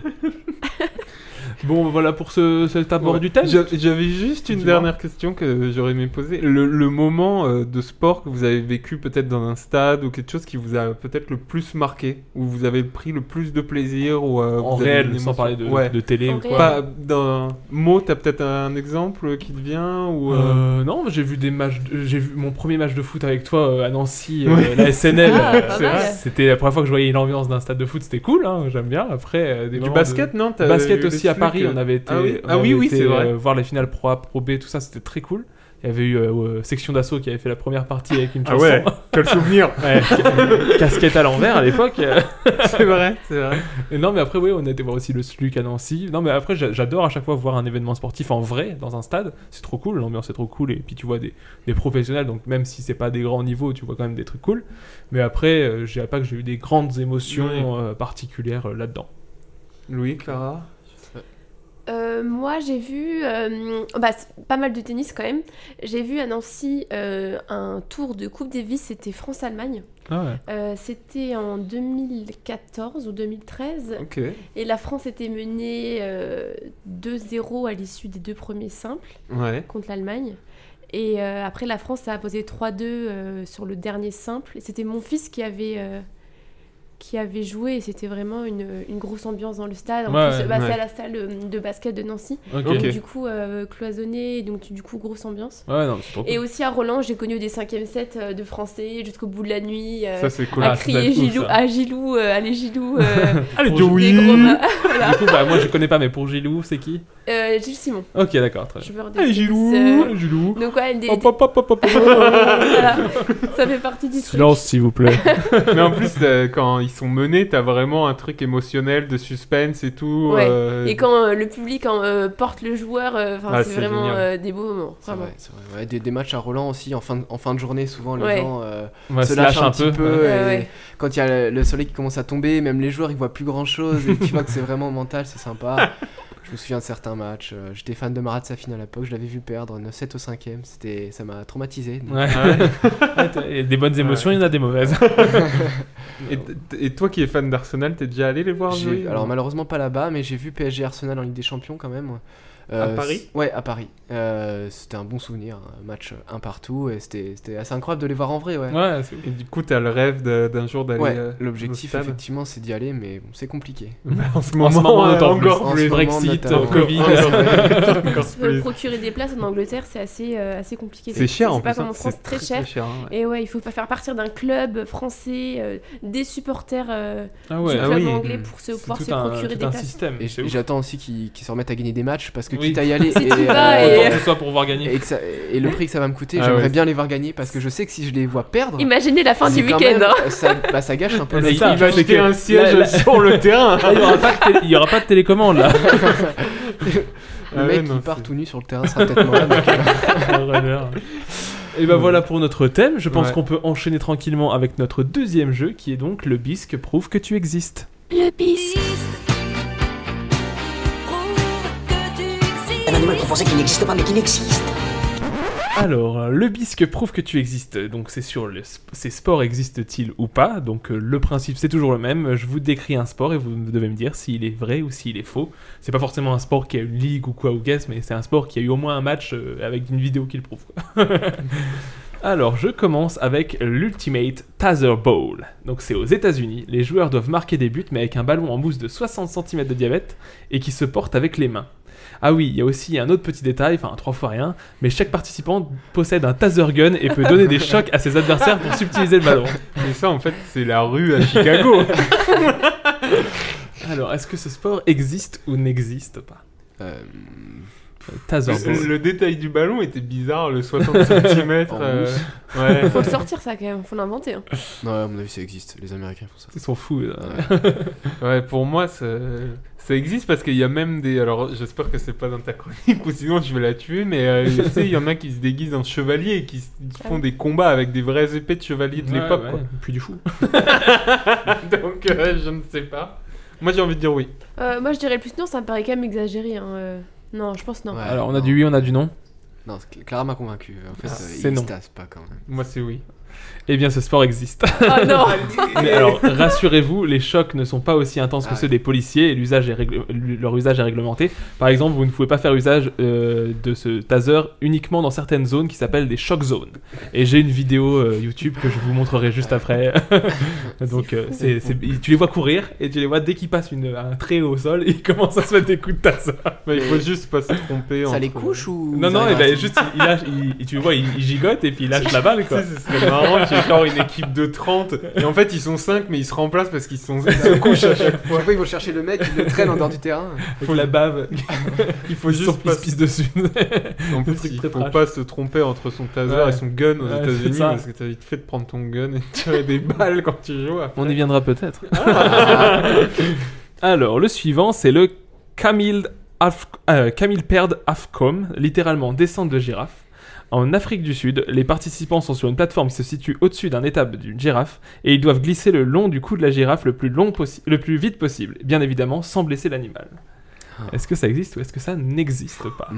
S7: Bon, voilà pour ce, cet abord
S8: Ouais.
S7: du thème.
S8: J'a- J'avais juste une
S7: Dis-moi.
S8: dernière question que j'aurais aimé poser. Le, le moment euh, de sport que vous avez vécu peut-être dans un stade ou quelque chose qui vous a peut-être le plus marqué, où vous avez pris le plus de plaisir ou euh,
S7: En
S8: vous avez
S7: réel,
S8: une
S7: sans
S8: émotion-
S7: parler de- de télé En ou quoi.
S8: Pas dans un mot, t'as peut-être un exemple qui te vient ou euh,
S7: Euh, non, j'ai vu des matchs. de- J'ai vu mon premier match de foot avec toi euh, à Nancy, euh,
S8: Ouais.
S7: la SNL.
S8: Ah,
S7: euh,
S8: pas
S7: c'est-
S8: mal.
S7: C'était la première fois que je voyais l'ambiance d'un stade de foot. C'était cool, hein, j'aime bien. Après, euh, des
S8: Du
S7: moments
S8: basket,
S7: de-
S8: non T'as
S7: Basket
S8: eu
S7: aussi
S8: le
S7: à
S8: truc,
S7: Paris,
S8: euh,
S7: on avait été,
S8: ah oui,
S7: on
S8: ah oui,
S7: avait
S8: oui,
S7: été,
S8: c'est vrai.
S7: euh, voir les finales Pro A, Pro B, tout ça, c'était très cool. Il y avait eu euh, euh, Section d'Assaut qui avait fait la première partie avec une
S8: Ah
S7: chanson.
S8: ouais, quel souvenir.
S7: Ouais, ca- Casquette à l'envers à l'époque.
S8: C'est vrai, c'est vrai.
S7: Et non, mais après, oui, on a été voir aussi le SLUC à Nancy. Non, mais après, j'a- j'adore à chaque fois voir un événement sportif en vrai dans un stade. C'est trop cool, l'ambiance est trop cool. Et puis, tu vois des, des professionnels, donc même si c'est pas des grands niveaux, tu vois quand même des trucs cool. Mais après, euh, je dirais pas que j'ai eu des grandes émotions
S8: Oui.
S7: euh, particulières euh, là-dedans.
S8: Louis, Clara
S10: Euh, moi, j'ai vu euh, bah, c'est pas mal de tennis quand même. J'ai vu à Nancy euh, un tour de Coupe Davis, c'était France-Allemagne.
S8: Ah ouais.
S10: Euh, c'était en 2014 ou 2013.
S8: Ok.
S10: Et la France était menée euh, 2-0 à l'issue des deux premiers simples
S8: Ouais.
S10: contre l'Allemagne. Et euh, après, la France a posé 3-2 euh, sur le dernier simple. Et c'était mon fils qui avait, euh, qui avait joué. Et c'était vraiment une, une grosse ambiance dans le stade. En
S8: Ouais,
S10: plus,
S8: ouais,
S10: bah, c'est
S8: ouais.
S10: à la salle euh, de basket de Nancy.
S8: Ok.
S10: Donc,
S8: Ok.
S10: du coup, euh, cloisonné. et Donc, du coup, grosse ambiance.
S7: Ouais, non, mais c'est trop
S10: et
S7: cool.
S10: aussi à Roland, j'ai connu des 5e sets euh, de Français jusqu'au bout de la nuit. euh,
S7: Ça, c'est cool.
S10: À
S7: Ah, c'est
S10: crier
S7: cool,
S10: Gilou,
S7: ça.
S10: à Gilou, euh, allez Gilou. euh,
S7: Allez,
S10: des
S7: Joey
S10: gros bras. Voilà.
S7: Du coup, bah, moi je connais pas, mais pour Gilou, c'est qui
S10: Euh, Gilles Simon.
S7: Ok, d'accord, très
S10: Je
S7: bien.
S10: veux redire
S7: Allez,
S10: que
S7: Gilou,
S10: c'est-
S7: allez, Gilou.
S10: Donc, ouais, des.
S7: Hop, hop, hop, hop,
S9: Oh,
S7: hop.
S10: Voilà. Ça fait partie du truc.
S7: Silence, s'il vous plaît.
S8: Mais en plus, euh, quand ils sont menés, t'as vraiment un truc émotionnel, de suspense et tout.
S10: Ouais.
S8: euh,
S10: Et quand euh, le public en, euh, porte le joueur, euh, 'fin,
S8: Ah,
S10: c'est
S8: c'est
S10: vraiment
S8: génial.
S10: euh, des beaux moments.
S9: C'est
S10: vraiment.
S9: vrai, c'est vrai. Ouais, des, des matchs à Roland aussi, en fin de, en fin de journée, souvent les
S10: Ouais.
S9: gens euh,
S7: Ouais,
S9: se lâchent un, petit peu.
S7: ouais.
S9: et
S7: Ouais, ouais.
S9: Quand il y a le, le soleil qui commence à tomber, même les joueurs ils voient plus grand chose. Et tu vois que c'est vraiment mental, c'est sympa. Je me souviens de certains matchs. euh, J'étais fan de Marat Safin à l'époque, je l'avais vu perdre 9-7 au 5ème. C'était, ça m'a traumatisé. donc.
S7: Ouais.
S8: hein.
S7: Ouais, t'as- et des bonnes émotions, il y en a des mauvaises.
S8: Et, t- et toi qui es fan d'Arsenal, t'es déjà allé les voir
S9: J'ai-
S8: jouer
S9: Alors malheureusement pas là-bas, mais j'ai vu PSG Arsenal en Ligue des Champions quand même. Euh,
S8: À Paris
S9: c- Ouais, à Paris. Euh, c'était un bon souvenir, un match euh, un partout, et c'était c'était assez incroyable de les voir en vrai. Ouais,
S8: Et du coup, t'as le rêve de- d'un jour d'aller.
S9: Ouais,
S8: euh, au
S9: l'objectif
S8: stade.
S9: effectivement c'est d'y aller, mais bon, c'est compliqué.
S8: En ce moment, euh,
S7: d'autant plus.
S8: encore
S9: En ce
S8: plus.
S9: moment,
S8: Brexit,
S9: notamment.
S8: euh, Covid.
S9: Ouais, c'est vrai.
S8: Encore
S10: Se
S8: plus.
S10: procurer des places en Angleterre, c'est assez, euh, assez compliqué.
S8: C'est cher, en
S10: pas
S8: plus, hein.
S10: comme en France,
S8: C'est
S10: très,
S8: très,
S10: cher.
S8: très cher, hein,
S10: Et ouais, il faut pas faire partir d'un club français, euh, des supporters euh,
S7: Ah ouais,
S10: du
S7: ah
S10: club
S7: oui.
S10: anglais
S7: Hmm.
S10: pour se,
S7: C'est
S10: pouvoir
S7: tout
S10: se
S7: un-
S10: procurer
S7: tout
S10: des
S7: un
S10: places.
S7: système.
S9: Et j- j'attends aussi qu'ils qu'ils se remettent à gagner des matchs parce que
S7: Oui.
S9: quitte à y aller
S7: Si
S9: et,
S7: tu vas
S9: euh,
S7: et- Autant que ce soit pour voir gagner.
S9: et, que ça- et le prix que ça va me coûter
S7: Ah
S9: j'aimerais
S7: ouais.
S9: bien les voir gagner parce que je sais que si je les vois perdre
S10: Imaginez la fin
S9: c'est
S10: du
S9: quand
S10: week-end,
S9: même-
S10: hein.
S9: ça, bah, ça gâche un peu
S7: C'est
S9: le Bah,
S7: ça,
S9: truc.
S7: c'est que là- là- Là, Ah, Il n'y aura, pas de télé- il y aura pas de télécommande là. Ah
S9: le mec qui part tout nu sur le terrain sera peut-être mort
S7: Et ben voilà pour notre thème. Je pense
S8: Ouais.
S7: qu'on peut enchaîner tranquillement avec notre deuxième jeu qui est donc le bisque prouve que tu existes.
S10: hein.
S6: Le bis.
S2: Un animal qu'on pensait qu'il n'existe pas, mais qu'il existe.
S7: Alors, euh, le bisque prouve que tu existes. Donc, c'est sur le sp- ces sports existent-ils ou pas. Donc, euh, le principe, c'est toujours le même. Je vous décris un sport et vous devez me dire s'il est vrai ou s'il est faux. C'est pas forcément un sport qui a une ligue ou quoi ou qu'est-ce, mais c'est un sport qui a eu au moins un match euh, avec une vidéo qui le prouve. quoi. Alors, je commence avec l'Ultimate Taser Bowl. Donc, c'est aux États-Unis. Les joueurs doivent marquer des buts, mais avec un ballon en mousse de 60 cm de diamètre et qui se porte avec les mains. Ah oui, il y a aussi un autre petit détail, enfin, trois fois rien, mais chaque participant possède un taser gun et peut donner des chocs à ses adversaires pour subtiliser le ballon.
S8: Mais ça, en fait, c'est la rue à Chicago.
S7: Alors, est-ce que ce sport existe ou n'existe pas
S9: Euh,
S7: Taser
S8: le,
S7: ball.
S8: le détail du ballon était bizarre, le 60 cm.
S9: En mousse.
S8: ouais.
S10: Faut le sortir, ça quand même, faut l'inventer. hein.
S9: non à mon avis ça existe les américains font ça
S7: Ils sont fous. euh, là.
S8: Ouais, pour moi, ça, ça existe parce qu'il y a même des. Alors, j'espère que c'est pas dans ta chronique ou sinon je vais la tuer, mais euh, tu sais, il y en a qui se déguisent en chevalier et qui s- qui
S10: Ah
S8: font des combats avec des vraies épées de chevaliers de
S7: Ouais,
S8: l'époque,
S7: ouais,
S8: quoi.
S7: Puis du fou.
S8: Donc, euh, je ne sais pas. Moi, j'ai envie de dire oui.
S10: Euh, moi, je dirais le plus non, ça me paraît quand même exagéré. hein, euh. Non, je pense non.
S9: Ouais.
S7: Alors, on a du oui, on a du non.
S9: non c'est- Clara m'a convaincu en fait
S7: Ah,
S9: euh,
S7: c'est
S9: ils
S7: non.
S9: se tassent pas quand même
S8: Moi, c'est oui.
S7: Eh bien, ce sport existe.
S10: Oh non
S7: Mais alors, rassurez-vous, les chocs ne sont pas aussi intenses que
S9: Ah
S7: ceux des policiers et l'usage est régl- leur usage est réglementé. Par exemple, vous ne pouvez pas faire usage euh, de ce taser uniquement dans certaines zones qui s'appellent des shock zones. Et j'ai une vidéo euh, YouTube que je vous montrerai juste après. Donc, euh, c'est- c'est- tu les vois courir et tu les vois dès qu'ils passent une- un trait au sol, ils commencent à se mettre des coups de taser.
S8: Bah, il faut juste pas se tromper.
S9: ça
S8: entre-
S9: les couche ou
S7: Non,
S9: ils
S7: non,
S9: arrivent
S7: et ben,
S9: à-
S7: juste, il, il lâche, il- tu vois, il, il gigote et puis il lâche la balle, quoi.
S8: Tu sais, ce serait marrant, j'ai genre une équipe de 30 et en fait ils sont 5 mais ils se remplacent parce qu'ils sont... ils se couchent à chaque fois.
S9: Chaque fois, ils vont chercher le mec ils le traînent en dehors du terrain
S7: Il faut la bave.
S8: Il faut juste
S7: Ils
S8: pas
S7: se pissent dessus.
S8: En
S7: Le
S8: plus,
S7: truc
S8: il
S7: très
S8: faut
S7: trash.
S8: pas se tromper entre son taser
S7: Ouais.
S8: et son gun aux
S7: Ouais, c'est
S8: États-Unis
S7: ça.
S8: parce que t'as vite fait de prendre ton gun et de tirer des balles quand tu joues. après.
S7: On y viendra peut-être. Ah. Alors, le suivant, c'est le Camille, Af- euh, Camille Perd Afcom, littéralement descente de girafe. En Afrique du Sud, les participants sont sur une plateforme qui se situe au-dessus d'un étable d'une girafe et ils doivent glisser le long du cou de la girafe le plus, long possi- le plus vite possible, bien évidemment sans blesser l'animal. Est-ce que ça existe ou est-ce que ça n'existe pas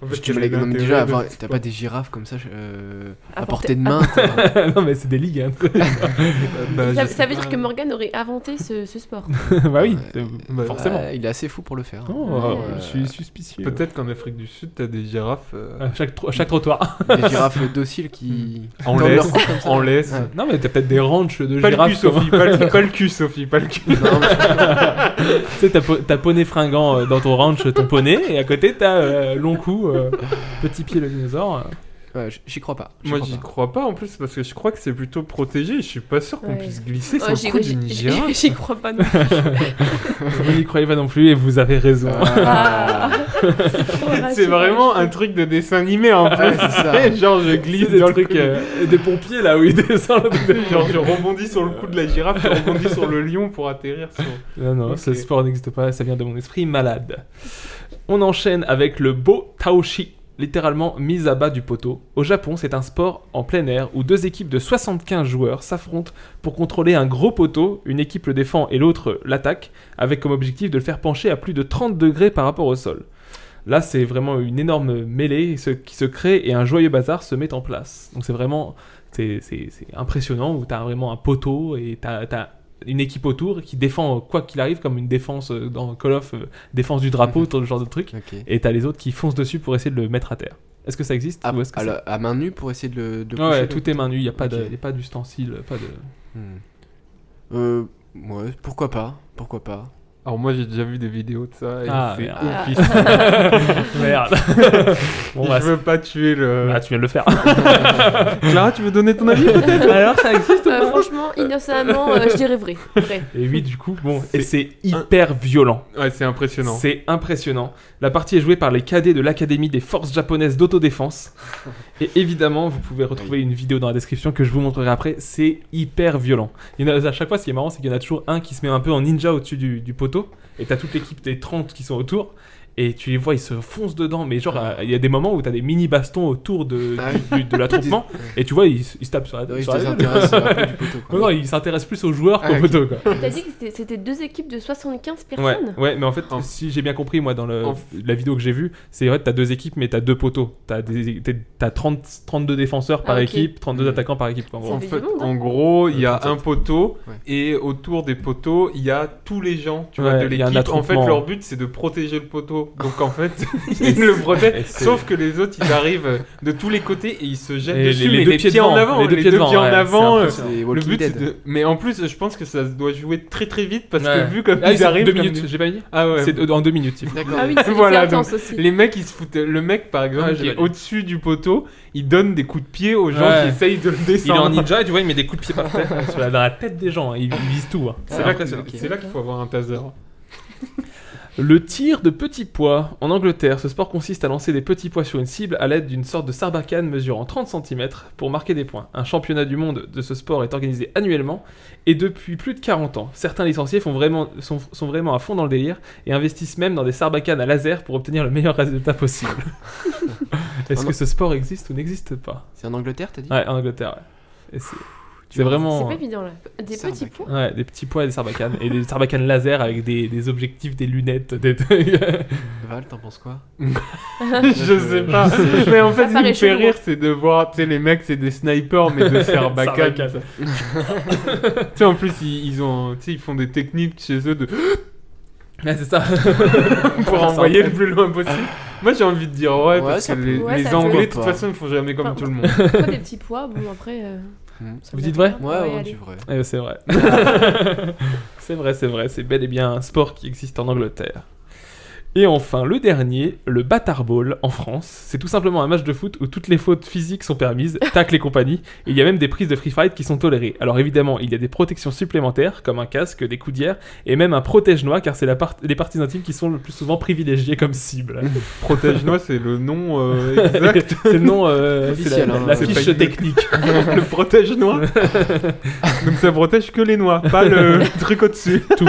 S7: En fait,
S9: tu
S7: c'est
S9: me l'as
S7: l'intérêt
S9: même déjà
S7: de
S9: avoir.
S7: ce
S9: T'as
S7: sport.
S9: pas des girafes comme ça euh,
S10: À
S9: à
S10: portée-
S9: portée de main quoi.
S7: Non, mais c'est des ligues. hein.
S9: Bah,
S10: ça,
S9: je sais
S10: ça veut
S9: pas.
S10: dire que Morgan aurait inventé ce, ce sport.
S7: bah oui,
S8: bah,
S7: forcément.
S9: Ah, il est assez fou pour le faire.
S7: Oh,
S9: Euh,
S7: je suis suspicieux.
S8: Peut-être qu'en Afrique du Sud, t'as des girafes. euh,
S7: À chaque, tro- à chaque trottoir.
S9: Des girafes dociles qui.
S8: En
S9: tendent leur
S8: laisse,
S9: cou comme ça. Ah,
S8: en laisse.
S9: Ouais.
S7: Non, mais t'as peut-être des ranchs de
S8: Pas le
S7: girafes.
S8: cul, Sophie,
S7: comme-
S8: pas le, pas le cul, Sophie, pas le cul.
S9: Non, mais-
S7: tu sais, t'as, po- t'as poney fringant euh, dans ton ranch, ton poney, et à côté, t'as euh, long cou, euh, petit pied le dinosaure.
S9: ouais, j- J'y crois pas.
S8: Moi,
S9: crois
S8: j'y
S9: pas.
S8: crois pas en plus parce que je crois que c'est plutôt protégé. Je suis pas sûr qu'on
S10: Ouais.
S8: puisse glisser sur
S10: Oh,
S8: le
S10: j'y-
S8: cou
S10: j'y-
S8: d'une girafe.
S10: j'y- J'y crois pas non plus.
S7: Vous n'y croyez pas non plus, et vous avez raison.
S10: Ah.
S8: C'est vraiment un truc de dessin animé en
S9: Ouais,
S8: plus.
S9: Ah, c'est ça.
S8: Genre, je glisse dans le truc.
S7: euh, des pompiers là où ils descendent.
S8: Genre, je rebondis sur le cou de la girafe, je rebondis sur le lion pour atterrir sur.
S7: Non, non,
S8: Ok.
S7: ce sport n'existe pas, ça vient de mon esprit malade. On enchaîne avec le beau taoshi, littéralement mise à bas du poteau. Au Japon, c'est un sport en plein air où deux équipes de 75 joueurs s'affrontent pour contrôler un gros poteau, une équipe le défend et l'autre l'attaque, avec comme objectif de le faire pencher à plus de 30 degrés par rapport au sol. Là, c'est vraiment une énorme mêlée se- qui se crée et un joyeux bazar se met en place. Donc c'est vraiment c'est, c'est- c'est impressionnant où t'as vraiment un poteau et t'as, t'as une équipe autour qui défend euh, quoi qu'il arrive comme une défense euh, dans Call of, euh, défense du drapeau,
S9: Mhm.
S7: tout ce genre de truc.
S9: Ok.
S7: Et t'as les autres qui foncent dessus pour essayer de le mettre à terre. Est-ce que ça existe
S9: À,
S7: ou est-ce que
S9: à
S7: ça-
S9: la- à main nue pour essayer de le. de Ah, le
S7: Ouais,
S9: coucher,
S7: tout est main nue, y a pas de,
S9: Ok.
S7: y a pas d'ustensile, pas de.
S9: Hmm. Euh, ouais, pourquoi pas Pourquoi pas
S8: Alors, moi, j'ai déjà vu des vidéos de ça et
S7: Ah,
S8: c'est
S7: merde.
S8: officiel.
S7: Merde. bon, bah,
S8: je veux euh, pas tuer le.
S7: bah, tu viens de le faire.
S8: Ah, Clara, tu veux donner ton avis peut-être
S7: Alors ça existe ou
S10: Euh,
S7: pas
S10: franchement, innocemment, euh, je dirais vrai. vrai.
S7: Et oui, du coup, bon,
S8: C'est
S7: et c'est hyper violent.
S8: Ouais, c'est impressionnant.
S7: C'est impressionnant. La partie est jouée par les cadets de l'Académie des forces japonaises d'autodéfense. Et évidemment, vous pouvez retrouver une vidéo dans la description que je vous montrerai après. C'est hyper violent. Il y en a, à chaque fois, ce qui est marrant, c'est qu'il y en a toujours un qui se met un peu en ninja au-dessus du, du poteau. Et t'as toute l'équipe des 30 qui sont autour. Et tu les vois, ils se foncent dedans. Mais genre, euh, il y a des moments où t'as des mini bastons autour de,
S9: Ah
S7: du- de l'attroupement. Et tu vois, ils, ils se tapent sur la,
S9: Ouais, je
S7: sur la gueule.
S9: désintéresse un peu du poteau.
S7: Non,
S9: quoi.
S7: non, ils s'intéressent plus aux joueurs
S9: Ah,
S7: qu'au
S9: ok.
S7: poteau. Quoi.
S10: T'as dit que c'était- c'était deux équipes de 75
S7: Ouais,
S10: personnes
S7: ouais, mais en fait,
S8: En-
S7: si j'ai bien compris, moi, dans le,
S8: En-
S7: la vidéo que j'ai vue, c'est vrai, t'as deux équipes, mais t'as deux poteaux. T'as, des, t'es- t'as 30, 32 défenseurs par
S10: Ah, ok.
S7: équipe, 32
S8: Mmh.
S9: Mhm.
S7: attaquants par équipe. en gros.
S10: Ça
S8: En
S10: fait
S8: fait,
S10: du monde, hein.
S8: en gros, il y a
S9: 37.
S8: un poteau
S9: Ouais.
S8: et autour des poteaux, il y a tous les gens, tu vois,
S7: Ouais,
S8: de
S7: il y a un
S8: l'équipe. En fait,
S7: attroupement.
S8: leur but c'est de protéger le poteau. Donc en fait, ils le protègent.
S7: Et c'est-
S8: Sauf que les autres, ils arrivent de tous les côtés et ils se jettent
S7: Et les-
S8: dessus.
S7: les
S8: mais
S7: deux
S8: les
S7: pieds
S8: pieds en
S7: devant,
S8: avant, les deux pieds
S7: devant,
S8: en
S7: ouais, c'est
S8: avant. euh,
S9: C'est
S7: impressionnant.
S8: Le
S9: Walking
S8: but,
S9: Dead.
S8: c'est de... mais en plus, je pense que ça doit jouer très très vite parce
S7: Ouais.
S8: que vu comme
S7: Ah,
S8: ils
S7: c'est
S8: arrivent,
S7: deux
S8: comme
S7: minutes,
S8: des-
S7: j'ai pas dit
S8: Ah ouais.
S7: C'est deux- en deux minutes. il faut.
S9: D'accord.
S10: Ah oui, c'est
S8: Voilà,
S10: c'est intense aussi.
S8: Les mecs, ils se foutent. Le mec, par exemple,
S7: Ouais,
S8: qui
S7: Ah, j'ai
S8: est
S7: pas dit.
S8: au-dessus du poteau, il donne des coups de pied aux gens
S7: Ouais.
S8: qui essayent de le
S7: Il est en
S8: descendre.
S7: ninja et tu vois, il met des coups de pied par terre euh, sur la- dans la tête des gens. hein, Il, il vise tout. hein.
S8: C'est là que-
S7: impressionnant.
S8: c'est là qu'il faut avoir un taser.
S7: Le tir de petits pois. En Angleterre, ce sport consiste à lancer des petits pois sur une cible à l'aide d'une sorte de sarbacane mesurant 30 cm pour marquer des points. Un championnat du monde de ce sport est organisé annuellement et depuis plus de 40 ans. Certains licenciés font vraiment, sont, sont vraiment à fond dans le délire et investissent même dans des sarbacanes à laser pour obtenir le meilleur résultat possible. Est-ce que ce sport existe ou n'existe pas
S9: C'est en Angleterre, t'as dit
S7: Ouais, en Angleterre, ouais. Et c'est- C'est
S10: C'est
S7: vraiment
S10: pas évident là. Des
S9: C'est un
S10: petits
S9: mec.
S10: points
S7: ouais, des petits pois et des sarbacanes. et des sarbacanes laser avec des, des objectifs, des lunettes. Des...
S9: Val, t'en penses quoi
S8: je sais pas. mais en fait,
S10: Ça
S8: ce qui me
S10: paraît
S8: fait
S10: chelou,
S8: rire,
S10: hein.
S8: c'est de voir, tu sais, les mecs, c'est des snipers, mais de faire backup. tu
S7: Sarbacane.
S8: sais, en plus, ils, ils ont, tu sais, ils font des techniques chez eux de,
S7: Ouais, c'est ça.
S8: pour envoyer le plus loin possible. Moi, j'ai envie de dire ouais,
S9: Ouais,
S8: parce que
S9: ça peut-
S8: les,
S10: ouais,
S8: les
S10: ça peut.
S8: Anglais, de toute
S9: Pourquoi pas.
S8: façon, ils font jamais comme
S10: Enfin,
S8: tout le monde.
S10: Pourquoi des petits pois Bon, après. euh,
S9: Hmm.
S10: ça
S7: Vous
S10: me
S7: dites
S10: va
S7: vrai
S10: bien.
S9: Ouais, ouais,
S10: allez.
S9: du vrai.
S7: Eh, c'est vrai. c'est vrai, c'est vrai. C'est bel et bien un sport qui existe en Angleterre. Et enfin, le dernier, le Batard Ball en France. C'est tout simplement un match de foot où toutes les fautes physiques sont permises, tacles et compagnie. Et il y a même des prises de free fight qui sont tolérées. Alors évidemment, il y a des protections supplémentaires, comme un casque, des coudières, et même un protège-noix, car c'est la part- les parties intimes qui sont le plus souvent privilégiées comme cible.
S8: Protège-moi, c'est le nom euh, exact.
S7: c'est le nom, euh, c'est
S9: Officiel,
S7: la,
S9: hein.
S7: la
S9: C'est
S8: pas
S7: fiche
S8: une-
S7: technique.
S8: le protège-noix. Donc, ça protège que les noix, pas le truc au-dessus.
S7: Tout.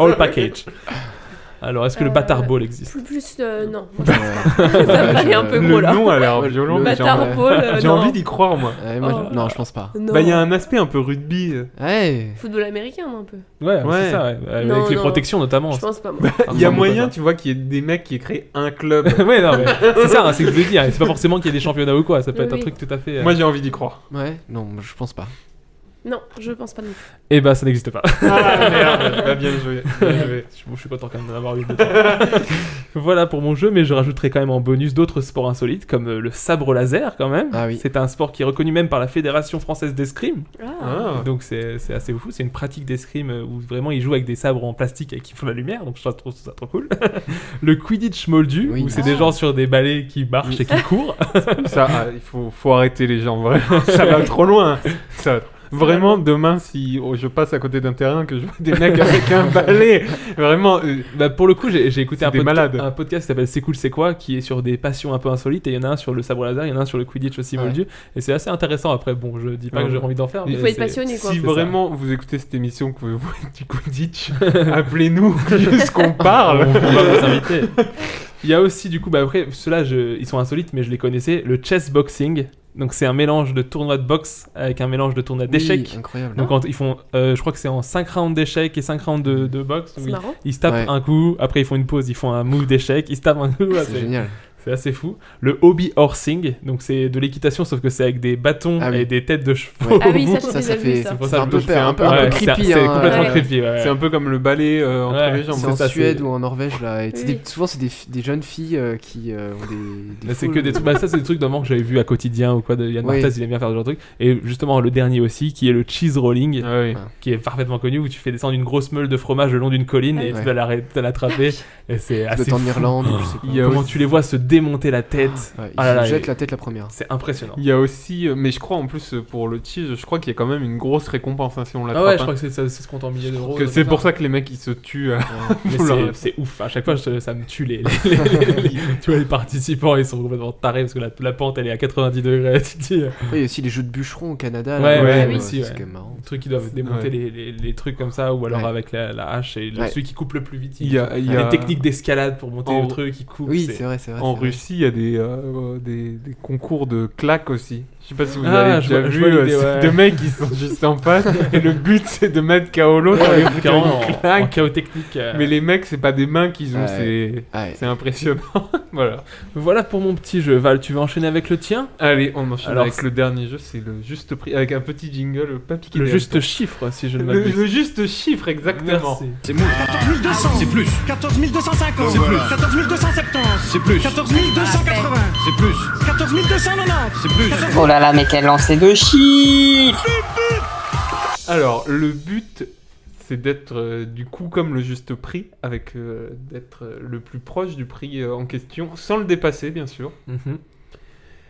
S7: All package. Alors, est-ce que le
S9: Euh,
S7: bâtard ball existe
S13: Plus, plus euh, non.
S10: Ça me paraît un peu gros là. Bâtard ball, euh,
S8: J'ai
S10: non.
S8: envie d'y croire, moi.
S9: Ouais, moi, je- Oh. non, je pense pas.
S8: Bah, il y a un aspect un peu rugby.
S9: Ouais.
S13: Football américain, moi, un peu.
S7: Ouais, c'est ça, ouais. Avec
S13: Non,
S7: les
S13: non.
S7: protections notamment.
S13: Je pense pas, moi.
S8: Il y a moyen, tu vois, qu'il y ait des mecs qui créent un club.
S7: ouais, non, mais c'est ça, hein, c'est ce que je veux dire. C'est pas forcément qu'il y ait des championnats ou quoi, ça peut être un truc tout à fait. euh,
S8: Moi, j'ai envie d'y croire.
S9: Ouais, non, moi, je pense pas.
S13: Non, je pense pas non plus.
S7: Eh ben, ça n'existe pas.
S8: Ah, merde. Bah, bien joué, bien joué.
S7: Je, bon, je suis content quand même d'en avoir eu deux, trois. voilà pour mon jeu, mais je rajouterai quand même en bonus d'autres sports insolites, comme euh, le sabre laser, quand même. C'est un sport qui est reconnu même par la Fédération Française d'Escrime.
S8: Ah.
S7: Donc, c'est c'est assez fou. C'est une pratique d'escrime euh, où vraiment ils jouent avec des sabres en plastique avec qui font la lumière, donc je trouve ça trop cool. le Quidditch moldu, où c'est des gens sur des balais qui marchent et qui courent.
S8: Ça, ah, il faut, faut arrêter les gens, vraiment. Ça va trop loin. Ça va trop- Vraiment, demain, si oh, je passe à côté d'un terrain, que je vois des mecs avec un balai, vraiment. euh,
S7: Bah, pour le coup, j'ai j'ai écouté un,
S8: des
S7: podca-
S8: malades.
S7: un podcast qui s'appelle C'est cool, c'est quoi qui est sur des passions un peu insolites. Et il y en a un sur le sabre laser, il y en a un sur le Quidditch aussi,
S8: Ouais.
S7: moldu. Et c'est assez intéressant. Après, bon, je dis pas que j'ai envie d'en faire.
S13: Il
S7: mais
S13: faut être
S7: c'est-
S13: passionné, quoi.
S8: Si
S13: C'est ça.
S8: vraiment vous écoutez cette émission que vous voulez du Quidditch, appelez-nous juste qu'on parle.
S7: On va vous inviter. Il y a aussi, du coup, bah après, ceux-là, je- ils sont insolites, mais je les connaissais. Le chess boxing. Donc, c'est un mélange de tournoi de boxe avec un mélange de tournoi
S9: Oui,
S7: d'échecs.
S9: incroyable. hein.
S7: Donc, quand ils font, euh, je crois que c'est en 5 rounds d'échecs et 5 rounds de, de boxe. où
S9: C'est
S7: ils-
S9: marrant.
S7: Ils se tapent
S9: Ouais.
S7: un coup, après, ils font une pause, ils font un move d'échecs, ils se tapent un coup.
S9: C'est
S7: ah,
S9: génial.
S7: C'est assez fou. Le hobby horsing. Donc, c'est de l'équitation, sauf que c'est avec des bâtons
S9: Ah oui.
S7: et des têtes de chevaux.
S9: Ouais. Ah oui, ça, j'ai Ça, ça déjà vu, fait- ça.
S7: C'est pour
S9: ça
S7: ça que
S9: fait
S7: je
S9: un peu
S7: fais
S9: peur, un peu- un peu
S7: ouais, c'est-
S9: creepy,
S7: C'est
S9: hein,
S7: complètement
S9: ouais.
S7: creepy. ouais.
S8: C'est un peu comme le ballet euh, entre
S7: Ouais,
S8: les jambes.
S9: C'est en Suède ou en Norvège là. et c'est des- souvent c'est des, fi- des jeunes filles euh, qui euh, ont des. des
S7: Là, c'est
S9: foules.
S7: que des trucs. Bah, ça, c'est des trucs d'un moment que j'avais vu à quotidien ou quoi. De Yann
S9: Oui.
S7: Barthès, il aime bien faire ce genre de trucs. Et justement, le dernier aussi, qui est le cheese rolling,
S8: Ah
S7: qui est parfaitement connu, où tu fais descendre une grosse meule de fromage le long d'une colline et
S9: Ouais.
S7: tu dois l'arrêter- tu dois l'attraper.
S9: Ah
S7: Et c'est assez.
S9: être en
S7: fou.
S9: Irlande, je sais pas.
S7: Il y a Comment tu les vois se démonter la tête.
S9: Ouais, ils
S7: Ah là
S9: se
S7: là,
S9: jettent
S7: et-
S9: la tête la première.
S7: C'est impressionnant.
S8: Il y a aussi, euh, mais je crois en plus euh, pour le cheese, je crois qu'il y a quand même une grosse récompense hein, si on
S7: Ah
S8: l'attrape.
S7: ouais,
S8: hein.
S7: je crois que c'est- ça- c'est ce qu'on en milliers d'euros,
S8: Que
S7: euh,
S8: C'est
S7: comme
S8: pour
S7: ça.
S8: ça que les mecs ils se tuent. euh, à
S7: Mais
S8: vouloir-
S7: c'est- c'est ouf, à chaque fois je- ça me tue les, les- les- les- les- tu vois, les participants, ils sont complètement tarés parce que la, la pente elle est à 90 degrés. Tu te dis, euh,
S9: Après, il y a aussi les jeux de bûcherons au Canada. là,
S7: Ouais, ouais,
S9: euh,
S7: aussi,
S9: C'est
S7: ouais.
S9: quand même marrant.
S7: Les trucs qui doivent démonter
S9: Ouais.
S7: les, les- les trucs comme ça, ou alors
S9: Ouais.
S7: avec la, la hache et le-
S9: Ouais.
S7: celui qui coupe le plus vite.
S8: Il y a- il y a-
S7: Les techniques d'escalade pour monter
S8: En-
S7: le truc, il coupe.
S8: En Russie, il y a des, euh, des, des concours de claques aussi. Je sais pas si vous
S7: Ah,
S8: avez
S7: je
S8: déjà
S7: vois- je
S8: vu,
S7: vois
S8: euh,
S7: l'idée,
S8: c'est
S7: ouais.
S8: deux mecs qui sont juste en face et le but c'est de mettre KO l'autre
S7: Ouais,
S8: avec
S7: carrément,
S8: une
S7: en-
S8: claque.
S7: en chaos technique, euh.
S8: Mais les mecs, c'est pas des mains qu'ils ont,
S7: Ouais.
S8: c'est c'est impressionnant. voilà.
S7: Voilà pour mon petit jeu. Val, tu veux enchaîner avec le tien
S8: Allez, on enchaîne
S7: Alors,
S8: avec le dernier jeu, c'est le juste prix, avec un petit jingle pas piqué.
S7: Le
S8: des
S7: juste
S8: hannetons.
S7: chiffre, si je ne
S8: Le,
S7: m'abuse.
S8: le juste chiffre, exactement.
S7: Merci.
S8: C'est moi.
S14: 1200
S8: C'est plus.
S14: 14 250
S8: C'est plus.
S14: 14 270
S8: C'est plus.
S14: 14 280
S8: C'est plus.
S14: 14 290 C'est plus
S2: Oh là là, mais quel lancer de chiffres
S8: Alors, le but, c'est d'être euh, du coup comme le juste prix, avec euh, d'être euh, le plus proche du prix euh, en question, sans le dépasser, bien sûr.
S7: Mhm.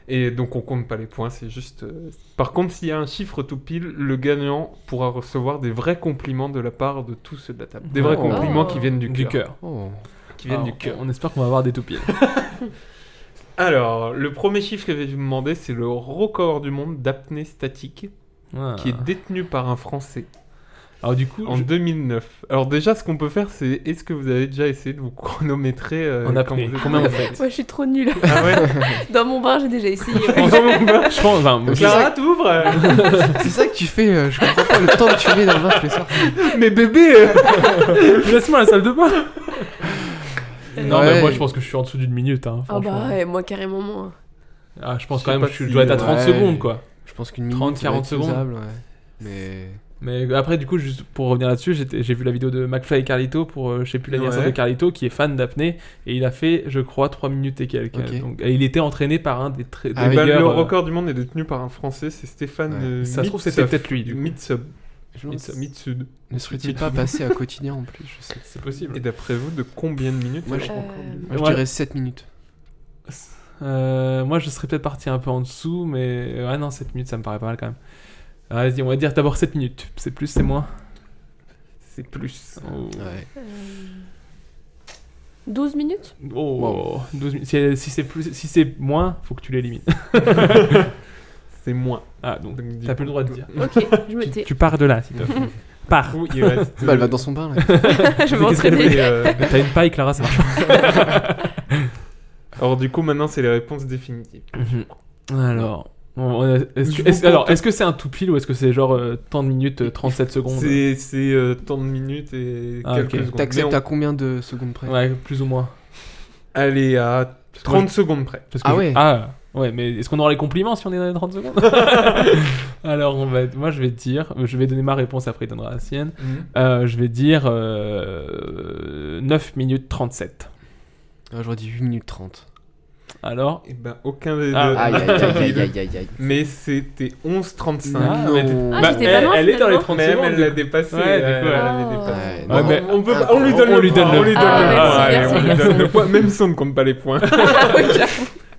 S8: Et donc, on compte pas les points, c'est juste. euh, Par contre, s'il y a un chiffre tout pile, le gagnant pourra recevoir des vrais compliments de la part de tous ceux de la table. Des vrais
S7: Oh. Ah.
S8: compliments qui viennent du
S7: Du
S8: cœur.
S7: cœur.
S9: Oh.
S8: Qui viennent
S7: Alors,
S8: du cœur.
S7: On espère qu'on va avoir des toupies.
S8: Alors, le premier chiffre que je vais vous demander, c'est le record du monde d'apnée statique,
S7: Ah.
S8: qui est détenu par un Français.
S7: Alors du coup,
S8: en
S7: je-
S8: 2009. Alors déjà, ce qu'on peut faire, c'est est-ce que vous avez déjà essayé de vous chronométrer euh,
S7: En
S8: quand
S7: apnée.
S8: vous êtes-
S7: Combien vous faites
S13: Moi, je suis trop nulle.
S8: Ah ouais
S13: Dans mon bain, j'ai déjà essayé. ouais.
S7: je pense. Enfin, moi,
S8: Clara,
S7: je-
S8: t'ouvres euh.
S9: C'est ça que tu fais, euh, je comprends pas le temps que tu mets dans le bain, je fais ça.
S8: Mais bébé euh.
S7: Laisse-moi la salle de bain Non,
S9: Ouais.
S7: mais moi je pense que je suis en dessous d'une minute. hein,
S13: Ah
S7: franchement.
S13: bah ouais, moi carrément moins.
S7: Ah, je
S8: Je
S7: pense
S8: sais
S7: quand même
S8: pas
S7: que je
S8: si-
S7: dois être à 30
S9: Ouais.
S7: secondes quoi.
S9: Je pense qu'une minute,
S7: 30,
S9: ça doit
S7: 40
S9: être faisable,
S7: secondes.
S9: ouais. Mais.
S7: Mais après, du coup, juste pour revenir là-dessus, j'étais- j'ai vu la vidéo de McFly et Carlito pour, euh, je sais plus, l'anniversaire
S8: Ouais.
S7: de Carlito, qui est fan d'apnée, et il a fait, je crois, 3 minutes et quelques.
S8: Ok.
S7: Donc, et il était entraîné par un des, très- des
S8: Eh ben,
S7: meilleurs,
S8: Le
S7: euh,
S8: record du monde est détenu par un Français, c'est Stéphane.
S7: Ouais.
S8: euh,
S7: Ça se trouve,
S8: Mitsub.
S7: c'était peut-être lui, du coup.
S8: Mitsub.
S9: me demande
S8: Mitsub- Mitsud.
S9: Ne serait-il pas passé à quotidien en plus Je sais.
S7: C'est possible.
S8: Et d'après vous, de combien de minutes
S9: Moi,
S8: il
S9: je-
S8: reprend
S9: Moi, je
S7: Ouais.
S9: dirais 7 minutes.
S7: Euh, moi, je serais peut-être parti un peu en dessous, mais. Ah non, 7 minutes, ça me paraît pas mal quand même. Ah, Vas-y, on va dire d'abord 7 minutes. C'est plus, c'est moins
S8: C'est plus.
S7: Oh.
S13: Euh, 12 minutes
S7: Oh, 12 minutes. Si, si c'est plus, si c'est moins, faut que tu l'élimines.
S8: C'est moins.
S7: Ah donc,
S8: du
S7: t'as plus le droit de dire.
S13: Ok, je me
S7: Tu-
S13: tais.
S7: Tu pars de là, s'il te plaît. Pars.
S8: il reste-
S9: Bah, elle va dans son bain, là.
S13: Je vais m'entraîner.
S8: euh,
S7: T'as une paille, Clara, ça marche
S8: Alors du coup, maintenant, c'est les réponses définitives.
S7: Alors. on- on a- Est-ce
S8: Je
S7: que
S8: vous
S7: est-ce- alors,
S8: compte-
S7: est-ce que c'est un tout pile ou est-ce que c'est genre euh, tant de minutes, euh, 37 secondes
S8: C'est c'est, euh, tant de minutes et
S7: Ah,
S8: quelques
S7: ok.
S8: secondes.
S9: T'acceptes
S8: Mais on-
S9: à combien de secondes près
S7: Ouais, plus ou moins.
S8: Allez, à 30 secondes près.
S7: Parce que je- Ah ouais, mais est-ce qu'on aura les compliments si on est dans les 30 secondes Alors, on va, être- moi je vais te dire, je vais donner ma réponse après, il donnera la sienne.
S8: Mhm.
S7: Euh, je vais dire euh, 9 minutes 37.
S9: Ah, J'aurais dit 8 minutes 30.
S7: Alors
S8: Eh ben, aucun des deux.
S7: Ah.
S9: Aïe, aïe, aïe, aïe, aïe, aïe.
S8: Mais c'était 11.35.
S7: Ah, mais t'es-
S13: Ah, bah, j'étais pas
S7: elle,
S13: loin,
S7: elle est dans les
S13: finalement.
S7: 30
S8: Mais elle,
S7: secondes.
S8: elle
S7: du
S8: l'a
S7: coup.
S8: dépassé,
S7: Ouais,
S8: elle-
S7: du coup, elle
S8: elle l'avait
S7: l'avait
S8: dépassé.
S7: dépassée.
S8: Ouais, mais on peut pas- on lui donne
S7: on
S8: le
S7: lui
S8: point,
S7: donne le
S8: on lui
S7: point.
S8: donne
S7: Ah,
S8: le point.
S7: merci,
S8: Ouais, on
S7: merci,
S8: lui donne
S7: merci.
S8: le point, même si on ne compte pas les points.
S13: Ah,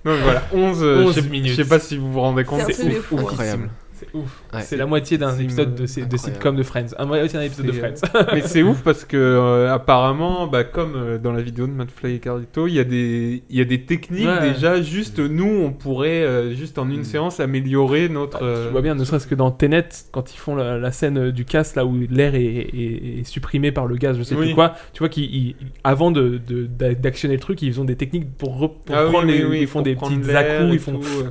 S8: Donc voilà, 11, euh, je sais-
S7: 11 minutes.
S8: Je sais pas si vous vous rendez compte.
S13: C'est un truc de fou,
S8: oufissime.
S9: Incroyable.
S7: C'est ouf.
S9: Ouais.
S7: C'est la moitié d'un
S8: C'est
S7: épisode de, ces- de
S9: incroyable. euh,
S7: sitcom de Friends. Un moitié d'un épisode de
S8: C'est- euh,
S7: Friends.
S8: Mais c'est ouf parce que euh, apparemment, bah, comme euh, dans la vidéo de Matt Flay et Carlito, il y a des, il y a des techniques
S7: Ouais. Mm.
S8: déjà. Juste nous, on pourrait euh, juste en une séance améliorer notre.
S7: Ah, Tu
S8: euh,
S7: vois bien, ne serait-ce que dans Tenet, quand ils font la, la scène euh, du casse, là où l'air est, est- est supprimé par le gaz, je sais
S8: Oui.
S7: plus quoi, tu vois qu'avant d'actionner de, d'a- d'actionner le truc, ils ont des techniques pour, re- pour
S8: Ah oui,
S7: prendre
S8: oui,
S7: les-
S8: oui,
S7: ils font
S8: pour
S7: des
S8: prendre
S7: petites à
S8: l'air et
S7: ils font.
S8: tout, ouais.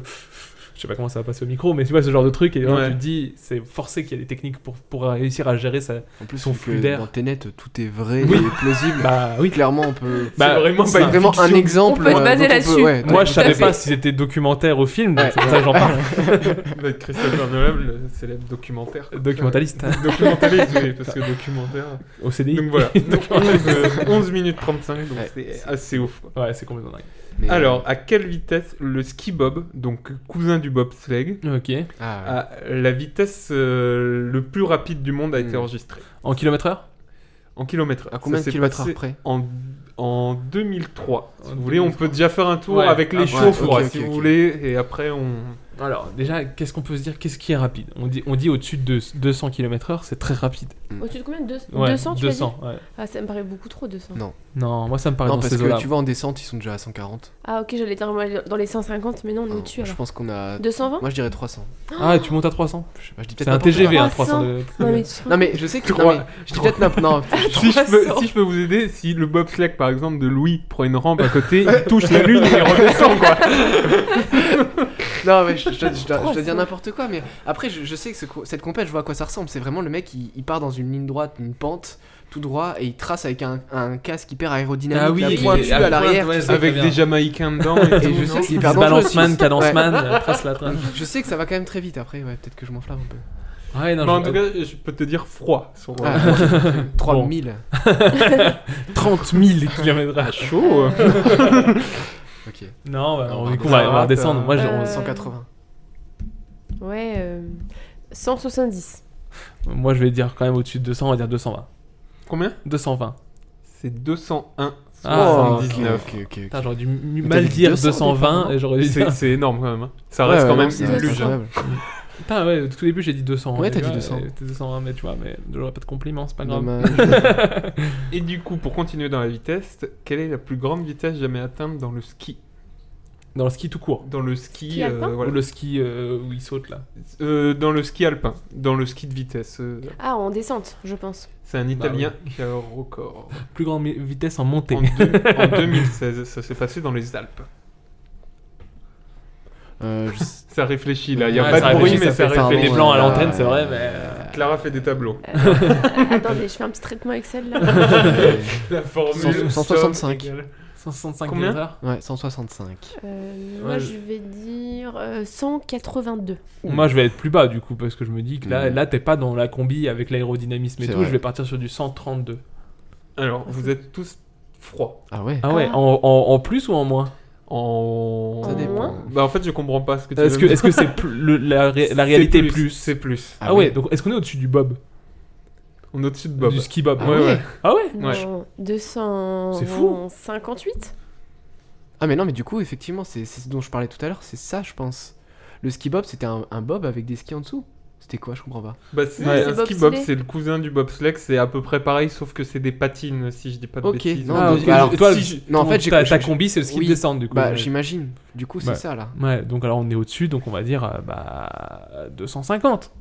S7: Je sais pas comment ça va passer au micro, mais tu vois ce genre de truc, et vraiment,
S8: Ouais.
S7: tu te dis, c'est forcé qu'il y a des techniques pour, pour réussir à gérer sa,
S9: En plus,
S7: son
S9: vu que
S7: flux d'air.
S9: Dans Tenet, tout est vrai
S7: Oui.
S9: et plausible.
S7: Bah oui.
S9: Clairement, on peut.
S7: Bah, C'est vraiment
S9: c'est
S7: pas une
S9: vraiment un
S7: fiction.
S9: exemple.
S13: On peut se
S9: euh,
S13: baser
S9: dont
S13: là-dessus.
S9: peut- ouais,
S7: Moi, je
S9: tout à
S7: savais
S9: fait.
S7: pas si c'était documentaire au film, donc
S9: Ouais.
S7: c'est pour ça que j'en parle.
S8: Bah, Avec Christopher Nolan, le célèbre documentaire.
S7: Documentaliste.
S8: Documentaliste, oui, parce que documentaire.
S7: Au CDI.
S8: Donc voilà,
S7: Documentaliste.
S8: 11, 11 minutes 35, donc
S9: Ouais,
S8: c'est
S9: c'est-
S8: assez ouf. quoi.
S7: Ouais, c'est complètement dingue.
S9: Mais-
S8: Alors, à quelle vitesse le ski bob, donc cousin du bobsleigh,
S7: Ok.
S9: Ah,
S8: à la vitesse euh, le plus rapide du monde a été
S9: Hmm.
S8: enregistrée
S7: En kilomètres heure
S8: En kilomètres.
S7: ah,
S9: À combien de
S8: Ça s'est
S9: kilomètres
S8: passé
S9: heure près
S8: en, en 2003. Si
S7: En
S8: vous voulez, on
S7: 2003.
S8: peut déjà faire un tour
S7: Ouais.
S8: avec les
S7: Ah, ouais,
S8: chauffeurs,
S9: ok, ok,
S8: si
S9: ok.
S8: vous voulez, et après on.
S7: Alors, déjà, qu'est-ce qu'on peut se dire Qu'est-ce qui est rapide on dit, on dit au-dessus de 200 km/h, c'est très rapide.
S13: Au-dessus de combien de deux-
S7: Ouais,
S13: 200, tu as dit
S7: 200, ouais.
S13: Ah, ça me paraît beaucoup trop, 200.
S9: Non.
S7: Non, moi ça me paraît
S9: Non,
S7: dans
S9: parce
S7: ces
S9: que
S7: eaux-là.
S9: tu vois, en descente, ils sont déjà à 140.
S13: Ah, ok, j'allais dire moi, dans les 150, mais non, on est
S9: Non,
S13: au-dessus
S9: Ah, je
S13: alors.
S9: pense qu'on a.
S13: 220
S9: Moi, je dirais 300.
S7: Ah, tu montes à 300
S9: Je sais pas, je dis
S7: C'est
S9: peut-être
S7: un
S9: n'importe
S7: TGV, hein,
S13: 300.
S7: 300 de...
S13: Non, mais
S9: quoi. Non, mais je sais que. non,
S8: Trois.
S9: mais je dis peut-être n'importe. Non,
S8: Si je, peux,
S13: 300.
S8: si je peux vous aider, si le bobsleigh par exemple de Louis prend une rampe à côté, il touche la lune et il redescend quoi.
S9: Non, mais je, je- je- je- je dois
S13: 300.
S9: dire n'importe quoi, mais après, je, je sais que ce co- cette compète, je vois à quoi ça ressemble. C'est vraiment le mec, il, il part dans une ligne droite, une pente, tout droit, et il trace avec un, un casque hyper aérodynamique,
S7: Ah oui,
S9: la
S7: et- et
S9: pointue
S7: à
S9: à
S7: pointe,
S9: l'arrière.
S7: ouais,
S9: tout ça.
S7: Très
S8: Avec
S7: bien.
S8: des Jamaïcains dedans et,
S9: Et
S8: tout,
S9: je
S8: non
S9: sais que c'est hyper dangereux aussi.
S7: Balanceman, cadenceman,
S9: Ouais.
S7: euh, trace la trace.
S9: Je sais que ça va quand même très vite après, ouais, peut-être que je m'enflamme un peu.
S7: Ouais, non,
S8: Mais Bah, en
S7: je-
S8: tout cas, je peux te dire froid sur euh,
S9: Ah, 3000.
S7: 30 000 km/h.
S8: chaud.
S9: Ok.
S7: Non, bah,
S9: Alors,
S7: alors,
S9: on
S7: du
S9: va
S7: coup, on va, on va redescendre.
S9: descendre,
S7: Moi, j'ai-
S13: Euh,
S9: 180.
S13: Ouais, euh, 170.
S7: moi, je vais dire quand même au-dessus de 200, on va dire 220.
S8: Combien
S7: 220.
S8: C'est 201.
S7: Ah,
S9: Oh,
S8: 79.
S9: ok, ok, ok.
S7: Putain, j'aurais dû m-
S9: Mais
S7: mal
S9: t'as dit
S7: dire
S9: 200 au départ,
S7: 220
S9: non
S7: et j'aurais dû
S8: C'est
S7: dire.
S8: c'est énorme quand même. hein. Ça reste
S9: Ouais,
S8: quand
S9: ouais,
S8: même
S9: non, c'est
S8: une luge.
S9: incroyable.
S7: Putain, ouais, au tout début, j'ai dit 200.
S9: Ouais,
S7: mais
S9: t'as dit
S7: tu vois,
S9: 200.
S7: euh, T'es 220, mais tu vois, mais j'aurais pas de compliments, c'est pas grave.
S9: Dommage.
S8: Et du coup, pour continuer dans la vitesse, quelle est la plus grande vitesse jamais atteinte dans le ski
S7: Dans le ski tout court.
S8: Dans le ski,
S13: Ski alpin
S8: voilà.
S7: Ou le ski euh, où il saute là.
S8: Euh, dans le ski alpin, dans le ski de vitesse. euh,
S13: Ah, en descente, je pense.
S8: C'est
S7: Bah
S8: un Italien qui a un record.
S7: Plus grande mi- vitesse en montée.
S8: En, deux- en 2016, ça s'est passé dans les Alpes.
S9: Euh, je sais-
S8: Ça réfléchit là, il y a
S7: Ouais,
S8: pas
S7: ça
S8: de bruit,
S7: réfléchit,
S8: mais
S7: ça
S8: ça
S7: fait- ça fait
S8: réfléchit.
S7: des blancs à
S9: Euh,
S7: l'antenne, c'est vrai, mais.
S8: Clara fait des tableaux.
S13: Euh, attendez, je fais un petit traitement Excel là.
S9: euh,
S8: La formule.
S9: 165.
S8: somme égale-
S7: 165
S8: Combien
S7: km/h
S9: Ouais, 165.
S13: Euh,
S7: Ouais,
S13: moi,
S7: je-
S13: je vais dire euh, 182.
S7: Moi je vais être plus bas du coup, parce que je me dis que là,
S9: Mm.
S7: là t'es pas dans la combi avec l'aérodynamisme et
S9: C'est
S7: tout,
S9: vrai.
S7: je vais partir sur du 132.
S8: Alors, vous êtes tous froids.
S9: Ah ouais
S7: Ah ouais,
S13: Ah.
S7: En, en- en plus ou en moins
S8: En.
S13: Ça dépend. Moins
S8: Bah, en fait, je comprends pas ce que tu
S7: Euh, Est-ce
S8: veux
S7: que
S8: me
S7: est-ce que c'est plus- le- la, ré- la réalité
S8: C'est
S7: plus,
S8: C'est plus.
S7: Ah, ouais, donc est-ce qu'on est au-dessus du bob,
S8: On est au-dessus de Bob.
S7: Du ski bob
S9: Ah ouais.
S7: Ah ouais
S8: Ouais.
S13: Non,
S7: C'est fou.
S13: 258
S9: Ah mais non, mais du coup, effectivement, c'est c'est ce dont je parlais tout à l'heure, c'est ça, je pense. Le ski bob, c'était un, un bob avec des skis en dessous. C'était quoi Je comprends pas.
S8: Bah, c'est
S13: Non,
S8: un
S13: c'est
S8: ski
S13: bobsleigh.
S8: bob, c'est le cousin du bobsleigh, c'est à peu près pareil, sauf que c'est des patines, si je dis pas de
S9: Ok,
S8: bêtises. euh,
S9: non,
S7: Ah,
S9: donc,
S7: ok.
S9: bah,
S7: Alors, toi,
S8: si je-
S9: Non, en
S7: ton-
S9: fait, j'ai-
S7: ta,
S9: j'ai-
S7: ta combi c'est le ski
S9: oui.
S7: de descente du coup.
S9: Bah,
S7: Ouais.
S9: j'imagine. Du coup, c'est
S7: Bah.
S9: ça là.
S7: Ouais, donc alors on est au-dessus, donc on va dire euh, bah 250.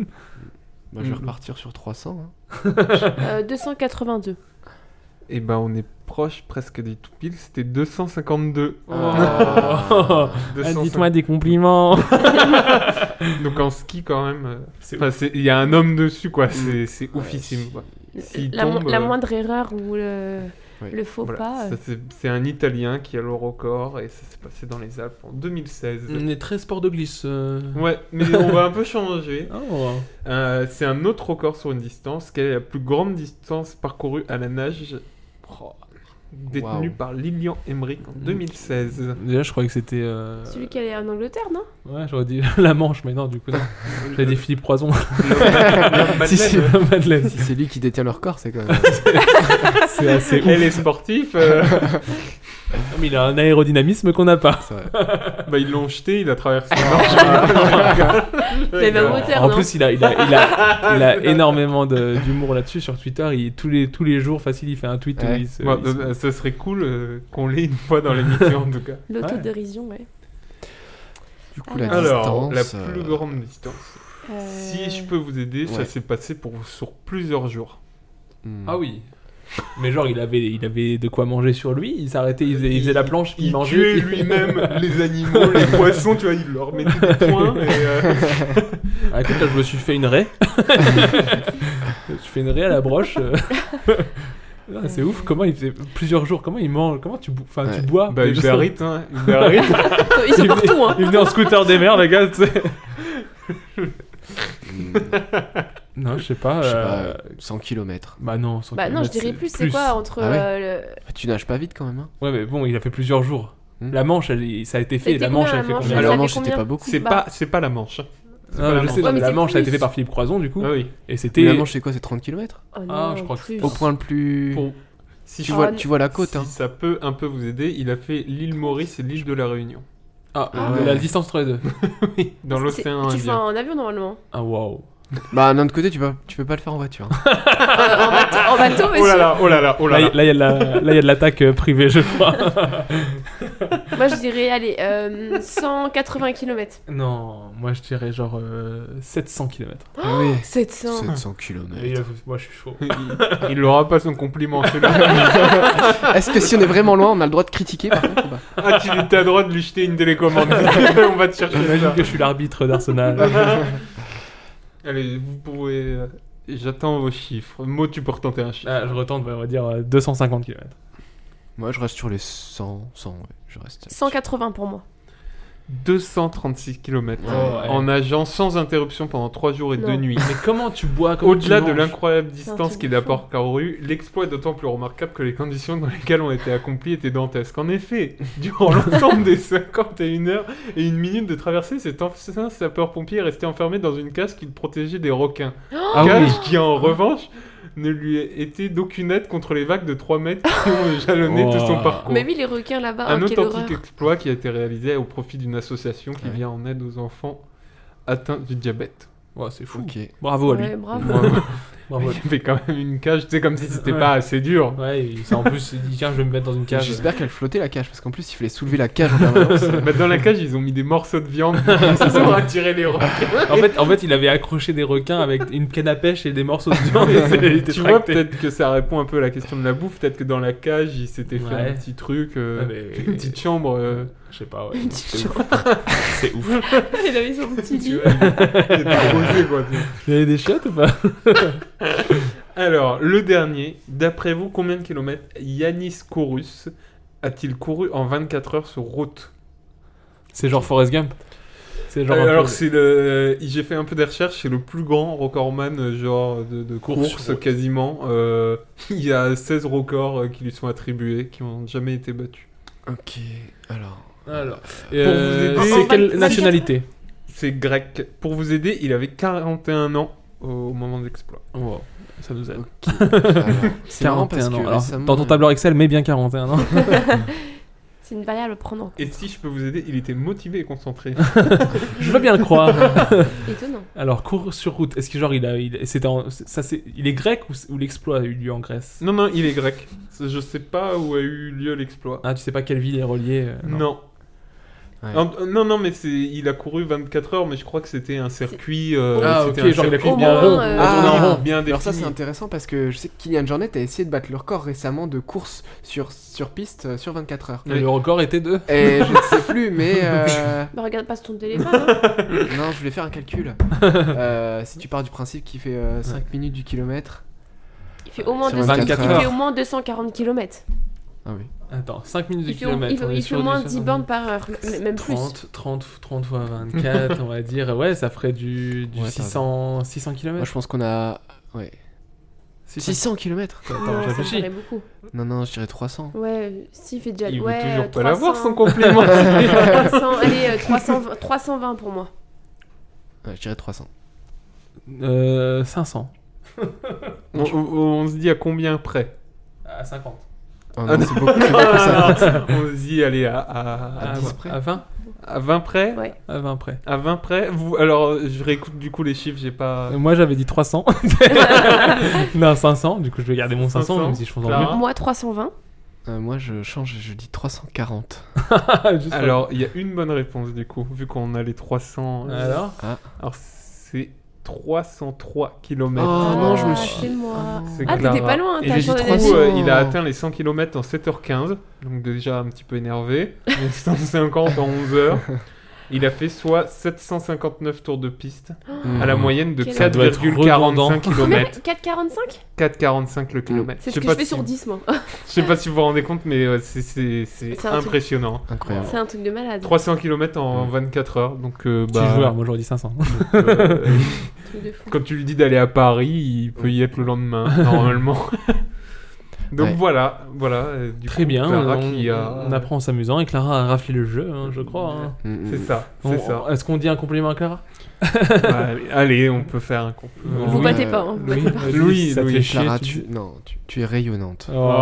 S9: Bah, je vais
S8: Mhm.
S9: repartir sur 300. hein.
S13: Euh, 282.
S8: Et ben on est proche presque des tout pile, c'était 252.
S7: Oh. Ah,
S8: 250.
S7: dites-moi des compliments.
S8: Donc en ski quand même, euh,
S7: C'est
S8: enfin,
S7: ouf. Mm.
S8: c'est- il y a un homme dessus quoi, c'est c'est
S9: Ouais,
S8: oufissime. quoi. S'il
S13: la, mo-
S8: tombe,
S13: la
S8: euh,
S13: moindre erreur ou le,
S8: ouais.
S13: le faux
S8: Voilà,
S13: pas. euh,
S8: ça, c'est- C'est un Italien qui a le record et ça s'est passé dans les Alpes en 2016.
S7: On est très sport de glisse. euh.
S8: Ouais, mais on va un peu changer.
S7: Oh.
S8: Euh, c'est un autre record sur une distance. Quelle est la plus grande distance parcourue à la nage Oh. Détenue
S9: Waouh.
S8: par Lilian Emmerich
S7: Mm.
S8: en 2016.
S7: Déjà, je croyais que c'était. euh,
S13: Celui qui allait en Angleterre, non
S7: Ouais, j'aurais dit la Manche, mais non, du coup, non. J'avais dit Philippe Croison.
S9: Si c'est-
S7: Bah, Madeleine. euh.
S9: si c'est lui qui détient le record, c'est quand même.
S7: C'est assez ouf.
S8: Elle est sportive. euh.
S7: Non, mais il a un aérodynamisme qu'on n'a pas.
S8: bah, ils l'ont jeté, il a traversé
S7: Ah,
S8: la marche.
S13: Mais même hauteur,
S7: bah, en
S13: non
S7: plus, il a, il a, il a, il a énormément de- d'humour là-dessus sur Twitter. Il, tous, les, tous les jours, facile, il fait un tweet. où
S8: Ouais.
S7: il se-
S8: Bon,
S7: il se-
S8: euh, ça serait cool euh, qu'on l'ait une fois dans l'émission en tout cas.
S13: L'autodérision, ouais.
S9: Du
S8: Ouais. Alors, la
S9: euh,
S8: plus grande distance.
S13: Euh,
S8: Si je peux vous aider, ça
S7: euh, ouais.
S8: s'est passé pour, sur plusieurs jours.
S9: Mm. hmm.
S7: Ah oui. Mais genre, il avait, il avait de quoi manger sur lui. Il s'arrêtait, il faisait, il faisait la planche, il,
S8: il
S7: mangeait.
S8: tuait lui-même les animaux, les poissons, tu vois, il leur mettait des points. Et, euh,
S7: Ah, écoute, là, je me suis fait une raie. je fais une raie à la broche. euh. Non, c'est ouf, comment il faisait plusieurs jours, comment il mange, comment tu, bou- enfin, tu bois
S8: Bah,
S7: déjà.
S8: Uber Eats, hein, Uber Eats.
S13: Ils sont
S7: Il venait-
S13: partout, hein.
S7: Il venait en scooter des mers, les gars, tu sais. Non, je sais pas.
S9: Je sais pas,
S7: euh,
S9: 100 km.
S7: Bah non, 100
S13: Bah non, je
S7: kilomètres,
S13: dirais plus, c'est quoi entre
S9: Ah ouais
S13: euh, le-
S9: Bah, Tu nages pas vite quand même. hein.
S7: Ouais, mais bon, il a fait plusieurs jours.
S9: Hmm.
S7: La Manche, elle- ça a été
S13: Ça a
S7: fait.
S13: été
S7: La Manche,
S13: combien,
S7: elle fait
S13: la Manche
S7: combien
S13: Elle
S9: Alors,
S13: fait
S9: non, c'était
S13: combien
S9: pas beaucoup.
S8: C'est
S13: Bah.
S8: pas, c'est pas la Manche. C'est
S7: Non,
S8: pas la
S7: Ah, je
S8: Manche.
S7: sais, non,
S13: Ouais,
S7: mais
S13: mais
S7: la
S13: c'est
S7: Manche, ça a été
S13: plus.
S7: fait par Philippe Croison, du coup.
S8: Ah oui.
S7: Et
S9: Mais la
S7: c'était.
S9: Manche, c'est quoi C'est 30 km
S13: Oh non,
S7: Ah, je crois que-
S13: plus.
S9: Au point le plus.
S8: Pour- Si
S9: Tu,
S8: je-
S9: vois,
S13: Ah,
S9: tu vois la côte,
S8: si
S9: hein.
S8: ça peut un peu vous aider, il a fait l'île Maurice et l'île de la Réunion.
S7: Ah,
S13: Ah
S7: la-
S9: ouais.
S7: la distance entre les deux.
S8: Dans
S13: C'est-
S8: l'océan
S13: Tu fais
S8: Indien.
S13: en avion normalement.
S7: Ah, waouh.
S9: Bah, d'un autre côté, tu peux, tu peux pas le faire en voiture. hein.
S13: Euh, en bateau,
S8: Oh là
S13: monsieur.
S8: là, oh là là, oh là
S7: Là,
S8: là.
S7: il y a de la- là, il y a de l'attaque euh, privée, je crois.
S13: Moi, je dirais, allez, euh, 180 km.
S7: non, moi je dirais genre euh, 700 km.
S9: Ah oui.
S13: 700.
S9: 700 km.
S7: euh, Moi je suis chaud.
S8: Il- Il n'aura pas son compliment celui-là.
S9: Est-ce que si on est vraiment loin, on a le droit de critiquer par contre, ou pas
S8: Ah, tu as le droit de lui jeter une télécommande. On va te chercher
S7: J'imagine
S8: ça.
S7: que je suis l'arbitre d'Arsenal.
S8: Allez, vous pouvez. euh, J'attends vos chiffres. Mo, tu peux retenter un chiffre.
S7: Ah, je retente, bah, on va dire euh, 250 km.
S9: Moi, je reste sur les 100. 100 ouais, je reste.
S13: 180 pour moi.
S8: 236 km
S7: Oh, ouais.
S8: en nageant sans interruption pendant 3 jours et
S13: Non.
S8: 2 nuits.
S7: Mais comment tu bois comment
S8: Au-delà
S7: tu
S8: de
S7: manges
S8: l'incroyable
S13: C'est un
S8: distance
S13: truc
S8: qu'il
S13: de
S8: a
S13: fou.
S8: parcourue, l'exploit est d'autant plus remarquable que les conditions dans lesquelles ont été accomplies étaient dantesques. En effet, durant l'ensemble des 51 heures et une minute de traversée, cet ancien sapeur-pompier est resté enfermé dans une cage qui le protégeait des requins.
S7: Ah oui.
S8: cage qui, en revanche, ne lui était d'aucune aide contre les vagues de 3 mètres qui ont jalonné tout son
S7: Oh.
S8: parcours.
S13: Mais oui, les requins là-bas,
S8: Un
S13: oh, quelle horreur.
S8: authentique exploit qui a été réalisé au profit d'une association qui vient en aide aux enfants atteints du diabète.
S7: Ouais, c'est fou.
S9: Ok.
S7: Bravo à lui.
S13: Ouais, bravo.
S8: Bravo.
S7: Bravo à lui.
S8: Il fait quand même une cage, tu sais, comme si c'était
S7: Ouais.
S8: pas assez dur.
S7: Ouais, il s'est- en plus, il dit tiens, je vais me mettre dans une cage.
S9: J'espère qu'elle flottait la cage parce qu'en plus, il fallait soulever la cage en permanence.
S8: Bah, dans la cage, ils ont mis des morceaux de viande pour attirer les requins.
S7: En fait, en fait, il avait accroché des requins avec une canne à pêche et des morceaux de viande. et c'est- il était
S8: Tu vois,
S7: tracté.
S8: peut-être que ça répond un peu à la question de la bouffe. Peut-être que dans la cage, il s'était fait
S7: Ouais.
S8: un petit truc, euh,
S7: Ah, mais-
S8: une petite chambre. euh,
S7: Je sais pas, ouais.
S13: Une petite
S7: C'est ouf. C'est ouf.
S13: Il avait son petit
S8: tu
S13: lit.
S8: vois, il était posé, quoi, tu vois.
S7: Il avait des chiottes ou pas
S8: Alors, le dernier, d'après vous, combien de kilomètres Yanis Kourous a-t-il couru en 24 heures sur route
S7: C'est genre Forrest Gump. C'est genre.
S8: Euh,
S7: un peu-
S8: Alors, c'est le. J'ai fait un peu des recherches, c'est le plus grand recordman euh, genre de, de
S7: Course
S8: course,
S7: sur route.
S8: quasiment. Euh, il y a 16 records euh, qui lui sont attribués, qui n'ont jamais été battus.
S9: ok, alors.
S7: Alors, euh,
S8: vous aider-
S7: c'est quelle
S13: vingt-
S7: nationalité
S8: C'est grec. Pour vous aider, il avait 41 ans au, au moment de l'exploit.
S7: Wow, Oh, ça nous aide.
S9: Ok. Alors, c'est marrant
S7: 41
S9: parce que
S7: ans. Alors,
S9: récemment,
S7: dans ton
S9: euh,
S7: tableur Excel, mets bien 41 ans.
S13: C'est une variable à prendre en compte.
S8: Et si je peux vous aider, il était motivé et concentré.
S7: Je veux bien le croire.
S13: Étonnant.
S7: Alors, cours sur route. Est-ce que genre il a, il, c'était en- ça c'est, il est grec ou, c'est- ou l'exploit a eu lieu en Grèce
S8: non, non, il est grec. Je sais pas où a eu lieu l'exploit.
S7: Ah, tu sais pas quelle ville est reliée euh,
S8: non. En- euh, Non, non, mais c'est, il a couru 24 heures, mais je crois que c'était un circuit. euh,
S9: Ah,
S8: c'était
S9: ok,
S8: un
S9: genre il a
S8: circuit
S9: pris
S8: bien euh,
S9: bien rond.
S8: bien bien
S9: euh, Alors, ça, c'est
S8: défini.
S9: intéressant parce que je sais que Kylian Jornet a essayé de battre le record récemment de course sur, sur piste euh, sur 24 heures.
S15: Et le record était de
S9: Et je ne sais plus, mais. euh,
S13: Bah, regarde pas sur ton téléphone. hein.
S9: non, je voulais faire un calcul. Euh, si tu pars du principe qu'il fait 5 minutes du kilomètre.
S13: Il fait au moins,
S9: Sur
S13: 200 il
S9: 24
S13: fait
S9: heures.
S13: au moins 240 km.
S9: Ah oui.
S15: Attends, 5 minutes
S13: Il
S15: du
S13: fait, au- il
S15: kilomètre.
S13: fait-
S15: on est
S13: il fait
S15: sur
S13: au moins
S15: du
S13: 10
S7: hein.
S13: bornes par heure, m- même plus.
S15: 30, 30, 30 fois 24, on va dire. Ouais, ça ferait du, du
S9: Ouais, t'as
S15: 600, 600 km.
S9: Moi, je pense qu'on a. Ouais. 600 km
S15: Attends, je
S13: ça me
S15: réfléchis.
S13: paraît beaucoup.
S9: Non, non, je dirais 300.
S13: Ouais, s'il fait déjà.
S9: Il veut
S13: ouais,
S9: toujours
S13: euh,
S9: pas l'avoir,
S13: 300.
S9: son compliment.
S13: 300, allez, euh, 320, 320 pour moi.
S9: Ouais, je dirais 300.
S15: Euh, 500.
S8: On, on- on se dit à combien près
S7: À 50.
S9: Oh non,
S8: Ah
S9: c'est beaucoup- c'est beaucoup, ça.
S8: non, non, On se dit, allez, à, à,
S15: À
S9: Ah,
S15: 10 près. à 20
S8: À 20 près
S13: Ouais.
S15: À 20 près.
S8: À 20 près Vous, Alors, euh, je réécoute du coup les chiffres, j'ai pas.
S7: Euh, Moi j'avais dit 300. non, 500, du coup je vais garder mon 500, même si je pense en mieux.
S13: Moi 320.
S9: Euh, moi, je change, je dis 340.
S8: Alors, il y a une bonne réponse du coup, vu qu'on a les 300.
S15: Alors
S9: Ah.
S8: Alors, c'est 303 km.
S13: Ah,
S9: Oh non, je me suis-
S13: c'est moi.
S8: C'est
S13: Ah, t'étais
S8: Clara.
S13: pas loin,
S8: Et
S13: t'as
S8: du coup,
S13: changé
S8: euh,
S13: d'avis.
S8: il a atteint les 100 km en 7h15, donc déjà un petit peu énervé. Les 150 en 11h. Il a fait soit 759 tours de piste
S9: Mm,
S8: à la
S15: Mmh.
S8: moyenne de
S13: Quel Ça doit
S15: être
S8: 4,45
S13: Combien
S8: km.
S13: 4,45
S8: 4,45 le kilomètre.
S13: C'est
S8: Je
S13: ce
S8: sais
S13: que
S8: pas
S13: je fais
S8: si-
S13: sur 10, moi.
S8: Je sais pas si vous vous rendez compte, mais euh, c'est- c'est c'est
S13: C'est un truc-
S8: impressionnant.
S9: Incroyable.
S13: C'est un truc de malade.
S8: 300 km en 24 heures, donc euh,
S7: Mm. Petit
S8: bah.
S7: joueur, moi j'aurais dit 500.
S8: donc, euh,
S13: Truc de fou.
S8: quand tu lui dis d'aller à Paris, il peut y être le lendemain, normalement. donc
S7: Ouais.
S8: voilà, voilà. euh, du
S7: Très
S8: coup,
S7: bien,
S8: Clara
S7: on,
S8: qui a-
S7: on apprend en s'amusant et Clara a raflé le jeu, hein, je crois. hein.
S9: Mm,
S8: C'est ça, c'est
S7: On-
S8: ça.
S7: on- Est-ce qu'on dit un compliment à Clara
S8: allez, allez, on peut faire un compliment.
S13: Vous battez pas, hein, vous
S8: Louis,
S13: battez pas.
S8: Louis, Louis,
S9: ça te
S8: Louis,
S9: fait chier,
S8: Clara,
S9: tu... Non, tu, tu es rayonnante.
S8: Oh.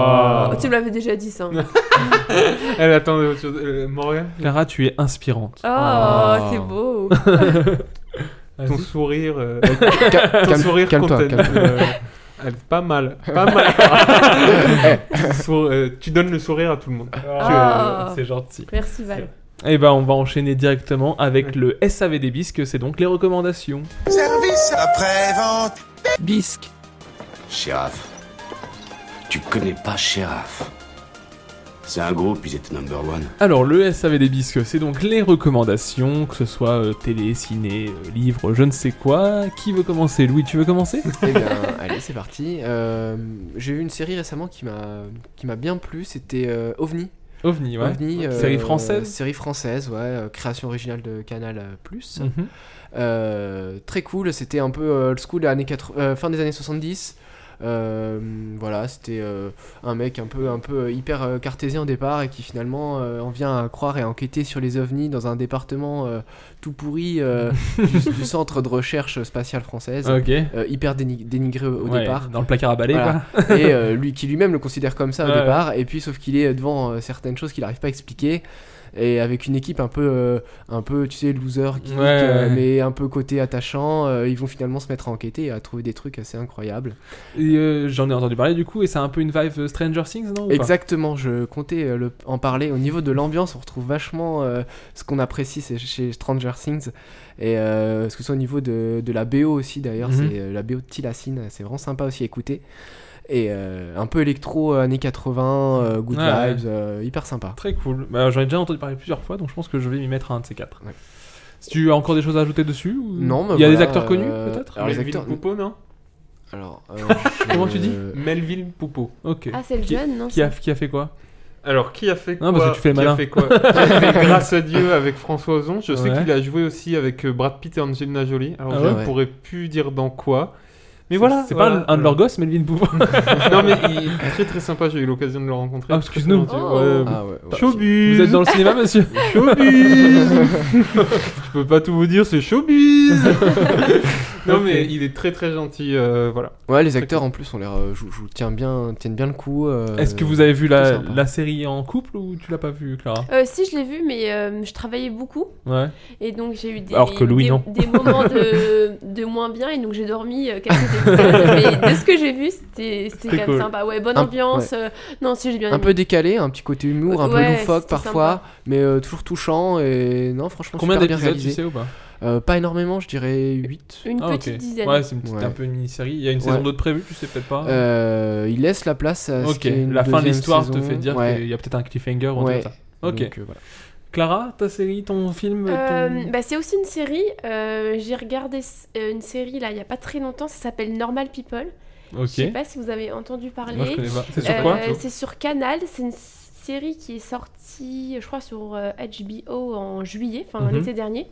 S13: Oh, Tu me l'avais déjà dit, ça.
S8: Elle attendait autre chose. Euh, Morgane
S7: Clara, tu es inspirante.
S13: Oh, c'est beau.
S8: Ton sourire. euh,
S7: Cal-
S8: ton
S7: calme-
S8: sourire
S7: calme-toi,
S8: content.
S7: calme-toi.
S8: Euh, elle- pas mal. Pas mal.
S9: Eh,
S8: Sour- euh, tu donnes le sourire à tout le monde.
S13: Ah.
S8: Tu, euh,
S13: Merci, Val.
S7: Et ben, on va enchaîner directement avec le SAV des bisques, c'est donc les recommandations.
S14: Service après-vente.
S6: Bisque.
S16: Shérif. Tu connais pas Shérif. C'est un groupe, ils étaient number one.
S7: Alors, le SAV des bisques, c'est donc les recommandations, que ce soit euh, télé, ciné, euh, livre, je ne sais quoi. Qui veut commencer Louis, tu veux commencer
S9: Eh bien, allez, c'est parti. Euh, J'ai vu une série récemment qui m'a qui m'a bien plu, c'était euh, OVNI. euh,
S7: OVNI, ouais. Série française
S9: Série française, ouais, euh, création originale de Canal+. euh, Plus.
S7: Mhm.
S9: Euh, très cool, c'était un peu euh, old school, années 80 euh, fin des années 70. Euh, voilà, c'était euh, un mec un peu, un peu hyper euh, cartésien au départ et qui finalement euh, en vient à croire et à enquêter sur les ovnis dans un département euh, tout pourri euh, du, du centre de recherche spatiale française.
S7: Ok.
S9: Euh, hyper déni- dénigré au, au
S7: Ouais,
S9: départ.
S7: dans le placard à balai, quoi.
S9: et euh, lui qui lui-même le considère comme ça au
S7: Ouais.
S9: départ. Et puis sauf qu'il est devant euh, certaines choses qu'il n'arrive pas à expliquer. Et avec une équipe un peu, euh, un peu tu sais, loser,
S7: Ouais,
S9: geek, euh,
S7: ouais.
S9: mais un peu côté attachant, euh, ils vont finalement se mettre à enquêter et à trouver des trucs assez incroyables.
S7: Et, euh, J'en ai entendu parler du coup, et c'est un peu une vibe euh, Stranger Things, non ou pas
S9: Exactement, je comptais euh, le- en parler. Au niveau de l'ambiance, on retrouve vachement euh, ce qu'on apprécie c'est chez Stranger Things. Et euh, ce que ce soit au niveau de, de la BO aussi, d'ailleurs,
S7: Mhm.
S9: c'est euh, la BO de Tilacine, c'est vraiment sympa aussi à écouter. Et euh, un peu électro euh, années 80, euh, good
S7: Ouais, ouais.
S9: vibes, euh, hyper sympa.
S7: Très cool. Bah, J'en ai déjà entendu parler plusieurs fois, donc je pense que je vais m'y mettre à un de ces quatre. Si tu as encore des choses à ajouter dessus ou-
S9: Non, mais
S7: Il y a des
S9: voilà,
S7: acteurs connus,
S9: euh,
S7: peut-être
S9: alors, les Melvin acteurs- Euh.
S8: Poupeau, non
S9: Alors,
S8: euh,
S7: Comment tu dis
S8: Melville Poupeau.
S7: Ok.
S13: Ah, c'est le
S7: Qui-
S13: jeune, non,
S7: qui a,
S13: ça
S7: qui a fait quoi
S8: Alors, qui a fait quoi
S7: Non, parce que tu fais
S8: Qui
S7: malin.
S8: a fait quoi Qui a fait Grâce à Dieu avec François Ozon. Je sais
S7: Ouais.
S8: qu'il a joué aussi avec euh, Brad Pitt et Angelina Jolie. Alors,
S7: Ah
S8: je
S7: ouais
S8: ne pourrais plus dire dans quoi. Mais voilà.
S7: C'est
S8: voilà.
S7: pas un, un de leurs gosses, Melvin Poupeau
S8: non, mais il est très très sympa. J'ai eu l'occasion de le rencontrer.
S7: Ah, excuse-nous.
S8: Oh. Très gentil. Ah Ouais.
S9: Ah ouais, ouais.
S8: Showbiz.
S7: Vous êtes dans le cinéma, monsieur
S8: Showbiz.
S7: Je
S8: peux pas tout vous dire, c'est showbiz Non,
S9: Ok.
S8: mais il est très très gentil, euh, voilà.
S9: Ouais, les acteurs en plus, on les re- jou- jou- tiennent bien, tiennent bien le coup. euh,
S7: Est-ce que vous avez vu
S9: plutôt
S7: la,
S9: sympa.
S7: la série en couple ou tu l'as pas vue, Clara
S10: Euh, si, je l'ai vu, mais euh, je travaillais beaucoup.
S7: Ouais.
S10: Et donc, j'ai eu des,
S7: Alors que Louis,
S10: des,
S7: non.
S10: des moments de, de moins bien. Et donc, j'ai dormi euh, quelques épisodes. mais de ce que j'ai vu, c'était c'était
S9: Très
S10: quand même
S9: cool.
S10: sympa. Ouais, bonne
S9: Un-
S10: ambiance.
S9: ouais.
S10: euh, non, si, j'ai bien
S9: Un
S10: aimé.
S9: peu décalé, un petit côté humour, un
S10: Ouais,
S9: peu loufoque
S10: c'était
S9: parfois,
S10: sympa.
S9: mais euh, toujours touchant et non, franchement,
S7: Combien
S9: super bien
S7: d'épisodes, tu
S9: réalisé.
S7: sais ou pas
S9: Euh, Pas énormément, je dirais 8.
S10: Une
S7: Ah, ok.
S10: petite dizaine.
S7: Ouais, c'est une petite-
S9: Ouais.
S7: un peu une mini-série. Il y a une
S9: Ouais.
S7: saison 2 de prévue, tu sais peut-être pas
S9: Euh, il laisse la place à ce
S7: Ah. Ok,
S9: qu'il y ait une
S7: la fin de
S9: deuxième
S7: l'histoire te
S9: saison.
S7: fait dire
S9: Ouais.
S7: qu'il y a peut-être un cliffhanger ou un
S9: Ouais.
S7: truc comme ça. Ok.
S9: Donc, euh, voilà.
S7: Clara, ta série, ton film
S10: Euh,
S7: ton-
S10: bah, c'est aussi une série. euh, J'ai regardé s- euh, une série là il y a pas très longtemps. Ça s'appelle Normal People.
S7: Ok.
S10: Je sais pas si vous avez entendu parler.
S7: Moi, je connais pas. C'est sur quoi, plutôt
S10: Euh, C'est sur Canal. C'est une série qui est sortie, je crois, sur euh, HBO en juillet, enfin
S13: Mhm.
S10: l'été dernier.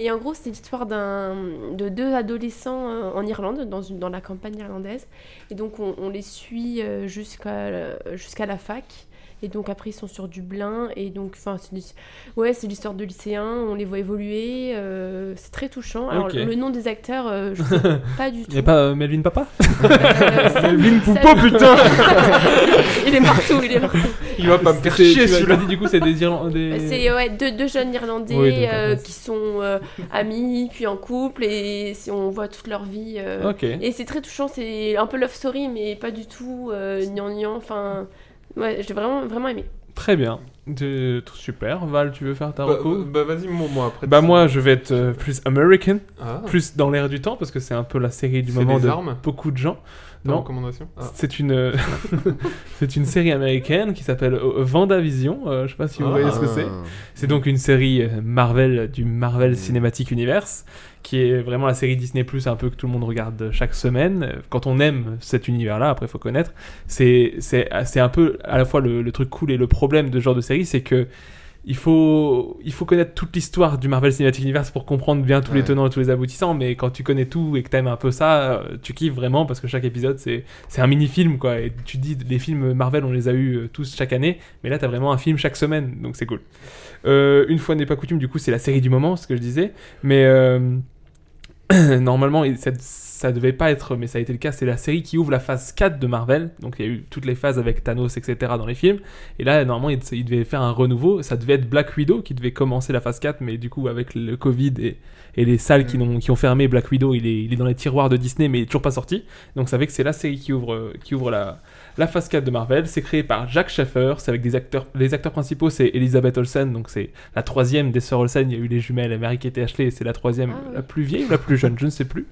S10: Et en gros, c'est l'histoire d'un de deux adolescents euh, en Irlande, dans une dans la campagne irlandaise. Et donc on, on les suit euh, jusqu'à la- jusqu'à la fac. Et donc après ils sont sur Dublin et donc enfin c'est des- ouais c'est l'histoire de lycéens on les voit évoluer euh, c'est très touchant alors
S7: Ok.
S10: le nom des acteurs euh, je sais pas du tout Euh,
S7: Il y a pas euh, Melvin Papa
S10: Melvin
S7: Poupeau, putain
S10: Il est partout, il est partout.
S7: Il va pas me faire
S8: chier, celui-là.
S7: Du coup, c'est des Irlandais.
S10: Bah, C'est ouais, deux, deux jeunes Irlandais
S7: Oui, d'accord,
S10: euh,
S7: ouais.
S10: qui sont euh, amis, puis en couple, et si on voit toute leur vie. euh,
S7: Ok.
S10: Et c'est très touchant, c'est un peu love story, mais pas du tout euh, gnangnan. Enfin, ouais, j'ai vraiment, vraiment aimé.
S7: Très bien. De- Super. Val, tu veux faire ta
S8: Bah,
S7: reco
S8: bah, vas-y, moi, moi, après.
S7: Bah moi je vais être euh, plus American,
S8: Ah.
S7: plus dans l'air du temps parce que c'est un peu la série du
S8: C'est
S7: moment
S8: les
S7: de
S8: armes
S7: beaucoup de gens.
S8: Ta recommandation Ah.
S7: c'est une euh, c'est une série américaine qui s'appelle euh, Vendavision. euh, je sais pas si vous
S8: Ah.
S7: voyez ce que c'est.
S9: Oh.
S7: C'est donc une série euh, Marvel du Marvel Cinematic Universe qui est vraiment la série Disney Plus un peu que tout le monde regarde chaque semaine. Euh, Quand on aime cet univers-là, après faut connaître, c'est c'est c'est un peu à la fois le, le truc cool et le problème de ce genre de série, c'est que il faut, il faut connaître toute l'histoire du Marvel Cinematic Universe pour comprendre bien tous les
S8: Ouais.
S7: tenants et tous les aboutissants, mais quand tu connais tout et que t'aimes un peu ça, euh, tu kiffes vraiment parce que chaque épisode c'est c'est un mini-film quoi. Et tu te dis, les films Marvel on les a eu euh, tous chaque année, mais là t'as vraiment un film chaque semaine donc c'est cool. Euh, une fois n'est pas coutume, du coup c'est la série du moment, ce que je disais, mais. euh, normalement, et ça, ça devait pas être, mais ça a été le cas, c'est la série qui ouvre la phase 4 de Marvel. Donc il y a eu toutes les phases avec Thanos, etc. dans les films. Et là, normalement, il, il devait faire un renouveau. Ça devait être Black Widow qui devait commencer la phase 4, mais du coup, avec le Covid et, et les salles qui, n'ont- qui ont fermé, Black Widow, il est, il est dans les tiroirs de Disney, mais il est toujours pas sorti. Donc ça fait que c'est la série qui ouvre, qui ouvre la, la phase 4 de Marvel. C'est créé par Jack Schaeffer. C'est avec des acteurs, les acteurs principaux, c'est Elizabeth Olsen. Donc c'est la troisième des sœurs Olsen. Il y a eu les jumelles, Mary Kate et Ashley. et C'est la troisième, la plus vieille ou la plus jeune, je ne sais plus.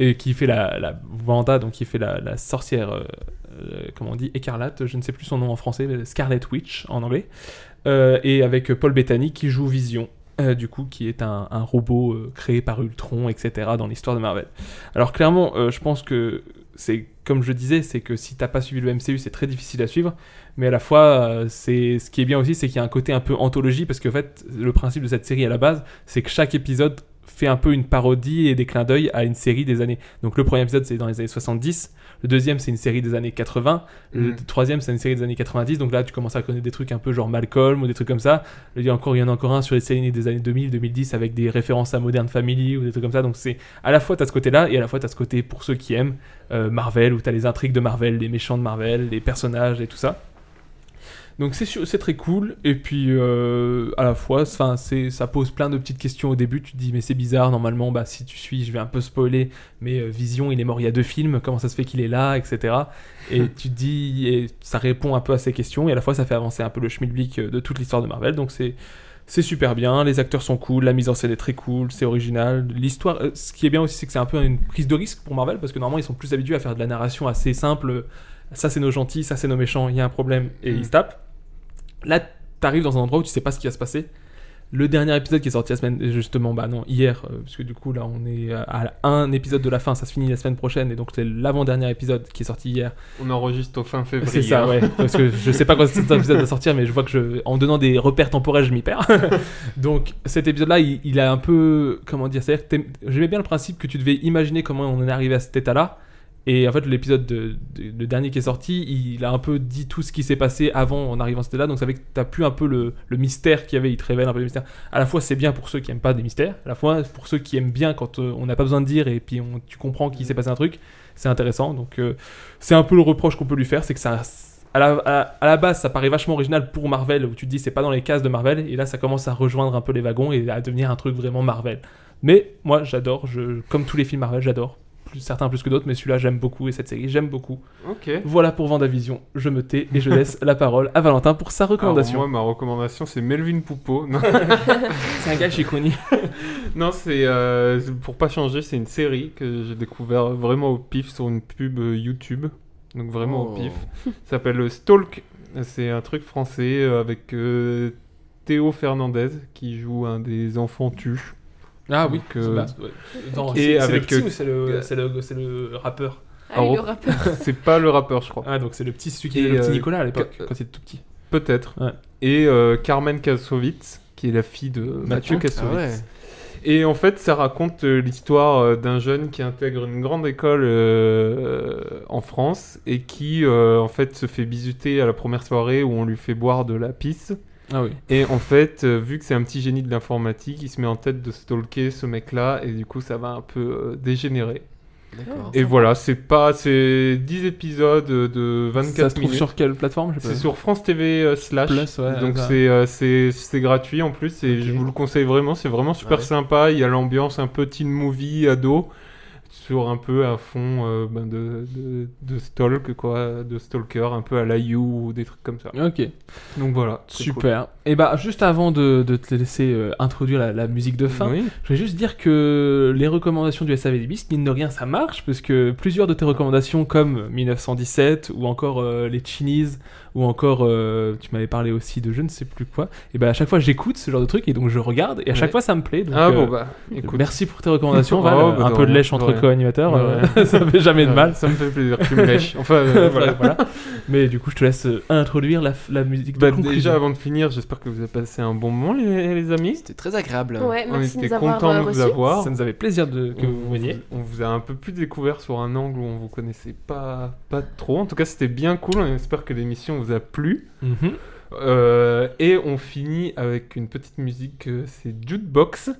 S7: Et qui fait la, la Wanda, donc qui fait la, la sorcière, euh, euh, comment on dit, écarlate. Je ne sais plus son nom en français, mais Scarlet Witch en anglais. Euh, et avec Paul Bettany qui joue Vision. euh, du coup, qui est un, un robot euh, créé par Ultron, etc., dans l'histoire de Marvel. Alors, clairement, euh, je pense que c'est comme je disais, c'est que si t'as pas suivi le MCU, c'est très difficile à suivre. Mais à la fois, euh, c'est ce qui est bien aussi, c'est qu'il y a un côté un peu anthologie parce qu'en fait, le principe de cette série à la base, c'est que chaque épisode fait un peu une parodie et des clins d'œil à une série des années. Donc le premier épisode c'est dans les années 70, le deuxième c'est une série des années 80, le
S8: Mhm.
S7: troisième c'est une série des années 90. Donc là tu commences à connaître des trucs un peu genre Malcolm ou des trucs comme ça. Il y, a encore, il y en a encore un sur les séries des années 2000, 2010 avec des références à Modern Family ou des trucs comme ça. Donc c'est à la fois t'as ce côté là et à la fois t'as ce côté pour ceux qui aiment euh, Marvel où t'as les intrigues de Marvel, les méchants de Marvel, les personnages et tout ça. Donc c'est sûr- c'est très cool et puis euh, à la fois enfin c'est ça pose plein de petites questions au début tu te dis mais c'est bizarre normalement bah si tu suis je vais un peu spoiler mais euh, Vision il est mort il y a deux films comment ça se fait qu'il est là etc et tu te dis et ça répond un peu à ces questions et à la fois ça fait avancer un peu le schmilblick euh, de toute l'histoire de Marvel donc c'est c'est super bien, les acteurs sont cool, la mise en scène est très cool, c'est original. L'histoire, euh, ce qui est bien aussi, c'est que c'est un peu une prise de risque pour Marvel, parce que normalement ils sont plus habitués à faire de la narration assez simple. Ça c'est nos gentils, ça c'est nos méchants, il y a un problème et ils se tapent. Là, t'arrives dans un endroit où tu sais pas ce qui va se passer. Le dernier épisode qui est sorti la semaine, justement, bah non, hier, euh, parce que du coup, là, on est euh, à un épisode de la fin, ça se finit la semaine prochaine, et donc c'est l'avant-dernier épisode qui est sorti hier.
S8: On enregistre au fin février. hein.
S7: C'est ça, ouais. Parce que je sais pas quand cet épisode va sortir, mais je vois que je, en donnant des repères temporels, je m'y perds. Donc cet épisode-là, il, il a un peu, comment dire, c'est-à-dire, que t'aimes- j'aimais bien le principe que tu devais imaginer comment on en est arrivé à cet état-là. Et en fait, l'épisode, de, de- le dernier qui est sorti, il a un peu dit tout ce qui s'est passé avant en arrivant à cette là Donc, ça fait que t'as plus un peu le, le mystère qu'il y avait. Il te révèle un peu le mystère. À la fois, c'est bien pour ceux qui aiment pas des mystères. À la fois, pour ceux qui aiment bien quand euh, on n'a pas besoin de dire et puis on- tu comprends qu'il s'est passé un truc. C'est intéressant. Donc, euh, c'est un peu le reproche qu'on peut lui faire. C'est que ça. À la, à, à la base, ça paraît vachement original pour Marvel, où tu te dis c'est pas dans les cases de Marvel, et là ça commence à rejoindre un peu les wagons et à devenir un truc vraiment Marvel. Mais moi j'adore, je, comme tous les films Marvel, j'adore. Plus- certains plus que d'autres, mais celui-là j'aime beaucoup et cette série j'aime beaucoup.
S8: Ok.
S7: Voilà pour Vendavision, je me tais et je laisse la parole à Valentin pour sa recommandation.
S8: Alors, moi, ma recommandation, c'est Melvin Poupeau. Non.
S7: c'est un gars que j'ai connu.
S8: non, c'est euh, pour pas changer, c'est une série que j'ai découvert vraiment au pif sur une pub euh, YouTube. Donc vraiment
S9: Oh.
S8: au pif. Ça s'appelle euh, Stalk. C'est un truc français euh, avec euh, Théo Fernandez qui joue un des enfants tuches.
S7: Ah oui,
S8: Donc, euh,
S7: c'est- ouais. Non,
S8: et
S7: c'est- c'est
S8: avec,
S7: le petit
S8: euh,
S7: ou c'est le, c'est le, c'est le rappeur
S8: Ah, le rappeur. c'est pas le rappeur, je crois.
S7: Ah, donc c'est le petit, celui qui
S8: Et,
S7: faisait le petit
S8: euh,
S7: Nicolas à l'époque,
S8: ca-
S7: quand il était tout petit.
S8: Peut-être. Et euh, Carmen Kassovitz, qui est la fille de Mathieu
S7: Mathieu.
S8: Kassovitz.
S7: Ah ouais.
S8: Et en fait, ça raconte euh, l'histoire euh, d'un jeune qui intègre une grande école euh, en France et qui, euh, en fait, se fait bisuter à la première soirée où on lui fait boire de la pisse.
S7: Ah oui.
S8: Et en fait, euh, vu que c'est un petit génie de l'informatique, il se met en tête de stalker ce mec-là et du coup, ça va un peu euh, dégénérer.
S9: D'accord.
S8: Et voilà, c'est pas c'est 10 épisodes euh, de 24
S7: Ça se trouve
S8: minutes.
S7: sur quelle plateforme, je sais pas.
S8: C'est sur France TV euh, slash.
S7: Plus, ouais,
S8: donc
S7: ça.
S8: c'est euh, c'est c'est gratuit en plus et je vous le conseille vraiment, c'est vraiment super
S7: Ouais.
S8: sympa, il y a l'ambiance un peu teen movie ado sur un peu un fond euh, ben, de, de, de stalk quoi, de stalker un peu à la You ou des trucs comme ça.
S7: Ok.
S8: Donc voilà, c'est
S7: Super. Et bah juste avant de, de te laisser euh, introduire la, la musique de fin,
S8: Oui.
S7: je vais juste dire que les recommandations du SAV Libis, mine de rien, ça marche, parce que plusieurs de tes recommandations, comme 1917, ou encore euh, les Chinese, ou encore euh, tu m'avais parlé aussi de je ne sais plus quoi, et bah à chaque fois j'écoute ce genre de truc et donc je regarde et à chaque
S8: Ouais.
S7: fois ça me plaît. donc,
S8: Ah
S7: euh,
S8: bon, bah, écoute.
S7: Merci pour tes recommandations, Val.
S8: Oh, bah,
S7: un
S8: de
S7: peu de
S8: rien,
S7: lèche
S8: de
S7: entre
S8: rien.
S7: co-animateurs,
S8: De
S7: euh,
S8: rien.
S7: ça me fait jamais de
S8: Ah Ouais,
S7: mal.
S8: ça me fait plaisir que tu me lèches. Enfin, euh, voilà.
S7: Mais du coup, je te laisse euh, introduire la, la musique de
S8: Bah,
S7: conclusion.
S8: déjà avant de finir, j'espère que vous avez passé un bon moment les, les amis. C'était
S9: très agréable.
S8: Ouais, On merci de était nous avoir, contents de euh, vous reçus. avoir.
S7: Ça nous avait plaisir de, que
S8: On-
S7: vous veniez.
S8: On vous a un peu plus découvert sur un angle où on vous connaissait pas, pas trop. En tout cas, c'était bien cool. On espère que l'émission vous a plu.
S7: Mhm.
S8: Euh, et on finit avec une petite musique. euh, C'est Jukebox.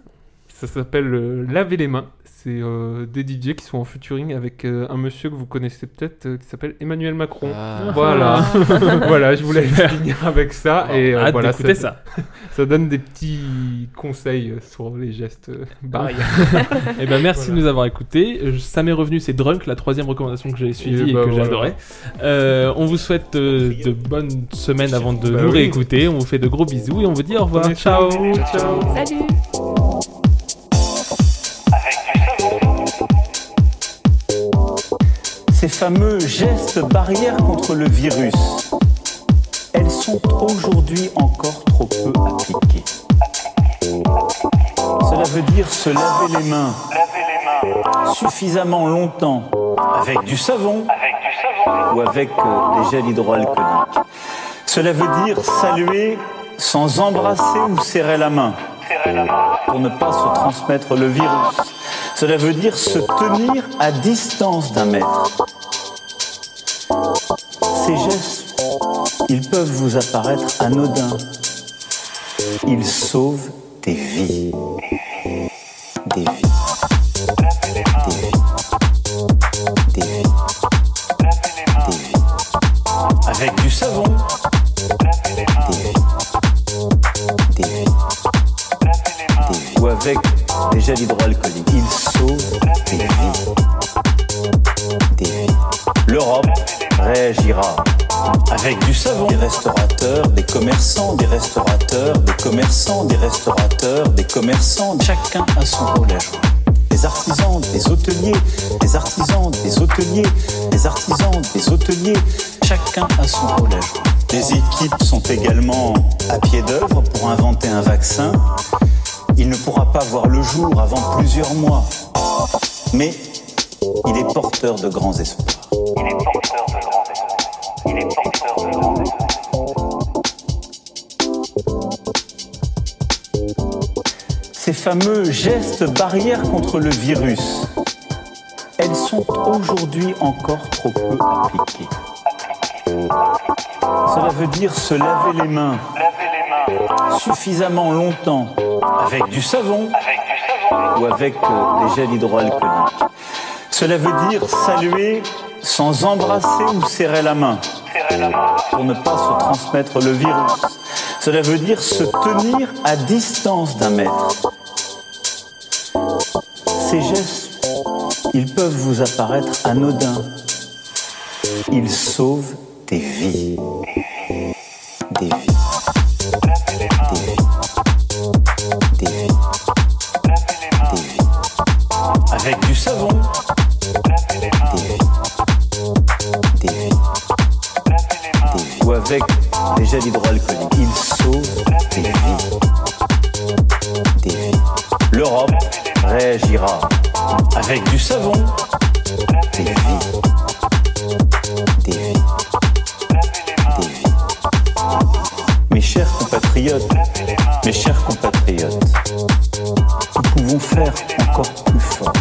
S8: Ça s'appelle euh, Laver les mains. C'est euh, des DJ qui sont en featuring avec euh, un monsieur que vous connaissez peut-être euh, qui s'appelle Emmanuel Macron.
S9: Ah.
S8: Voilà.
S9: Ah.
S8: voilà, je voulais
S9: Super.
S8: finir avec ça.
S9: Bon,
S8: et euh,
S9: hâte
S8: voilà,
S9: d'écouter ça.
S8: ça donne des petits conseils euh, sur les gestes euh, barrières.
S7: et ben merci de nous avoir écoutés. Euh, Ça m'est revenu, c'est Drunk, la troisième recommandation que j'ai suivie et,
S8: Et bah
S7: que
S8: voilà.
S7: j'adorais. Euh, on vous souhaite euh, de bonnes semaines avant de
S8: Bah
S7: nous
S8: oui.
S7: réécouter. On vous fait de gros bisous et on vous dit au revoir. Ciao. Ciao.
S10: Salut
S17: Ces fameux gestes barrières contre le virus, elles sont aujourd'hui encore trop peu appliquées. Cela veut dire se laver les mains suffisamment longtemps avec du savon ou avec euh, des gels hydroalcooliques. Cela veut dire saluer sans embrasser ou serrer la main pour ne pas se transmettre le virus. Cela veut dire se tenir à distance d'un mètre. Ces gestes, ils peuvent vous apparaître anodins. Ils sauvent des vies. Des vies. Des vies. Des vies. Des vies. Avec du savon. Des vies. Des vies. Des vies. Ou avec des gels hydroalcooliques. Ils sauvent des vies. Des vies. L'Europe réagira avec du savon. Des restaurateurs, des commerçants, des restaurateurs, des commerçants, des restaurateurs, des commerçants. Chacun a son rôle à jouer. Des artisans, des hôteliers, des artisans, des hôteliers, des artisans, des hôteliers. Chacun a son rôle à jouer. Les équipes sont également à pied d'œuvre pour inventer un vaccin. Il ne pourra pas voir le jour avant plusieurs mois. Mais il est porteur de grands espoirs. Ces fameux gestes barrières contre le virus,
S18: elles sont aujourd'hui encore trop peu appliquées. Cela veut dire se laver les mains suffisamment longtemps avec du savon ou avec euh, des gels hydroalcooliques. Cela veut dire saluer sans embrasser ou serrer la main pour ne pas se transmettre le virus. Cela veut dire se tenir à distance d'un mètre. Ces gestes, ils peuvent vous apparaître anodins. Ils sauvent des vies. Des vies. Des vies. Des vies. Des vies. Avec du savon. Des vies. Des vies. Des vies. Ou avec des gels hydroalcooliques. Ils sauvent des vies. Des vies. L'Europe réagira avec du savon. Des vies. Des vies. Des vies. Mes chers compatriotes, mes chers compatriotes, nous pouvons faire encore plus fort.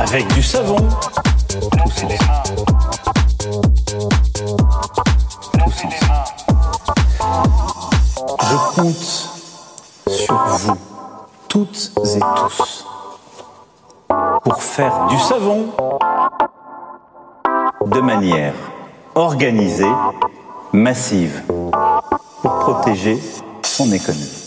S18: Avec du savon, tous ensemble. Tous ensemble. Je compte sur vous, toutes et tous, pour faire du savon de manière organisée, massive, pour protéger son économie.